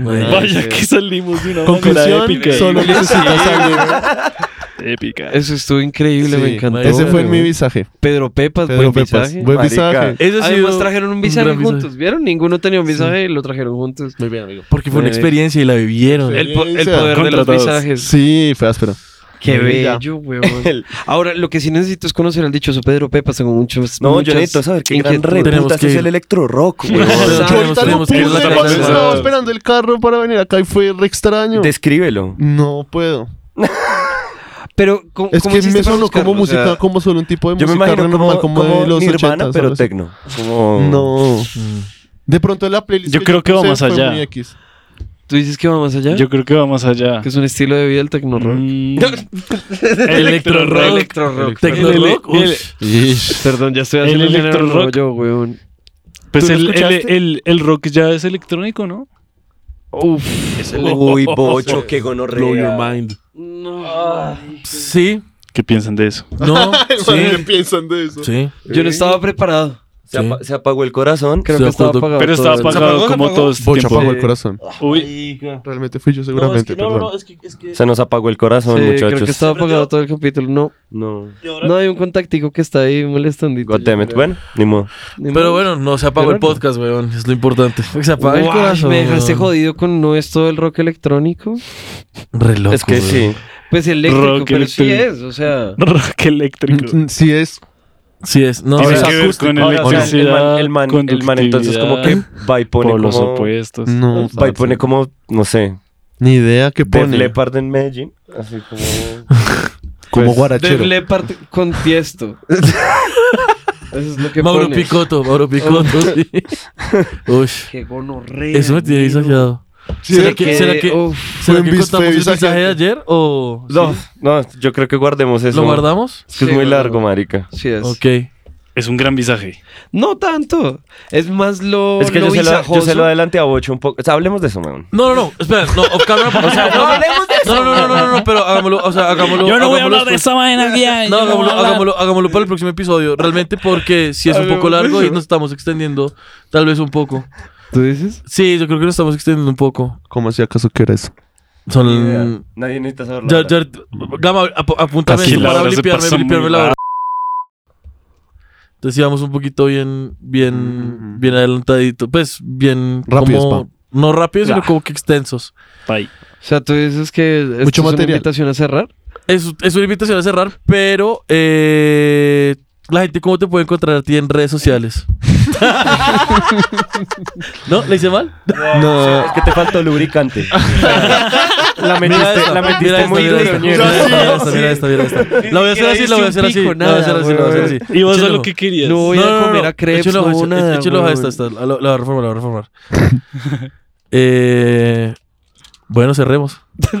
Speaker 3: Bueno.
Speaker 5: Vaya que salimos de una manera
Speaker 4: Conclusión:
Speaker 5: épica.
Speaker 4: solo necesitas salir.
Speaker 5: Épica.
Speaker 6: Eso estuvo increíble,
Speaker 4: Sí,
Speaker 6: me encantó.
Speaker 4: Ese fue
Speaker 6: güey.
Speaker 4: mi visaje.
Speaker 6: Pedro Pepas,
Speaker 4: Pedro
Speaker 6: buen
Speaker 4: Pepas.
Speaker 6: visaje.
Speaker 4: Buen
Speaker 7: Marica.
Speaker 4: visaje.
Speaker 3: Eso ha
Speaker 6: Además
Speaker 3: sido
Speaker 6: trajeron un
Speaker 3: gran
Speaker 6: visaje
Speaker 3: visaje.
Speaker 6: juntos, ¿vieron? Ninguno tenía un visaje y lo trajeron juntos. Muy bien, amigo.
Speaker 3: Porque fue una
Speaker 6: Eh,
Speaker 3: experiencia y la vivieron.
Speaker 6: El, po- el
Speaker 4: Experiencia.
Speaker 6: poder de los
Speaker 5: Contratados.
Speaker 6: visajes.
Speaker 4: Sí, fue áspero.
Speaker 6: Qué
Speaker 4: Muy bien.
Speaker 6: bello, weón. Ahora, lo que sí necesito es conocer al dichoso Pedro Pepas. Tengo muchos.
Speaker 7: No, yo
Speaker 6: muchas
Speaker 7: necesito saber qué gran
Speaker 6: inquietudes.
Speaker 3: Tenemos
Speaker 7: reputas
Speaker 3: que
Speaker 7: es
Speaker 3: ir.
Speaker 7: el electro rock,
Speaker 3: Tenemos-
Speaker 4: Yo ahorita no
Speaker 3: tenemos que
Speaker 4: pude,
Speaker 3: ir a la
Speaker 4: parce,
Speaker 3: cabeza.
Speaker 4: estaba esperando el carro para venir acá y fue re extraño.
Speaker 7: Descríbelo.
Speaker 4: No puedo.
Speaker 6: Pero, ¿cómo,
Speaker 4: Es
Speaker 6: cómo
Speaker 4: que
Speaker 6: hiciste
Speaker 4: me
Speaker 6: para
Speaker 4: sonó como
Speaker 6: buscarlo? O sea,
Speaker 4: música, como solo un tipo de
Speaker 7: Yo me
Speaker 4: música re
Speaker 7: imagino
Speaker 4: normal,
Speaker 7: como,
Speaker 4: como de los
Speaker 7: Nirvana,
Speaker 4: 80s,
Speaker 7: pero
Speaker 4: algo así.
Speaker 7: tecno. Como...
Speaker 4: No. De pronto en la playlist.
Speaker 5: Yo creo que va
Speaker 4: puse
Speaker 5: más
Speaker 4: fue
Speaker 5: allá.
Speaker 4: muy X.
Speaker 6: ¿Tú dices que va más allá?
Speaker 5: Yo creo que va más allá.
Speaker 6: que es un estilo de vida el tecno rock.
Speaker 5: Mm. <laughs> Electro rock.
Speaker 6: Electro rock.
Speaker 3: Tecno
Speaker 5: El-
Speaker 3: rock,
Speaker 5: el-
Speaker 3: ush.
Speaker 6: Perdón, ya estoy
Speaker 5: El
Speaker 6: haciendo
Speaker 5: electro
Speaker 6: género
Speaker 5: rock.
Speaker 6: rollo, weón.
Speaker 5: Pues
Speaker 4: ¿Tú lo
Speaker 5: el, el,
Speaker 4: escuchaste?
Speaker 5: el, el rock ya es electrónico, ¿no?
Speaker 7: Uy, bocho, qué gonorrea.
Speaker 9: Blow your mind.
Speaker 3: Sí,
Speaker 5: ¿Qué piensan de eso?
Speaker 4: <laughs>
Speaker 3: no,
Speaker 4: ¿Qué
Speaker 3: sí,
Speaker 4: piensan de eso?
Speaker 3: sí.
Speaker 6: Yo no estaba preparado.
Speaker 7: Se,
Speaker 3: Sí.
Speaker 7: apa- se apagó el corazón.
Speaker 6: Creo
Speaker 3: Estoy de
Speaker 6: que estaba
Speaker 3: acuerdo.
Speaker 6: apagado.
Speaker 5: Pero estaba
Speaker 6: todo el-
Speaker 5: apagado como todo este
Speaker 3: Bocho
Speaker 5: tiempo.
Speaker 4: Apagó el corazón.
Speaker 5: Uy,
Speaker 4: Realmente fui yo seguramente, perdón.
Speaker 9: es que, es que
Speaker 7: Se nos apagó el
Speaker 6: Sí,
Speaker 7: corazón, muchachos.
Speaker 6: creo que estaba apagado todo el capítulo. No,
Speaker 7: No.
Speaker 6: no hay un contactico que está ahí molestandito.
Speaker 7: God damn it. Bueno, ni modo.
Speaker 6: Ni
Speaker 3: Pero
Speaker 6: modo.
Speaker 3: bueno, no se apagó el podcast, weón. Es lo importante. Se apaga el
Speaker 6: Guay,
Speaker 3: corazón.
Speaker 6: Me dejaste
Speaker 3: weón.
Speaker 6: jodido con no es todo el rock electrónico.
Speaker 3: Re loco,
Speaker 7: es que
Speaker 3: weón.
Speaker 7: sí.
Speaker 6: Pues eléctrico,
Speaker 5: Rock
Speaker 6: pero sí
Speaker 5: electrónico.
Speaker 6: es, o sea.
Speaker 5: rock eléctrico.
Speaker 4: Mm, Sí es.
Speaker 3: Sí es. No,
Speaker 5: Tiene
Speaker 3: es
Speaker 5: que ver
Speaker 3: acústico.
Speaker 5: con
Speaker 7: Ahora, o sea, el man,
Speaker 5: electricidad,
Speaker 7: el man, el man entonces como que va y pone
Speaker 5: por los
Speaker 7: como...
Speaker 5: opuestos.
Speaker 4: No,
Speaker 7: Va y pone como, no sé,
Speaker 4: ni idea que
Speaker 7: Def
Speaker 4: pone.
Speaker 7: Leppard Pues, en Medellín. Así
Speaker 3: <laughs>
Speaker 7: como...
Speaker 4: Como
Speaker 6: Def
Speaker 4: guarachero.
Speaker 6: Leppard con Tiesto. Eso es lo que
Speaker 3: Mauro
Speaker 6: pone.
Speaker 3: Picoto, Mauro Picoto, sí. Uy,
Speaker 6: Qué gonorrea.
Speaker 3: eso me tiene
Speaker 6: amigo.
Speaker 3: visajeado. ¿Será que, será que,
Speaker 6: Uf,
Speaker 3: será
Speaker 4: fue
Speaker 3: que
Speaker 4: un vis-
Speaker 3: contamos
Speaker 4: fue
Speaker 3: el
Speaker 4: visajeante.
Speaker 3: visaje de ayer o...?
Speaker 7: No, no, yo creo que guardemos eso.
Speaker 3: ¿Lo guardamos?
Speaker 7: Es que es
Speaker 6: Sí,
Speaker 7: muy
Speaker 6: guardamos.
Speaker 7: largo, marica.
Speaker 6: sí es.
Speaker 3: Ok.
Speaker 5: Es un gran visaje.
Speaker 6: No tanto. Es más lo.
Speaker 7: Es que
Speaker 6: lo
Speaker 7: yo se, lo, yo se
Speaker 6: visajoso.
Speaker 7: lo adelanté a Bocho un poco. O sea, hablemos de eso, man.
Speaker 3: No, no, no, espera, no, off camera, porque- no, no, no, no, no, no, no, pero hagámoslo, o sea, hagámoslo. hagámoslo después.
Speaker 5: vaina bien.
Speaker 3: No, hagámoslo, hagámoslo, hagámoslo para el próximo episodio, realmente porque si es un poco largo y nos estamos extendiendo, tal vez un poco.
Speaker 6: ¿Tú dices?
Speaker 3: Sí, yo creo que nos estamos extendiendo un poco.
Speaker 4: ¿Cómo hacía acaso que era eso?
Speaker 3: Mm. Son...
Speaker 7: Nadie necesita saberlo.
Speaker 3: Ya,
Speaker 7: ahora.
Speaker 3: ya, Gama, ap- apúntame
Speaker 5: Casi
Speaker 3: eso
Speaker 5: la
Speaker 3: para
Speaker 5: hora se
Speaker 3: limpiarme,
Speaker 5: pasó
Speaker 3: limpiarme
Speaker 5: muy
Speaker 3: la hora.
Speaker 5: rápido.
Speaker 3: Entonces íbamos un poquito bien, bien, bien adelantadito. Pues bien
Speaker 4: Rápidos,
Speaker 3: como... No rápidos, sino como que extensos.
Speaker 5: Bye.
Speaker 6: O sea, tú dices que. esto
Speaker 4: Mucho
Speaker 6: es una
Speaker 4: material.
Speaker 6: invitación a cerrar.
Speaker 3: Es, es una invitación a cerrar, pero eh, la gente cómo te puede encontrar a ti en redes sociales. <laughs> ¿No? ¿Le hice mal?
Speaker 7: No. Es que te
Speaker 3: <laughs>
Speaker 7: faltó lubricante.
Speaker 3: Mira
Speaker 7: la metiste,
Speaker 3: esta,
Speaker 7: la metiste
Speaker 3: mira esta,
Speaker 7: muy
Speaker 3: mira esta,
Speaker 7: duro, ñero.
Speaker 3: mira esta, mira esta, mira esta, mira esta. La voy a hacer así, la voy a hacer así. La voy a hacer así, la voy a hacer así.
Speaker 5: Y vos a
Speaker 3: Échale
Speaker 5: lo
Speaker 3: ojo.
Speaker 5: que querías.
Speaker 6: No voy a comer a crepes,
Speaker 3: Échale ojo,
Speaker 6: no
Speaker 3: échale-
Speaker 6: nada,
Speaker 3: échale ojo a
Speaker 6: weón.
Speaker 3: esta, esta, la, la- la voy a reformar, la voy a reformar. <laughs> eh, bueno, cerremos. <laughs>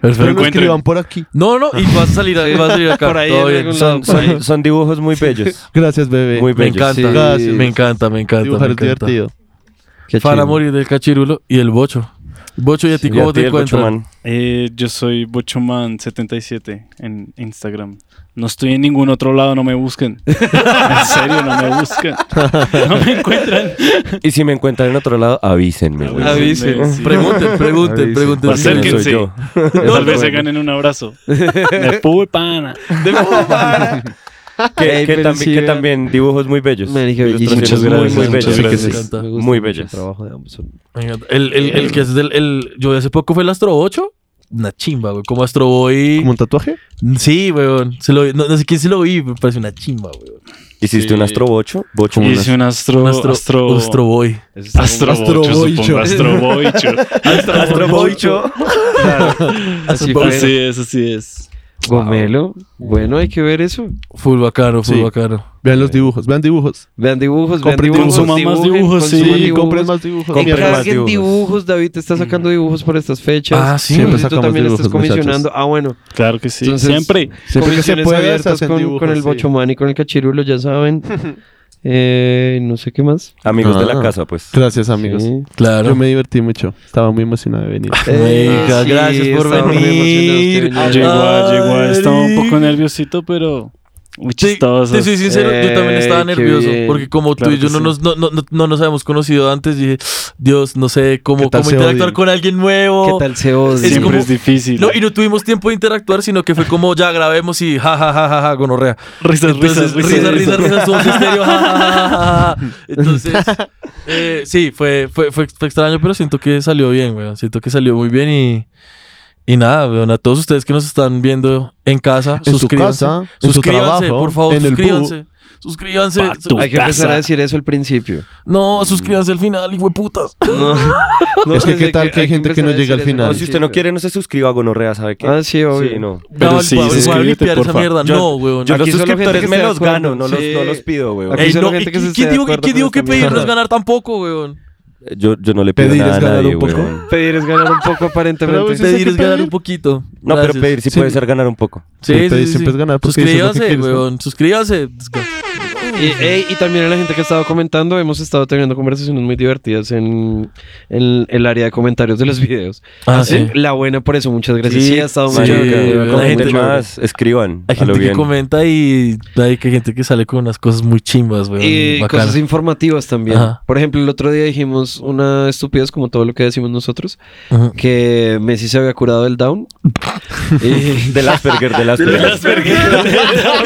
Speaker 3: Perfecto.
Speaker 4: Espero
Speaker 5: encuentren.
Speaker 4: lo escriban por aquí.
Speaker 3: No, no, y vas a salir, y vas a salir acá.
Speaker 6: <laughs> Por ahí,
Speaker 3: todo
Speaker 6: en
Speaker 3: bien.
Speaker 6: algún
Speaker 3: Son-
Speaker 6: lado.
Speaker 7: Son, son dibujos muy bellos.
Speaker 4: Gracias, bebé.
Speaker 7: Muy
Speaker 3: me
Speaker 7: bellos.
Speaker 3: encanta,
Speaker 6: sí.
Speaker 4: Gracias.
Speaker 3: me encanta, me encanta.
Speaker 4: Dibujar
Speaker 3: me
Speaker 4: es
Speaker 3: encanta.
Speaker 4: divertido.
Speaker 6: Qué
Speaker 3: Para
Speaker 6: chimba.
Speaker 3: morir del cachirulo y el bocho. Bocho, ¿y <laughs> a ti
Speaker 7: Y a
Speaker 3: cómo
Speaker 7: ti,
Speaker 3: te
Speaker 7: el
Speaker 3: encuentran?
Speaker 7: Bochoman.
Speaker 5: Eh, yo soy Bochoman77 en Instagram. No estoy en ningún otro lado, no me busquen. En serio, no me busquen. No me encuentran.
Speaker 7: Y si me encuentran en otro lado, avísenme. güey.
Speaker 6: Avísenme.
Speaker 5: Sí.
Speaker 3: Pregunten, pregunten,
Speaker 7: Pues
Speaker 3: pregunten.
Speaker 5: Avísenme.
Speaker 3: quién es.
Speaker 5: Acérquense.
Speaker 7: Soy yo.
Speaker 5: Tal vez se ganen un abrazo. De puro pana.
Speaker 3: <laughs>
Speaker 7: Que,
Speaker 6: Ey,
Speaker 7: que
Speaker 6: pero
Speaker 7: también,
Speaker 6: sí,
Speaker 7: que
Speaker 6: eh.
Speaker 7: también dibujos muy bellos.
Speaker 6: Me dije,
Speaker 7: Ilustraciones
Speaker 5: muchas
Speaker 7: muy,
Speaker 5: gracias,
Speaker 7: muy
Speaker 5: muchas
Speaker 7: bellos.
Speaker 5: gracias.
Speaker 7: Sí,
Speaker 3: Me
Speaker 7: gusta Muy mucho bellas. el
Speaker 6: trabajo de ambos.
Speaker 3: Me encanta. El, el, el que es del. El, yo hace poco fue el Astro 8. Una chimba, güey. Como Astro Boy.
Speaker 4: ¿Como un tatuaje?
Speaker 3: Sí, weón. Se lo, no, no sé quién se lo vi, me parece una chimba, weón.
Speaker 7: ¿Hiciste un astro bocho? Bocho
Speaker 5: Y
Speaker 7: un
Speaker 5: hice un astro.
Speaker 3: Un
Speaker 5: Astro. Astro.
Speaker 3: Astro Boy.
Speaker 5: Astro.
Speaker 4: Astro
Speaker 5: Bocho,
Speaker 4: Boicho.
Speaker 5: supongo, Astro Boicho.
Speaker 7: astro bocho.
Speaker 6: Así
Speaker 3: Pues
Speaker 6: fue.
Speaker 5: Así es, así es.
Speaker 6: Gomelo. Bueno, hay que ver eso.
Speaker 3: Full bacano, full
Speaker 4: Sí.
Speaker 3: bacano.
Speaker 4: Vean los dibujos. Vean dibujos.
Speaker 6: Vean dibujos, vean
Speaker 4: Compren
Speaker 6: dibujos.
Speaker 5: dibujos. Consuman más
Speaker 6: dibujen,
Speaker 5: dibujos, sí,
Speaker 6: consuman
Speaker 4: Sí,
Speaker 6: dibujos.
Speaker 4: compren más dibujos.
Speaker 7: Compren
Speaker 4: Compren
Speaker 7: más
Speaker 4: más.
Speaker 6: Encarguen
Speaker 7: dibujos.
Speaker 6: dibujos, David te está sacando dibujos por estas fechas.
Speaker 3: Ah, sí.
Speaker 4: Siempre
Speaker 6: Entonces, tú
Speaker 4: sacamos
Speaker 6: también
Speaker 4: dibujos,
Speaker 6: estás comisionando. Ah, bueno.
Speaker 5: Claro que sí.
Speaker 6: Entonces-
Speaker 5: Siempre.
Speaker 4: Siempre que se
Speaker 6: Comisiones
Speaker 4: pueda, se
Speaker 6: abiertas
Speaker 4: hacen
Speaker 6: con,
Speaker 4: dibujos,
Speaker 6: con el
Speaker 4: sí.
Speaker 6: Bochomán y con el Cachirulo, ya saben. <laughs> Eh, no sé qué más.
Speaker 7: Amigos de
Speaker 4: Ah.
Speaker 7: la casa, pues.
Speaker 4: Gracias, amigos.
Speaker 6: Sí.
Speaker 3: Claro.
Speaker 4: Yo me divertí mucho. Estaba muy emocionado de venir.
Speaker 3: Venga,
Speaker 6: sí,
Speaker 3: gracias por
Speaker 6: estaba muy
Speaker 3: venir.
Speaker 6: emocionado que
Speaker 5: Llegó,
Speaker 3: Ay,
Speaker 5: llegó. Estaba un poco
Speaker 3: Eric.
Speaker 5: nerviosito, pero muy
Speaker 3: Sí,
Speaker 5: chistoso.
Speaker 3: te soy sincero, yo también
Speaker 6: Ey,
Speaker 3: estaba
Speaker 6: qué
Speaker 3: nervioso
Speaker 6: bien.
Speaker 3: porque como
Speaker 5: Claro
Speaker 3: tú y yo
Speaker 5: que
Speaker 3: no,
Speaker 5: sí.
Speaker 3: nos, no, no, no, no nos habíamos conocido antes, dije, Dios, no sé
Speaker 4: ¿Qué
Speaker 3: cómo,
Speaker 4: tal
Speaker 3: cómo
Speaker 4: se
Speaker 3: interactuar
Speaker 4: odian?
Speaker 3: con alguien nuevo.
Speaker 6: ¿Qué tal se odia?
Speaker 5: Siempre
Speaker 3: como-
Speaker 5: es difícil.
Speaker 3: No, y no tuvimos tiempo de interactuar, sino que fue como ya grabemos y ja, ja, ja, ja, ja, gonorrea.
Speaker 5: Risas,
Speaker 3: Entonces,
Speaker 5: risas, risas,
Speaker 3: risa, risa, risa, Ah, somos <laughs> estéreo, ja, ja, ja, ja, ja. ah, Entonces, eh, sí, fue, fue, fue, fue extraño, pero siento que salió bien, weón. Siento que salió muy bien y, y nada, weón. A todos ustedes que nos están viendo en casa,
Speaker 4: En su
Speaker 3: suscríbanse.
Speaker 4: casa, en su
Speaker 3: suscríbanse,
Speaker 4: trabajo,
Speaker 3: por favor,
Speaker 4: en el
Speaker 3: suscríbanse. Suscríbanse.
Speaker 5: Pa' tu
Speaker 6: Hay que empezar
Speaker 5: casa.
Speaker 6: a decir eso al <laughs> principio.
Speaker 3: No, suscríbanse al final, hijo de putas.
Speaker 6: No, no,
Speaker 4: Es que
Speaker 6: desde
Speaker 4: qué tal que hay gente que
Speaker 6: empezar
Speaker 4: no
Speaker 6: a
Speaker 4: llega al
Speaker 6: decir eso
Speaker 4: final.
Speaker 7: No, si usted no quiere, no se suscriba a Gonorrea, ¿sabe qué?
Speaker 6: Ah, sí, obvio.
Speaker 7: Sí, no.
Speaker 5: Pero
Speaker 3: No,
Speaker 5: sí,
Speaker 3: voy a- voy a
Speaker 5: suscríbete,
Speaker 3: limpiar esa
Speaker 5: porfa.
Speaker 3: mierda.
Speaker 7: Yo-
Speaker 3: no, weón.
Speaker 7: Yo
Speaker 6: Aquí
Speaker 7: los
Speaker 6: solo gente que
Speaker 7: suscriptores me
Speaker 6: esté de
Speaker 7: los
Speaker 6: acuerdo.
Speaker 7: gano, no los,
Speaker 6: Sí.
Speaker 7: no los pido, weón.
Speaker 6: Aquí
Speaker 3: Ey,
Speaker 6: solo
Speaker 3: no,
Speaker 6: gente
Speaker 3: ¿y
Speaker 6: que se
Speaker 3: ¿Quién
Speaker 6: esté de
Speaker 3: dijo,
Speaker 6: acuerdo
Speaker 3: ¿quién
Speaker 6: con
Speaker 3: dijo
Speaker 6: esta
Speaker 3: que pedir no es
Speaker 6: mierda?
Speaker 3: ganar tampoco, weón?
Speaker 7: Yo, yo no le pido
Speaker 4: Pedir
Speaker 7: nada
Speaker 4: es
Speaker 7: a
Speaker 4: ganar
Speaker 7: nadie,
Speaker 4: un poco.
Speaker 7: weón.
Speaker 6: Pedir es ganar un poco,
Speaker 4: Pero,
Speaker 6: aparentemente.
Speaker 4: pues, ¿Usted
Speaker 3: Pedir
Speaker 4: qué
Speaker 3: es ganar
Speaker 4: pedir?
Speaker 3: un poquito.
Speaker 7: No, pero
Speaker 3: Gracias.
Speaker 7: pedir sí,
Speaker 4: Sí.
Speaker 7: puede ser ganar un poco.
Speaker 3: Sí,
Speaker 4: Pero
Speaker 3: sí,
Speaker 4: pedir
Speaker 3: sí.
Speaker 4: siempre es ganar, porque eso es lo que
Speaker 3: Suscríbanse,
Speaker 4: quieres, ¿no?
Speaker 3: weón. Suscríbanse.
Speaker 6: Y, ey, y también a la gente que ha estado comentando, hemos estado teniendo conversaciones muy divertidas en, en el área de comentarios de los videos.
Speaker 3: Ah,
Speaker 6: Así, La buena por eso, muchas gracias. Sí, ha estado
Speaker 3: sí,
Speaker 6: muy
Speaker 7: Marica,
Speaker 6: chévere.
Speaker 3: weón, la
Speaker 7: comenten
Speaker 3: gente-
Speaker 7: más, escriban.
Speaker 3: Hay
Speaker 7: a lo
Speaker 3: gente que
Speaker 7: bien.
Speaker 3: comenta y hay que gente que sale con unas cosas muy chimbas, weón.
Speaker 6: Y
Speaker 3: bacanas.
Speaker 6: cosas informativas también.
Speaker 3: Ajá.
Speaker 6: Por ejemplo, el otro día dijimos una estupidez como todo lo que decimos nosotros,
Speaker 3: Ajá.
Speaker 6: que Messi se había curado
Speaker 3: <laughs>
Speaker 6: del down. y,
Speaker 7: Del Asperger, del Asperger.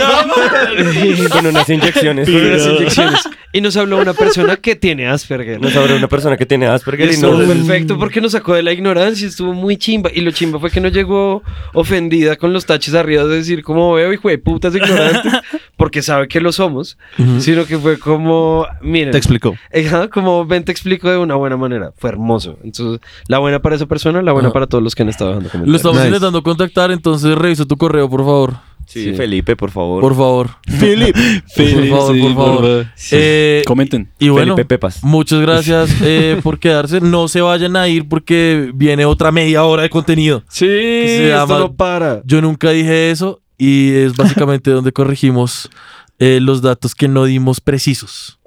Speaker 7: Con unas inyecciones.
Speaker 6: con unas inyecciones. Y nos habló una persona que tiene Asperger.
Speaker 7: No sabrá una persona que tiene Asperger y
Speaker 6: Estuvo
Speaker 7: no.
Speaker 6: perfecto porque nos sacó de la ignorancia, estuvo muy chimba. Y lo chimba fue que no llegó ofendida con los taches arriba de decir, como veo, hijo de putas ignorantes, porque sabe que lo somos, sino que fue como, miren,
Speaker 4: Te explicó.
Speaker 6: <laughs> Ajá, como ven, te explico de una buena manera. Fue hermoso. Entonces, la buena para esa persona, la buena
Speaker 3: Ajá.
Speaker 6: para todos los que han estado dejando
Speaker 3: Lo
Speaker 6: comentarios.
Speaker 3: estamos
Speaker 4: Nice.
Speaker 3: intentando contactar, entonces revisa tu correo, por favor.
Speaker 7: Sí, Felipe, por favor.
Speaker 3: Por favor.
Speaker 5: <laughs> Philip.
Speaker 3: Por favor, por favor. Eh,
Speaker 5: Comenten.
Speaker 3: y bueno,
Speaker 7: Felipe Pepas.
Speaker 3: muchas gracias eh, por quedarse. No se vayan a ir porque viene otra media hora de contenido.
Speaker 6: Sí,
Speaker 3: se
Speaker 6: esto
Speaker 3: llama-
Speaker 6: no para.
Speaker 3: Yo nunca dije eso y es básicamente donde corregimos eh, los datos que no dimos precisos.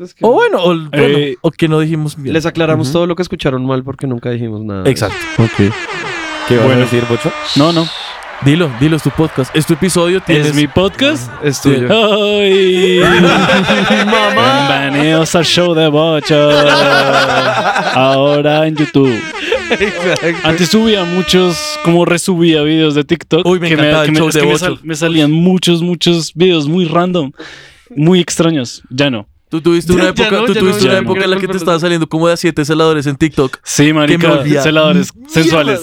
Speaker 6: Es que
Speaker 3: O bueno, o, bueno,
Speaker 5: Eh,
Speaker 3: o que no dijimos bien.
Speaker 6: les aclaramos todo lo que escucharon mal porque nunca dijimos nada.
Speaker 3: Exacto.
Speaker 4: Ok.
Speaker 7: ¿Qué vas
Speaker 5: Bueno.
Speaker 7: a decir, Bocho?
Speaker 5: No, no.
Speaker 3: Dilo, dilo, es tu podcast. Es tu episodio. Tienes,
Speaker 5: ¿Es mi podcast?
Speaker 6: Es tuyo.
Speaker 3: <laughs>
Speaker 5: ¡Ay! Bienvenidos al show de Bocho. Ahora en YouTube. Antes subía muchos, como resubía videos de TikTok.
Speaker 3: Uy, me encantaba el show
Speaker 5: es
Speaker 3: de
Speaker 5: me,
Speaker 3: Bocho.
Speaker 5: me salían muchos, muchos videos muy random, muy extraños. Ya no.
Speaker 3: Tú tuviste una
Speaker 9: Ya, ya
Speaker 3: época,
Speaker 9: no,
Speaker 3: tú
Speaker 9: ya
Speaker 3: tuviste
Speaker 5: no,
Speaker 3: una
Speaker 5: ya no.
Speaker 3: época en la que te estaban saliendo como de a siete celadores en TikTok.
Speaker 5: Sí,
Speaker 3: Que me
Speaker 5: marica,
Speaker 3: olvidaba.
Speaker 5: celadores sensuales.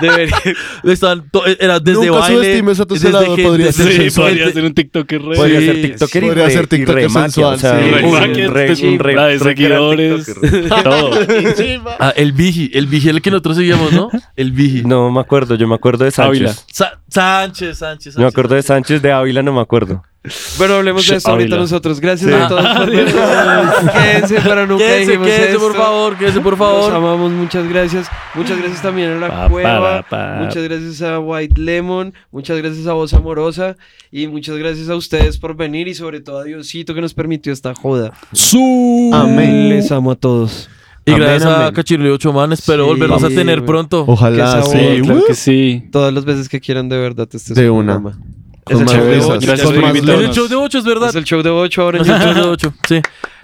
Speaker 3: Debería. <laughs> Estaban to- era desde
Speaker 4: Nunca
Speaker 3: baile.
Speaker 4: subestimes a tu
Speaker 3: desde
Speaker 4: celador,
Speaker 3: gen-
Speaker 4: podría
Speaker 3: desde
Speaker 4: ser
Speaker 5: Sí,
Speaker 3: sensual.
Speaker 5: podría ser un TikToker re.
Speaker 7: Podría
Speaker 3: Sí,
Speaker 7: ser TikToker y
Speaker 4: podría
Speaker 7: re-
Speaker 4: ser
Speaker 7: y
Speaker 4: TikToker
Speaker 7: re maquia,
Speaker 4: sensual,
Speaker 7: o sea,
Speaker 4: sí.
Speaker 7: un
Speaker 5: Re maquia,
Speaker 7: re- un re-
Speaker 5: la de
Speaker 7: re- que era
Speaker 5: seguidores,
Speaker 7: TikToker.
Speaker 5: <laughs> todo.
Speaker 3: Ah, el Vigi. El Vigi, el que nosotros seguíamos,
Speaker 4: <laughs>
Speaker 3: ¿no? El Vigi.
Speaker 7: No me acuerdo, yo me acuerdo de
Speaker 5: Ávila.
Speaker 7: Sánchez.
Speaker 3: Sa- Sánchez, Sánchez, Sánchez.
Speaker 7: Me acuerdo de Sánchez de Ávila, no me acuerdo.
Speaker 6: Pero hablemos de esto ahorita
Speaker 5: Ávila.
Speaker 6: nosotros. Gracias
Speaker 3: <laughs>
Speaker 6: a todos por vernos. Quédense para nunca
Speaker 3: Quédense,
Speaker 6: dijimos
Speaker 3: quédense,
Speaker 6: esto.
Speaker 3: por favor, quédense, por
Speaker 6: Los
Speaker 3: favor.
Speaker 6: amamos, muchas gracias. Muchas gracias también a La
Speaker 5: Pa,
Speaker 6: Cueva.
Speaker 5: para, pa.
Speaker 6: Muchas gracias a White Lemon. Muchas gracias a Voz Amorosa. Y muchas gracias a ustedes por venir y sobre todo a Diosito que nos permitió esta joda.
Speaker 4: Amén.
Speaker 6: Les amo a todos.
Speaker 3: Y
Speaker 4: Amén,
Speaker 3: gracias a
Speaker 4: amén.
Speaker 3: Cachirlo y Ocho Man, espero
Speaker 6: Sí,
Speaker 3: volverlos a tener
Speaker 6: güey.
Speaker 3: pronto.
Speaker 4: Ojalá,
Speaker 6: Qué
Speaker 4: sí. uh,
Speaker 6: sabor,
Speaker 7: Ah,
Speaker 5: Claro que sí.
Speaker 6: Todas las veces que quieran de verdad este es
Speaker 4: De
Speaker 6: un
Speaker 4: una.
Speaker 6: programa.
Speaker 4: Con
Speaker 6: Es el
Speaker 4: más
Speaker 6: show de
Speaker 4: risas.
Speaker 6: ocho,
Speaker 5: Gracias
Speaker 6: ya
Speaker 5: por
Speaker 6: soy-
Speaker 4: más
Speaker 3: Es el
Speaker 5: invitarnos.
Speaker 3: show de ocho, es
Speaker 6: Es
Speaker 3: verdad.
Speaker 6: el show de 8 ahora en Eh,
Speaker 3: Es <laughs> el show de ocho, sí.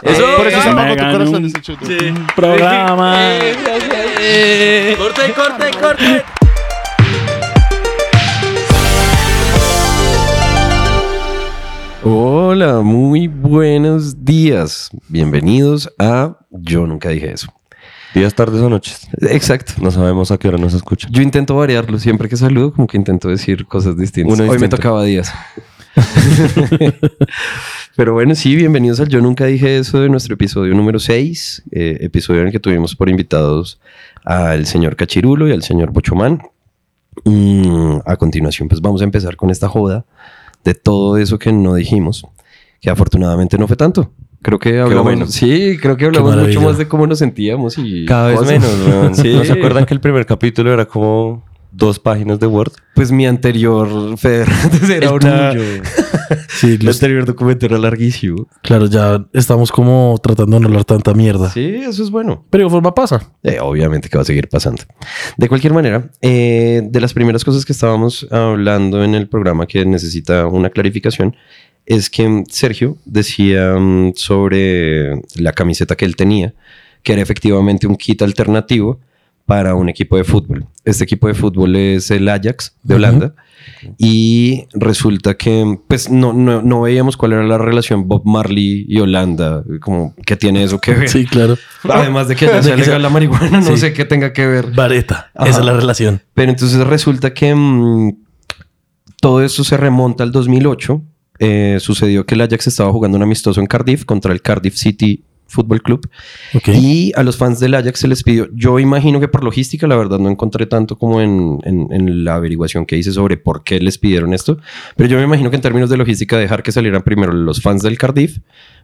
Speaker 3: Eso,
Speaker 4: Por eso se
Speaker 5: me
Speaker 4: llama tu
Speaker 5: ganó
Speaker 4: corazón
Speaker 5: un-
Speaker 4: ese chute.
Speaker 5: Un programa.
Speaker 3: Eh, corte, corte, corte.
Speaker 6: Hola, muy buenos días. Bienvenidos a Yo Nunca Dije Eso.
Speaker 7: Días, tardes o noches.
Speaker 6: Exacto.
Speaker 7: No sabemos a qué hora nos escucha.
Speaker 6: Yo intento variarlo. Siempre que saludo, como que intento decir cosas distintas.
Speaker 7: Uno
Speaker 6: Hoy me
Speaker 7: distinto.
Speaker 6: tocaba días. Pero bueno, sí, bienvenidos al Yo Nunca Dije Eso de nuestro episodio número 6, episodio en el que tuvimos por invitados al señor Cachirulo y al señor Bochomán. Mm, a continuación, pues vamos a empezar con esta joda de todo eso que no dijimos, que afortunadamente no fue tanto. Creo que hablamos,
Speaker 7: bueno.
Speaker 6: sí, creo que hablamos mucho
Speaker 3: maravilla.
Speaker 6: más de cómo nos sentíamos y
Speaker 7: Cada vez
Speaker 6: cosas.
Speaker 7: menos, weón.
Speaker 6: Sí.
Speaker 7: ¿No se acuerdan que el primer capítulo era como dos páginas de Word?
Speaker 6: Pues mi anterior, Feder, <laughs> antes era una...
Speaker 3: Sí,
Speaker 6: El anterior documento era larguísimo.
Speaker 3: claro, ya estamos como tratando de no hablar tanta mierda.
Speaker 6: Sí, eso es bueno.
Speaker 3: Pero de forma pasa.
Speaker 6: Eh, obviamente que va a seguir pasando. De cualquier manera, eh, de las primeras cosas que estábamos hablando en el programa que necesita una clarificación es que mm, Sergio decía mm, sobre la camiseta que él tenía, que era efectivamente un kit alternativo para un equipo de fútbol. Este equipo de fútbol es el Ajax de
Speaker 3: Ujú.
Speaker 6: Holanda y resulta que pues no, no, no veíamos cuál era la relación Bob Marley y Holanda, como que tiene eso que ver.
Speaker 3: Sí, claro.
Speaker 6: Además Ah. <laughs> de que ya sea legal la marihuana, no
Speaker 3: Sí.
Speaker 6: sé qué tenga que ver.
Speaker 3: Vareta.
Speaker 6: Ajá.
Speaker 3: Esa es la relación.
Speaker 6: Pero entonces resulta que mm, todo esto se remonta al 2008. Eh, sucedió que el Ajax estaba jugando un amistoso en Cardiff contra el Cardiff City Football Club.
Speaker 3: Ok.
Speaker 6: Y a los fans del Ajax se les pidió, yo imagino que por logística, la verdad no encontré tanto como en, en- en la averiguación que hice sobre por qué les pidieron esto, pero yo me imagino que en términos de logística dejar que salieran primero los fans del Cardiff,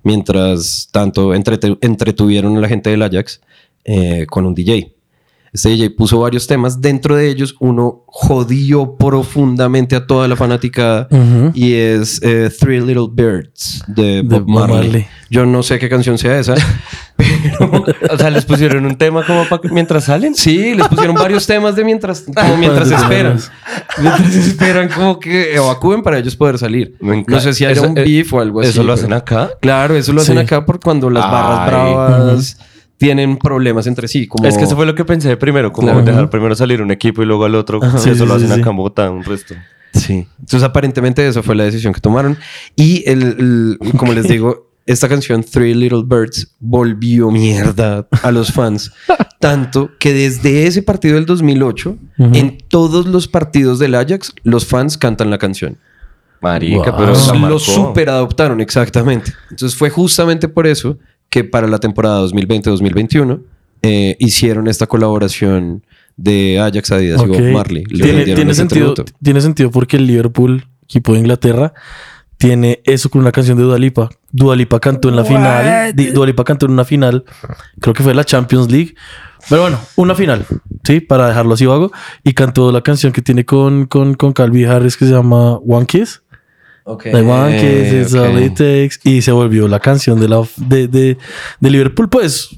Speaker 6: mientras tanto entrete- entretuvieron a la gente del Ajax eh, con un DJ. Este DJ puso varios temas, dentro de ellos uno jodió profundamente a toda la fanática
Speaker 3: Ujú.
Speaker 6: y es eh, Three Little Birds de Bob,
Speaker 3: Bob Marley.
Speaker 6: Marley. Yo no sé qué canción sea
Speaker 3: <laughs>
Speaker 6: esa, pero
Speaker 7: O sea, les pusieron un tema como pa- mientras salen. Ah, pues,
Speaker 6: sí, les pusieron varios temas de mientras, como mientras
Speaker 3: Padre,
Speaker 6: esperan.
Speaker 3: Dios.
Speaker 6: Mientras esperan como que evacúen para ellos poder salir.
Speaker 7: Me encanta.
Speaker 6: No sé si era
Speaker 7: Eso-
Speaker 6: un
Speaker 7: eh,
Speaker 6: beef o algo así.
Speaker 7: ¿Eso lo hacen
Speaker 6: pero-
Speaker 7: acá?
Speaker 6: Claro, eso lo hacen
Speaker 3: Sí.
Speaker 6: acá por cuando las barras
Speaker 7: Ay.
Speaker 6: bravas tienen problemas entre sí. Como...
Speaker 7: Es que eso fue lo que pensé primero, como
Speaker 6: Claro.
Speaker 7: dejar primero salir un equipo y luego al otro.
Speaker 3: Sí,
Speaker 7: Sí, eso
Speaker 3: sí,
Speaker 7: lo
Speaker 3: sí,
Speaker 7: hacen
Speaker 3: sí.
Speaker 7: acá en Bogotá, un resto.
Speaker 6: Sí. Entonces, aparentemente, esa fue la decisión que tomaron. Y el, el- como
Speaker 3: <laughs>
Speaker 6: les digo, esta canción, Three Little Birds, volvió mierda a los fans. tanto que desde ese partido del 2008,
Speaker 3: Ujú.
Speaker 6: en todos los partidos del Ajax, los fans cantan la canción.
Speaker 7: Marica,
Speaker 3: Wow.
Speaker 7: pero
Speaker 3: Los-
Speaker 7: la
Speaker 6: Los,
Speaker 7: marcó.
Speaker 6: los super adoptaron, exactamente. Entonces, fue justamente por eso que para la temporada 2020-2021 eh, hicieron esta colaboración de Ajax, Adidas
Speaker 3: Ok.
Speaker 6: y Bob Marley. Le
Speaker 3: Tiene,
Speaker 6: rindieron
Speaker 3: tiene
Speaker 6: ese
Speaker 3: sentido,
Speaker 6: tributo.
Speaker 3: tiene sentido porque el Liverpool, equipo de Inglaterra, tiene eso con una canción de Dualipa. Dualipa cantó en la final. Dualipa cantó en una final. Creo que fue la Champions League. Pero bueno, una final, ¿sí? Para dejarlo así vago. Y cantó la canción que tiene con, con, con Calvi Harris que se llama One Kiss. The One Kiss is
Speaker 6: Eh, ok.
Speaker 3: all it takes. Y se volvió la canción de, la, de, de, de Liverpool. Pues,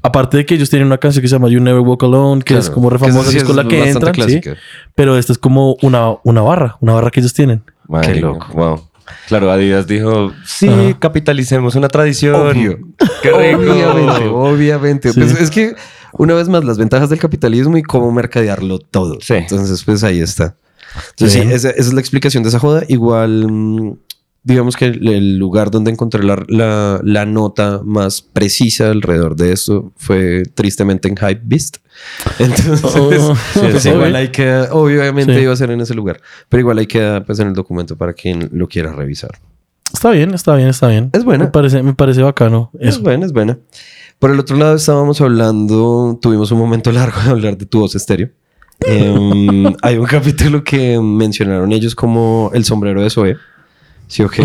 Speaker 3: Aparte de que ellos tienen una canción que se llama You Never Walk Alone, que es
Speaker 6: Claro.
Speaker 3: como re
Speaker 6: Que esa
Speaker 3: famosa,
Speaker 6: sí
Speaker 3: que es con la que
Speaker 6: bastante
Speaker 3: entran, ¿sí?
Speaker 6: clásica.
Speaker 3: Pero esta es como una, una barra, una barra que ellos tienen.
Speaker 7: Marica,
Speaker 6: Qué loco.
Speaker 7: Wow. Claro, Adidas dijo, sí,
Speaker 3: Ajá.
Speaker 7: capitalicemos una tradición.
Speaker 6: Obvio.
Speaker 7: <laughs> Qué rico.
Speaker 6: Obviamente, obviamente. Pues es que, una vez más, las ventajas del capitalismo y cómo mercadearlo todo.
Speaker 7: Sí.
Speaker 6: Entonces, pues ahí está. Entonces, sí,
Speaker 3: Bien.
Speaker 6: esa, esa es la explicación de esa joda. Igual, mm, digamos que el, el lugar donde encontré la, la- la nota más precisa alrededor de esto fue tristemente en Hype Beast. <laughs> Entonces,
Speaker 3: Oh,
Speaker 6: pues,
Speaker 3: sí,
Speaker 6: igual
Speaker 3: ok.
Speaker 6: ahí queda, obviamente
Speaker 3: Sí.
Speaker 6: iba a ser en ese lugar, pero igual ahí queda pues, en el documento para quien lo quiera revisar.
Speaker 3: Está bien, está bien, está bien.
Speaker 6: Es buena.
Speaker 3: Me parece, me parece bacano
Speaker 6: Es
Speaker 3: eso.
Speaker 6: buena, es buena. Por el otro lado, estábamos hablando, tuvimos un momento <laughs> largo de hablar de tu voz estéreo. Em, hay un capítulo que mencionaron ellos como el sombrero de Zoe. Sí, ok.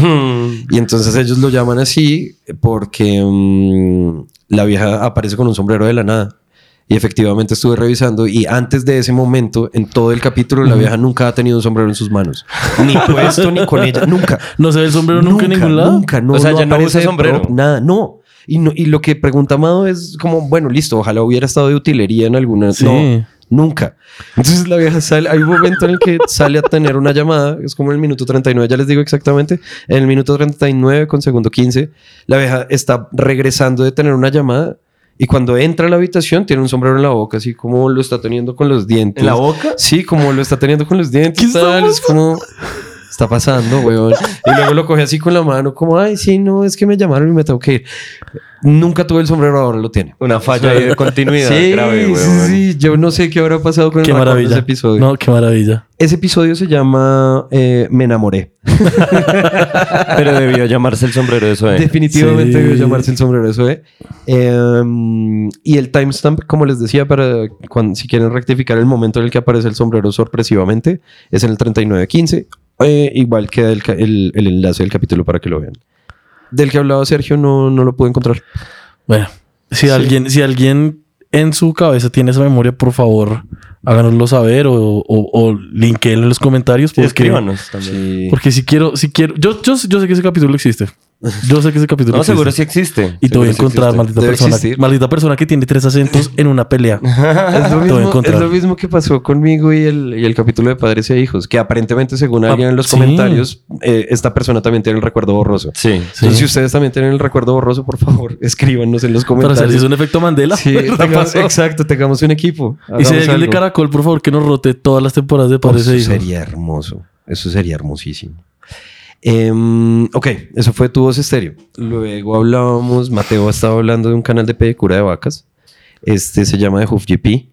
Speaker 6: Y entonces ellos lo llaman así porque mm, la vieja aparece con un sombrero de la nada. Y efectivamente estuve revisando y antes de ese momento, en todo el capítulo, la vieja nunca ha tenido un sombrero en sus manos. Ni puesto, ni con ella, nunca.
Speaker 3: No se ve el sombrero nunca, en ningún lado.
Speaker 6: Nunca, no.
Speaker 7: O sea, ya no
Speaker 6: aparece
Speaker 7: usa
Speaker 6: de
Speaker 7: sombrero.
Speaker 6: prop, nada, no. Y, no. y lo que pregunta Amado es como, bueno, listo, ojalá hubiera estado de utilería en alguna.
Speaker 3: Sí.
Speaker 6: No, nunca. Entonces la vieja sale, hay un momento en el que sale a tener una llamada, es como en el minuto 39, ya les digo exactamente, en el minuto 39 con segundo 15, la vieja está regresando de tener una llamada. Y cuando entra a la habitación tiene un sombrero en la boca, así como lo está teniendo con los dientes.
Speaker 7: ¿En la boca?
Speaker 6: Sí, como lo está teniendo con los dientes. tal, es como está pasando, weón. Y luego lo coge así con la mano, como, ay, sí, no, es que me llamaron y me tengo que ir. Nunca tuve el sombrero, ahora lo tiene.
Speaker 7: Una falla ahí de continuidad
Speaker 6: sí,
Speaker 7: grave,
Speaker 6: sí,
Speaker 7: weón.
Speaker 6: sí, yo no sé qué habrá pasado con el
Speaker 3: Qué
Speaker 6: racón de ese
Speaker 3: maravilla.
Speaker 6: episodio.
Speaker 3: No, qué maravilla.
Speaker 6: Ese episodio se llama eh, Me enamoré.
Speaker 7: Pero debió llamarse el sombrero de Zoe.
Speaker 6: Definitivamente
Speaker 3: Sí.
Speaker 6: debió llamarse el sombrero, eso eh. Em, y el timestamp, como les decía, para cuando, si quieren rectificar el momento en el que aparece el sombrero sorpresivamente, es en el 3915. Eh, igual queda el, ca- el- el enlace del capítulo para que lo vean. Del que hablaba Sergio no, no lo pude encontrar.
Speaker 3: Bueno, si alguien, si alguien en su cabeza tiene esa memoria, por favor, háganoslo saber o, o, o linkeenlo en los comentarios.
Speaker 7: Sí,
Speaker 3: porque-
Speaker 7: escríbanos
Speaker 3: <laughs>
Speaker 7: también.
Speaker 3: Porque si quiero, si quiero, yo, yo, yo sé que ese capítulo existe. Yo sé que ese capítulo
Speaker 7: No,
Speaker 3: existe.
Speaker 7: seguro sí existe.
Speaker 3: Y te voy a
Speaker 7: Seguro sí
Speaker 3: encontrar,
Speaker 7: existe.
Speaker 3: maldita
Speaker 6: Debe
Speaker 3: persona.
Speaker 6: existir.
Speaker 3: Maldita persona que tiene tres acentos en una pelea.
Speaker 6: Es
Speaker 3: Te voy a
Speaker 6: lo, mismo,
Speaker 3: encontrar.
Speaker 6: es lo mismo que pasó conmigo y el, y el capítulo de Padres e Hijos, que aparentemente, según
Speaker 3: Ah,
Speaker 6: alguien en los
Speaker 3: sí.
Speaker 6: comentarios, eh, esta persona también tiene el recuerdo borroso.
Speaker 7: Sí.
Speaker 3: Sí.
Speaker 6: Entonces, si ustedes también tienen el recuerdo borroso, por favor, <laughs> escríbanos en los
Speaker 3: Para
Speaker 6: comentarios.
Speaker 3: hacer si es un efecto Mandela. <laughs>
Speaker 6: Sí,
Speaker 3: ¿verdad?
Speaker 6: tengamos-
Speaker 3: Pasó.
Speaker 6: exacto, tengamos un equipo.
Speaker 3: y si hay
Speaker 6: Hagamos
Speaker 3: alguien de
Speaker 6: algo.
Speaker 3: Caracol, por favor, que nos rote todas las temporadas de
Speaker 6: Por
Speaker 3: Padres e
Speaker 6: Eso
Speaker 3: Hijos.
Speaker 6: sería hermoso. Eso sería hermosísimo. Em, ok, eso fue tu voz estéreo. Luego hablábamos, Mateo estaba hablando de un canal de pedicura de vacas. Este se llama The Hoof GP.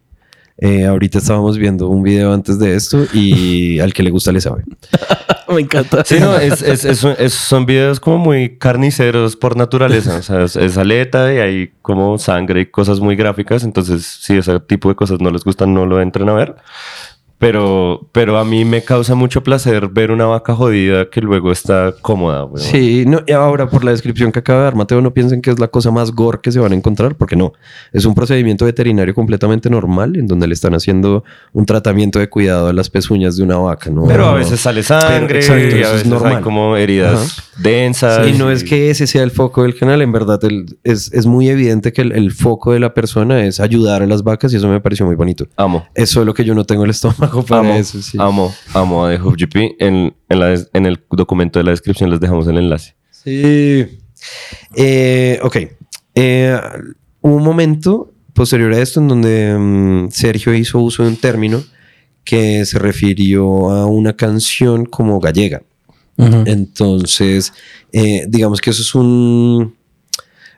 Speaker 6: Eh, ahorita estábamos viendo un video antes de esto y al que le gusta le sabe.
Speaker 3: <laughs> Me encanta.
Speaker 7: Sí, no, es, es- es un- es- son videos como muy carniceros por naturaleza. O sea, es, es aleta y hay como sangre y cosas muy gráficas. Entonces, si ese tipo de cosas no les gustan, no lo entren a ver. Pero, pero a mí me causa mucho placer ver una vaca jodida que luego está cómoda. weón.
Speaker 6: Sí, no, y ahora por la descripción que acaba de dar Mateo, no piensen que es la cosa más gore que se van a encontrar, porque no. Es un procedimiento veterinario completamente normal en donde le están haciendo un tratamiento de cuidado a las pezuñas de una vaca, ¿no?
Speaker 7: Pero a
Speaker 6: No.
Speaker 7: veces sale sangre
Speaker 6: Pero, exacto,
Speaker 7: y
Speaker 6: eso es
Speaker 7: a veces hay
Speaker 6: normal.
Speaker 7: como heridas densas.
Speaker 6: Sí, no es que ese sea el foco del canal, en verdad el- es, es muy evidente que el, el foco de la persona es ayudar a las vacas y eso me pareció muy bonito.
Speaker 7: Amo.
Speaker 6: Es solo que yo no tengo el estómago para
Speaker 7: Amo,
Speaker 6: eso. Sí.
Speaker 7: amo, amo a The Hoof GP. En, en la des- en el documento de la descripción les dejamos el enlace.
Speaker 6: Sí. Eh, ok. Eh, hubo un momento posterior a esto en donde mm, Sergio hizo uso de un término que se refirió a una canción como gallega.
Speaker 3: Ujú.
Speaker 6: Entonces, eh, digamos que eso es un,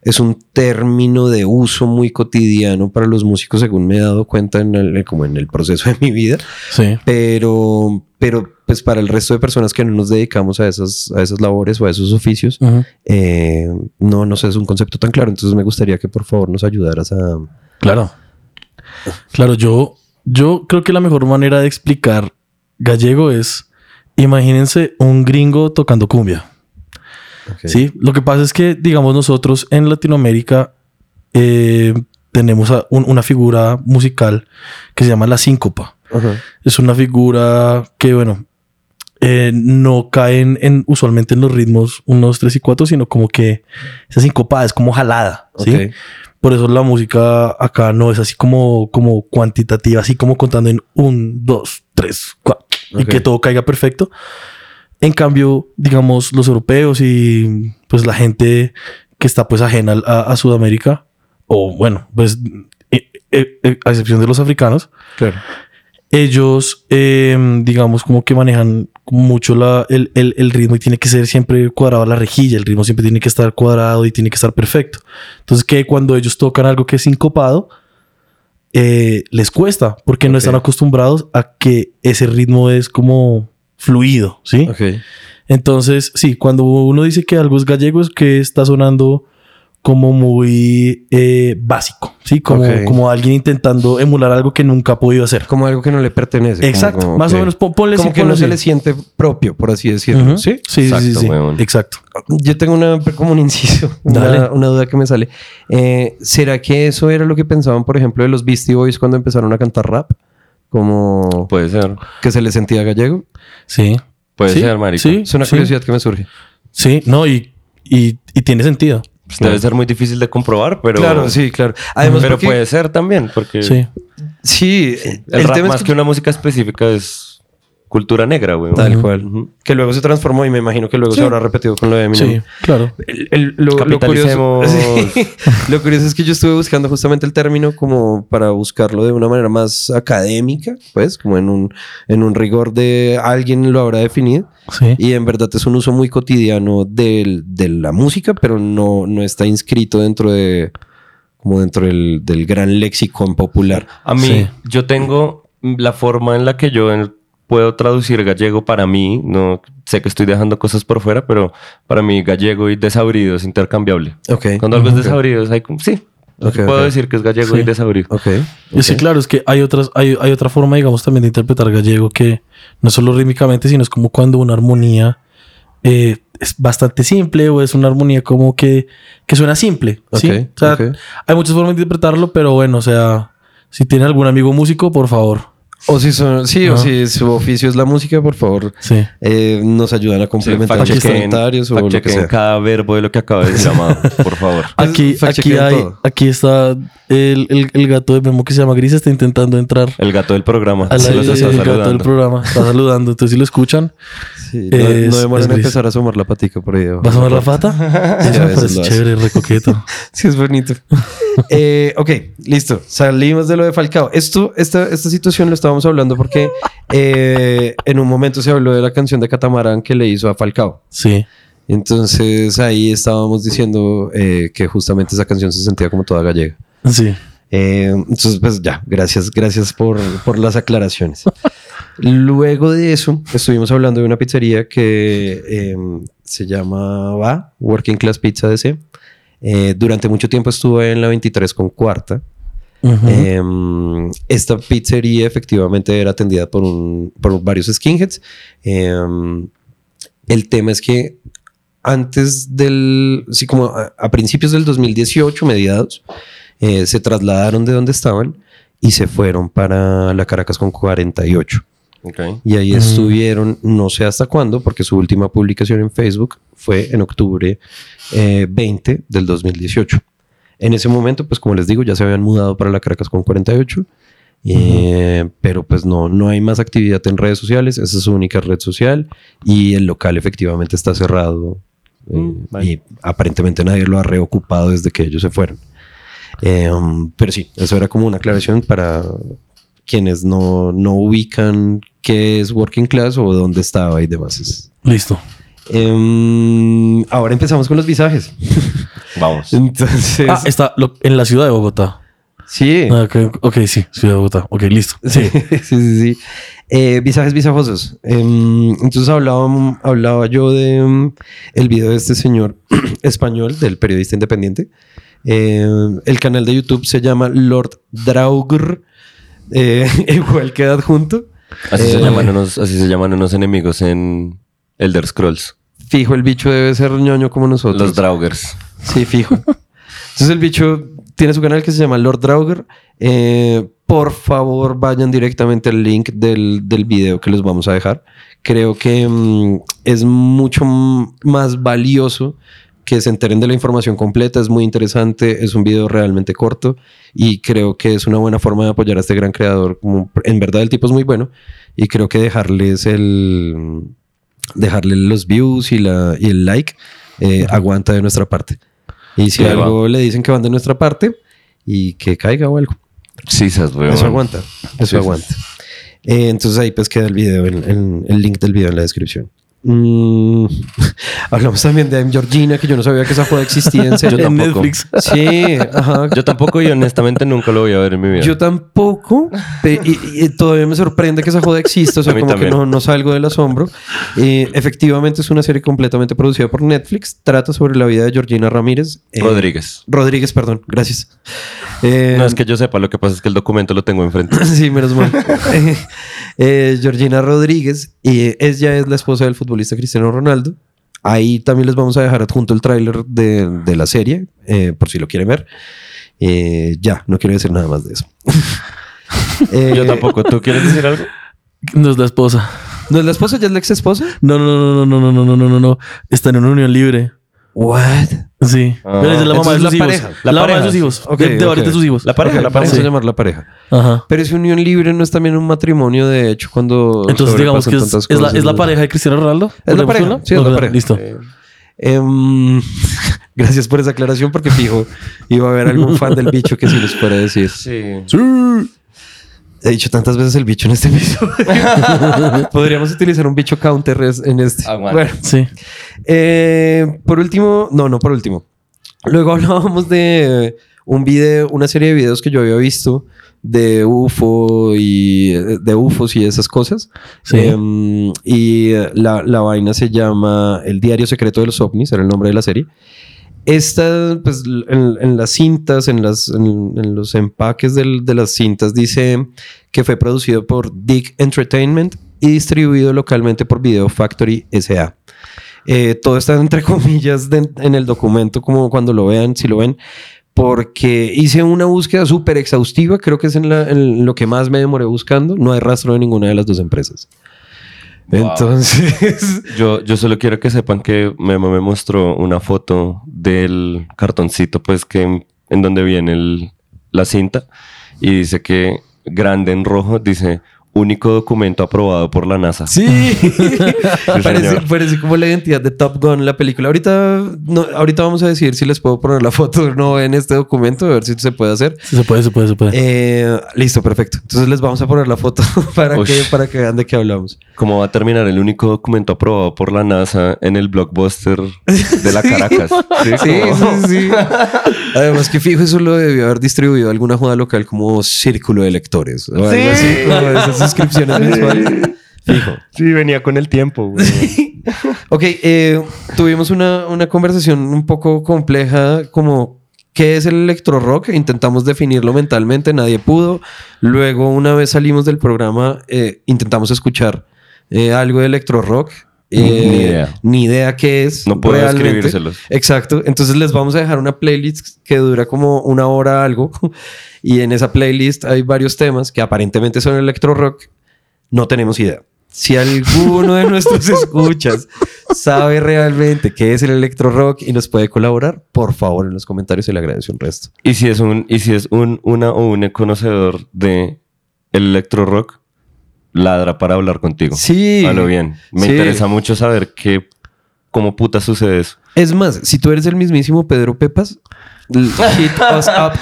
Speaker 6: es un término de uso muy cotidiano para los músicos, según me he dado cuenta en el, como en el proceso de mi vida,
Speaker 3: Sí.
Speaker 6: pero, pero pues para el resto de personas que no nos dedicamos a esas, a esas labores o a esos oficios,
Speaker 3: Ujú.
Speaker 6: eh, no, no sé, es un concepto tan claro. Entonces me gustaría que por favor nos ayudaras a...
Speaker 3: Claro. Claro, yo, yo creo que la mejor manera de explicar gallego es, imagínense un gringo tocando cumbia. Sí, lo que pasa es que, digamos, nosotros en Latinoamérica eh, tenemos a- un- una figura musical que se llama la síncopa.
Speaker 6: Ajá.
Speaker 3: Es una figura que, bueno, eh, no caen en, usualmente en los ritmos 1, 2, 3 y 4, sino como que esa síncopa es como jalada. ¿sí?
Speaker 6: Ok.
Speaker 3: Por eso la música acá no es así como, como cuantitativa, así como contando en un, dos, tres, cuatro, y
Speaker 6: Ok.
Speaker 3: que todo caiga perfecto. En cambio, digamos, los europeos y pues la gente que está pues ajena al- a, a Sudamérica, o bueno, pues eh, eh, eh, a excepción de los africanos, ellos, eh, digamos, como que manejan mucho la- el, el- el ritmo y tiene que ser siempre cuadrado a la rejilla, el ritmo siempre tiene que estar cuadrado y tiene que estar perfecto. Entonces, que cuando ellos tocan algo que es sincopado, eh, les cuesta porque no están acostumbrados a que ese ritmo es como fluido, ¿sí?
Speaker 6: Ok.
Speaker 3: Entonces, sí, cuando uno dice que algo es gallego es que está sonando como muy eh, básico, ¿sí? Como,
Speaker 6: Ok.
Speaker 3: como alguien intentando emular algo que nunca ha podido hacer.
Speaker 6: Como algo que no le pertenece. como-
Speaker 3: Exacto,
Speaker 6: como-
Speaker 3: más
Speaker 6: ok.
Speaker 3: o menos pon- ponle
Speaker 6: Como
Speaker 3: sí,
Speaker 6: que
Speaker 3: ponle
Speaker 6: no se
Speaker 3: sí.
Speaker 6: le siente propio, por así decirlo.
Speaker 3: Ujú.
Speaker 6: ¿Sí?
Speaker 3: Sí, sí, sí,
Speaker 7: Exacto,
Speaker 3: sí.
Speaker 7: weón.
Speaker 3: Exacto.
Speaker 6: Yo tengo una, como un inciso,
Speaker 3: Dale.
Speaker 6: una, una duda que me sale. Eh, ¿Será que eso era lo que pensaban, por ejemplo, de los Beastie Boys cuando empezaron a cantar rap? Como
Speaker 7: Puede ser.
Speaker 6: que se les sentía gallego.
Speaker 3: Sí.
Speaker 7: Puede
Speaker 3: Sí,
Speaker 7: ser, marica.
Speaker 3: sí.
Speaker 6: Es una curiosidad que me surge.
Speaker 3: Sí, no, y, y, y tiene sentido.
Speaker 7: Pues debe ser muy difícil de comprobar, pero.
Speaker 6: claro, sí, claro. Además,
Speaker 7: pero
Speaker 6: porque-
Speaker 7: puede ser también, porque.
Speaker 3: Sí.
Speaker 6: sí, eh,
Speaker 7: El,
Speaker 6: el,
Speaker 7: rap,
Speaker 6: tema
Speaker 7: más
Speaker 6: es
Speaker 7: que...
Speaker 6: que,
Speaker 7: una música específica, es cultura negra, güey.
Speaker 6: tal cual, que luego se transformó y me imagino que luego se habrá repetido con lo de Eminem.
Speaker 3: Sí, claro.
Speaker 6: El- el- lo, lo curioso,
Speaker 7: Capitalicemos.
Speaker 6: Sí. Lo curioso es que yo estuve buscando justamente el término como para buscarlo de una manera más académica, pues, como en un, en un rigor de alguien lo habrá definido.
Speaker 3: Sí.
Speaker 6: Y en verdad es un uso muy cotidiano del- de la música, pero no, no está inscrito dentro de como dentro del, del gran lexicón popular.
Speaker 7: <laughs> A mí,
Speaker 3: Sí.
Speaker 7: yo tengo la forma en la que yo en- puedo traducir gallego para mí. No sé que estoy dejando cosas por fuera, pero para mí gallego y desabrido es intercambiable.
Speaker 6: Ok.
Speaker 7: Cuando algo es desabrido, es ahí como- sí.
Speaker 6: Ok,
Speaker 7: puedo
Speaker 6: ok.
Speaker 7: decir que es gallego
Speaker 3: Sí.
Speaker 7: y desabrido.
Speaker 6: Ok.
Speaker 3: Y Sí, claro, es que hay, otras, hay, hay otra forma, digamos, también de interpretar gallego que no solo rítmicamente, sino es como cuando una armonía eh, es bastante simple o es una armonía como que, que suena simple. ¿sí?
Speaker 6: Ok,
Speaker 3: O sea,
Speaker 6: ok.
Speaker 3: hay muchas formas de interpretarlo, pero bueno, o sea, si tiene algún amigo músico, por favor.
Speaker 6: O si son, sí, o
Speaker 3: Ah.
Speaker 6: si su oficio es la música, por favor,
Speaker 3: Sí.
Speaker 6: eh, nos ayudan a complementar los
Speaker 7: fact-chequen-
Speaker 6: comentarios o lo que
Speaker 7: fact-chequen
Speaker 6: sea.
Speaker 7: cada verbo de lo que acaba de decir, amado, por favor.
Speaker 3: Aquí,
Speaker 6: Pues, fact
Speaker 3: aquí,
Speaker 6: chequean
Speaker 3: hay-
Speaker 6: todo.
Speaker 3: aquí está el, el- el gato de Memo que se llama Gris, está intentando entrar
Speaker 7: El gato del programa.
Speaker 3: al
Speaker 7: se los
Speaker 3: aire,
Speaker 7: está
Speaker 3: el gato del
Speaker 7: saludando.
Speaker 3: programa. Está saludando, entonces si lo escuchan,
Speaker 6: Sí, no,
Speaker 3: Es-
Speaker 6: no demoran
Speaker 3: es
Speaker 6: en
Speaker 3: gris.
Speaker 6: empezar a asomar la patica por ahí. abajo.
Speaker 3: ¿vas a ver la pata?
Speaker 7: <laughs>
Speaker 3: Eso me
Speaker 6: veces
Speaker 3: parece
Speaker 6: lo hace.
Speaker 3: chévere, recoqueto.
Speaker 6: <laughs> Sí,
Speaker 3: <laughs>
Speaker 6: es bonito. Eh, ok, listo. Salimos de lo de Falcao. Esto, esta, esta situación lo estábamos hablando porque eh, en un momento se habló de la canción de Catamarán que le hizo a Falcao.
Speaker 3: Sí.
Speaker 6: Entonces ahí estábamos diciendo eh, que justamente esa canción se sentía como toda gallega.
Speaker 3: Sí.
Speaker 6: Eh, entonces, pues ya, gracias, gracias por, por las aclaraciones. Luego de eso, estuvimos hablando de una pizzería que eh, se llamaba Working Class Pizza DC. Eh, durante mucho tiempo estuve en la 23 con cuarta.
Speaker 3: Ujú.
Speaker 6: Eh, esta pizzería efectivamente era atendida por, un- por varios skinheads. Eh, el tema es que antes del, sí, como a, a principios del 2018, mediados, eh, se trasladaron de donde estaban y se fueron para la Caracas con 48.
Speaker 7: <laughs> Ok.
Speaker 6: Y ahí estuvieron, no sé hasta cuándo, porque su última publicación en Facebook fue en octubre eh, 20 del 2018. En ese momento, pues como les digo, ya se habían mudado para la Caracas con 48. eh, pero pues no, no hay más actividad en redes sociales, esa es su única red social y el local efectivamente está cerrado eh, y aparentemente nadie lo ha reocupado desde que ellos se fueron. Eh, um, pero sí, eso era como una aclaración para quienes no, no ubican qué es working class o dónde estaba y demás. Es-
Speaker 3: Listo.
Speaker 6: Em, ahora empezamos con los visajes.
Speaker 7: <laughs> Vamos.
Speaker 6: Entonces,
Speaker 3: Ah, está lo- en la ciudad de Bogotá.
Speaker 6: sí.
Speaker 3: Ah, Ok, ok, sí, ciudad de Bogotá. Ok, listo.
Speaker 6: Sí, <laughs> sí, sí. sí. Eh, visajes visajosos. Em, entonces hablaba, hablaba yo de em, el video de este señor <clears throat> español, del periodista independiente. Em, el canal de YouTube se llama Lord Draugr, eh, <laughs> igual que adjunto.
Speaker 7: Así, se
Speaker 6: Eh,
Speaker 7: llaman unos, así se llaman unos enemigos en Elder Scrolls.
Speaker 6: Fijo, el bicho debe ser ñoño como nosotros.
Speaker 7: Los Draugers.
Speaker 6: Sí, fijo. Entonces el bicho tiene su canal que se llama Lord Draugr. Eh, por favor, vayan directamente al link del, del video que les vamos a dejar. Creo que mm, es mucho mm, más valioso que se enteren de la información completa. Es muy interesante, es un video realmente corto y creo que es una buena forma de apoyar a este gran creador. Como, En verdad el tipo es muy bueno y creo que dejarles el dejarle los views y, la, y el like eh, aguanta de nuestra parte. Y si
Speaker 7: Claro.
Speaker 6: algo le dicen que van de nuestra parte y que caiga o algo.
Speaker 7: Sí, esas, weón.
Speaker 6: Eso aguanta, eso aguanta. Eh, entonces ahí pues queda el video, el, el- el link del video en la descripción. Mm, <laughs> Hablamos también de I'm Georgina, que yo no sabía que esa joda existía
Speaker 7: <laughs>
Speaker 6: en serio.
Speaker 7: tampoco.
Speaker 3: Netflix.
Speaker 6: Sí, ajá.
Speaker 7: <laughs> Yo tampoco y honestamente nunca lo voy a ver en mi vida.
Speaker 6: Yo tampoco. pe- y, y todavía me sorprende que esa joda exista. O sea,
Speaker 7: A mí
Speaker 6: como
Speaker 7: también.
Speaker 6: que no, no salgo del asombro. Eh, efectivamente, es una serie completamente producida por Netflix. Trata sobre la vida de Georgina Ramírez. eh,
Speaker 7: Rodríguez.
Speaker 6: Rodríguez, perdón. Gracias. Eh,
Speaker 7: No es que yo sepa, lo que pasa es que el documento lo tengo enfrente.
Speaker 6: <laughs> Sí, menos mal. Eh, eh, Georgina Rodríguez, y ella es la esposa del futbolista Cristiano Ronaldo. Ahí también les vamos a dejar adjunto el tráiler de, de la serie, eh, por si lo quieren ver. Eh, ya, no quiero decir nada más de eso. Eh,
Speaker 7: <laughs> Yo tampoco. ¿Tú quieres decir algo?
Speaker 3: No es la esposa.
Speaker 6: ¿No es la esposa? ¿Ya es la ex esposa?
Speaker 3: No, no, no, no, no, no, no, no, no, no, no. Está en una unión libre.
Speaker 6: What?
Speaker 3: Sí.
Speaker 7: Ah.
Speaker 3: Pero es la mamá de
Speaker 6: Entonces,
Speaker 3: sus
Speaker 6: la
Speaker 3: hijos.
Speaker 6: pareja,
Speaker 3: La,
Speaker 7: la
Speaker 3: mamá de
Speaker 7: pareja.
Speaker 3: sus hijos.
Speaker 6: Ok,
Speaker 3: de, de
Speaker 6: ok.
Speaker 3: varios de sus hijos.
Speaker 7: La pareja,
Speaker 6: Ok,
Speaker 7: la
Speaker 6: vamos
Speaker 7: pareja.
Speaker 6: a llamar la pareja.
Speaker 3: Ajá.
Speaker 6: Pero esa unión libre no es también un matrimonio, de hecho, cuando.
Speaker 3: Entonces digamos
Speaker 6: sobrepasan
Speaker 3: que es,
Speaker 6: tantas
Speaker 3: es la,
Speaker 6: cosas,
Speaker 3: es la
Speaker 6: ¿no?
Speaker 3: pareja de Cristiano Ronaldo.
Speaker 6: Es la
Speaker 3: ¿Podríamos
Speaker 6: pareja,
Speaker 3: decirlo?
Speaker 6: sí, es la
Speaker 3: Ok,
Speaker 6: pareja. Eh,
Speaker 3: Listo.
Speaker 6: Em, <laughs> gracias por esa aclaración porque fijo, iba a haber algún fan del bicho que se les fuera a decir.
Speaker 7: Sí.
Speaker 6: He dicho tantas veces el bicho en este
Speaker 7: <laughs>
Speaker 6: episodio. Podríamos utilizar un bicho counter es- en este.
Speaker 7: Aguanta.
Speaker 6: Bueno,
Speaker 3: Sí.
Speaker 6: eh, por último, no, no por último. Luego <laughs> hablábamos de un video, una serie de videos que yo había visto de UFO y eh, de UFOs y esas cosas.
Speaker 3: Sí.
Speaker 6: Em, y eh, la, la vaina se llama El diario secreto de los ovnis, era el nombre de la serie. Esta, pues, l- en, en las cintas, en, las, en, en los empaques del- de las cintas, dice que fue producido por Dick Entertainment y distribuido localmente por Video Factory SA. Eh, todo está entre <laughs> comillas de- en el documento, como cuando lo vean, si lo ven, porque hice una búsqueda súper exhaustiva, creo que es en, la- en lo que más me demoré buscando, no hay rastro de ninguna de las dos empresas.
Speaker 7: Wow.
Speaker 6: Entonces,
Speaker 7: Yo, yo solo quiero que sepan que Memo me mostró una foto del cartoncito, pues, que en, en donde viene el- la cinta. Y dice que grande en rojo, dice único documento aprobado por la NASA. <laughs>
Speaker 6: sí, <laughs> parece,
Speaker 7: señor.
Speaker 6: parece como la identidad de Top Gun, la película. Ahorita, no, ahorita vamos a decidir si les puedo poner la foto o no en este documento, a ver si se puede hacer.
Speaker 3: Sí, se puede, se puede, se puede.
Speaker 6: Eh, listo, perfecto. Entonces les vamos a poner la foto <laughs> para,
Speaker 7: Ush.
Speaker 6: que, para que vean de qué hablamos.
Speaker 7: ¿Cómo va a terminar el único documento aprobado por la NASA en el blockbuster
Speaker 6: <laughs>
Speaker 7: de la Caracas? Sí,
Speaker 6: Sí,
Speaker 7: como-
Speaker 6: sí, sí. Ah, <laughs> Además que fijo, eso lo debió haber distribuido alguna joda local como Círculo de Lectores. O algo así, como esas suscripciones mensuales. Fijo.
Speaker 7: Sí, venía con el tiempo. güey.
Speaker 6: <laughs> Ok, eh, tuvimos una, una conversación un poco compleja como... ¿Qué es el electro rock? Intentamos definirlo mentalmente, nadie pudo. Luego, una vez salimos del programa, eh, intentamos escuchar eh, algo de electro rock. Eh,
Speaker 7: Ni idea.
Speaker 6: Ni idea qué es.
Speaker 7: Pues, No puedo
Speaker 6: realmente.
Speaker 7: escribírselos.
Speaker 6: Exacto. Entonces les vamos a dejar una playlist que dura como una hora algo. <laughs> Y en esa playlist hay varios temas que aparentemente son electro rock. No tenemos idea. Si alguno de
Speaker 7: <laughs>
Speaker 6: nuestros escuchas sabe realmente qué es el electro rock y nos puede colaborar, por favor en los comentarios se le agradece un resto.
Speaker 7: Y si es un, y si es un, una o un conocedor de el electro rock, ladra para hablar contigo.
Speaker 6: Sí.
Speaker 7: A lo bien. Me
Speaker 6: Sí.
Speaker 7: interesa mucho saber qué, cómo puta sucede eso.
Speaker 6: Es más, si tú eres el mismísimo Pedro Pepas, l- hit us
Speaker 7: <laughs>
Speaker 6: up.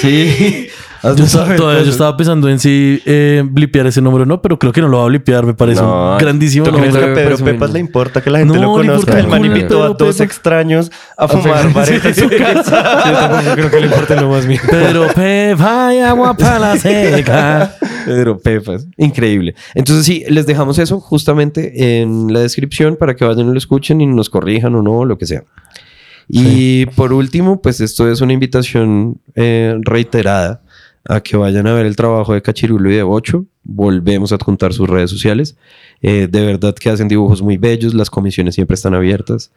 Speaker 6: Sí. Haznos
Speaker 3: Yo, estaba-
Speaker 6: saber
Speaker 3: todavía yo
Speaker 6: cosas.
Speaker 3: estaba pensando en si eh, blipear ese número o no, pero creo que no lo va a blipear, me parece
Speaker 7: No,
Speaker 3: un grandísimo
Speaker 7: ¿Tú crees
Speaker 3: nombre.
Speaker 7: que
Speaker 6: me
Speaker 7: a Pedro
Speaker 6: parece muy
Speaker 7: Pepas
Speaker 6: lindo.
Speaker 7: le importa que la gente
Speaker 3: No,
Speaker 7: lo
Speaker 3: le importa
Speaker 7: conozca? El
Speaker 6: un
Speaker 7: man
Speaker 6: culo a
Speaker 7: invitó a
Speaker 3: Pedro
Speaker 7: dos
Speaker 3: Pepas.
Speaker 7: extraños a fumar
Speaker 6: pegar-
Speaker 7: bares en su casa.
Speaker 6: Yo tampoco creo que le importe lo más mínimo.
Speaker 3: Pedro Pepa y agua <laughs> para la seca.
Speaker 6: Pedro Pepas. Increíble. Entonces, sí, les dejamos eso justamente en la descripción para que vayan y lo escuchen y nos corrijan o no, lo que sea. Y por último, pues esto es una invitación eh, reiterada a que vayan a ver el trabajo de Cachirulo y de Bocho. Volvemos a adjuntar sus redes sociales. Eh, de verdad que hacen dibujos muy bellos, las comisiones siempre están abiertas.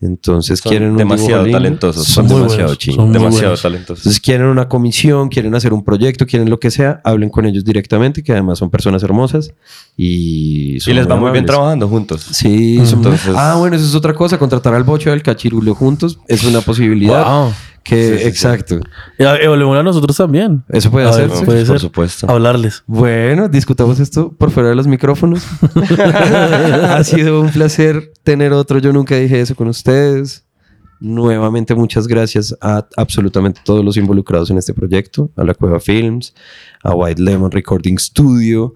Speaker 6: Entonces
Speaker 7: Son
Speaker 6: quieren un dibujo
Speaker 7: demasiado
Speaker 6: lindo.
Speaker 7: talentosos.
Speaker 6: Son
Speaker 7: Son muy
Speaker 6: demasiado
Speaker 3: buenos,
Speaker 6: chinos.
Speaker 3: son muy
Speaker 7: Demasiado
Speaker 3: buenos.
Speaker 7: talentosos.
Speaker 6: Entonces quieren una comisión, quieren hacer un proyecto, quieren lo que sea, hablen con ellos directamente, que además son personas hermosas y
Speaker 7: Y
Speaker 6: son
Speaker 7: les va muy bien
Speaker 6: amables.
Speaker 7: trabajando juntos.
Speaker 6: Sí, son-
Speaker 7: Entonces-
Speaker 6: Ah, bueno, eso es otra cosa, contratar al bocho y al cachirulo juntos es una posibilidad.
Speaker 3: Wow.
Speaker 6: Que, exacto.
Speaker 3: Y a- Evaluar a nosotros también.
Speaker 6: Eso puede
Speaker 3: A ver,
Speaker 6: hacer.
Speaker 3: ¿no? Puede
Speaker 7: por
Speaker 3: ser. Ah,
Speaker 7: supuesto.
Speaker 3: Hablarles.
Speaker 6: Bueno, discutamos esto por fuera de los micrófonos.
Speaker 3: <laughs>
Speaker 6: <laughs> ha sido un placer tener otro. Yo nunca dije eso con ustedes. Nuevamente, muchas gracias a absolutamente todos los involucrados en este proyecto: a la Cueva Films, a White Lemon Recording Studio,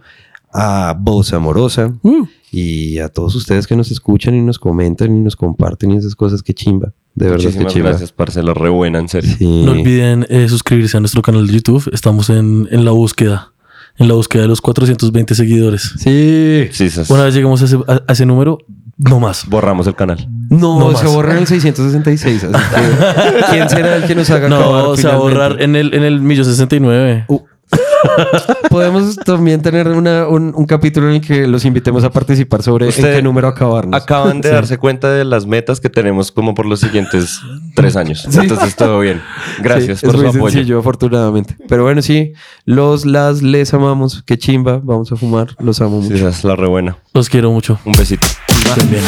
Speaker 6: a Voz Amorosa
Speaker 3: Mm.
Speaker 6: y a todos ustedes que nos escuchan y nos comentan y nos comparten y esas cosas. que chimba, de verdad, que
Speaker 7: Muchísimas
Speaker 6: chimba.
Speaker 7: gracias, parce. Lo rebuena, en serio.
Speaker 6: Sí.
Speaker 3: No olviden eh, suscribirse a nuestro canal de YouTube. Estamos en, en la búsqueda. En la búsqueda de los 420 seguidores.
Speaker 6: Sí.
Speaker 7: Sí, esas-
Speaker 3: Una vez llegamos a ese, a- a ese número, no más.
Speaker 7: Borramos el canal.
Speaker 6: No,
Speaker 3: No
Speaker 6: se
Speaker 3: más.
Speaker 6: borra en el 666. Así
Speaker 3: <laughs>
Speaker 6: que, ¿Quién será el que nos haga acabar
Speaker 3: No, se va a
Speaker 6: finalmente?
Speaker 3: borrar en el, en el millo 69.
Speaker 6: Podemos también tener una- un, un capítulo en el que los invitemos a participar sobre en
Speaker 7: Usted-
Speaker 6: qué número acabarnos.
Speaker 7: Acaban de darse cuenta de las metas que tenemos como por los siguientes tres años. Entonces todo bien. Gracias
Speaker 6: Sí,
Speaker 7: por
Speaker 6: es
Speaker 7: su
Speaker 6: muy
Speaker 7: apoyo.
Speaker 6: sencillo, afortunadamente. Pero bueno, sí, los, las, les amamos. Qué chimba. Vamos a fumar. Los amo
Speaker 7: Sí,
Speaker 6: mucho.
Speaker 7: esa es la rebuena.
Speaker 3: Los quiero mucho.
Speaker 7: Un besito.
Speaker 3: También.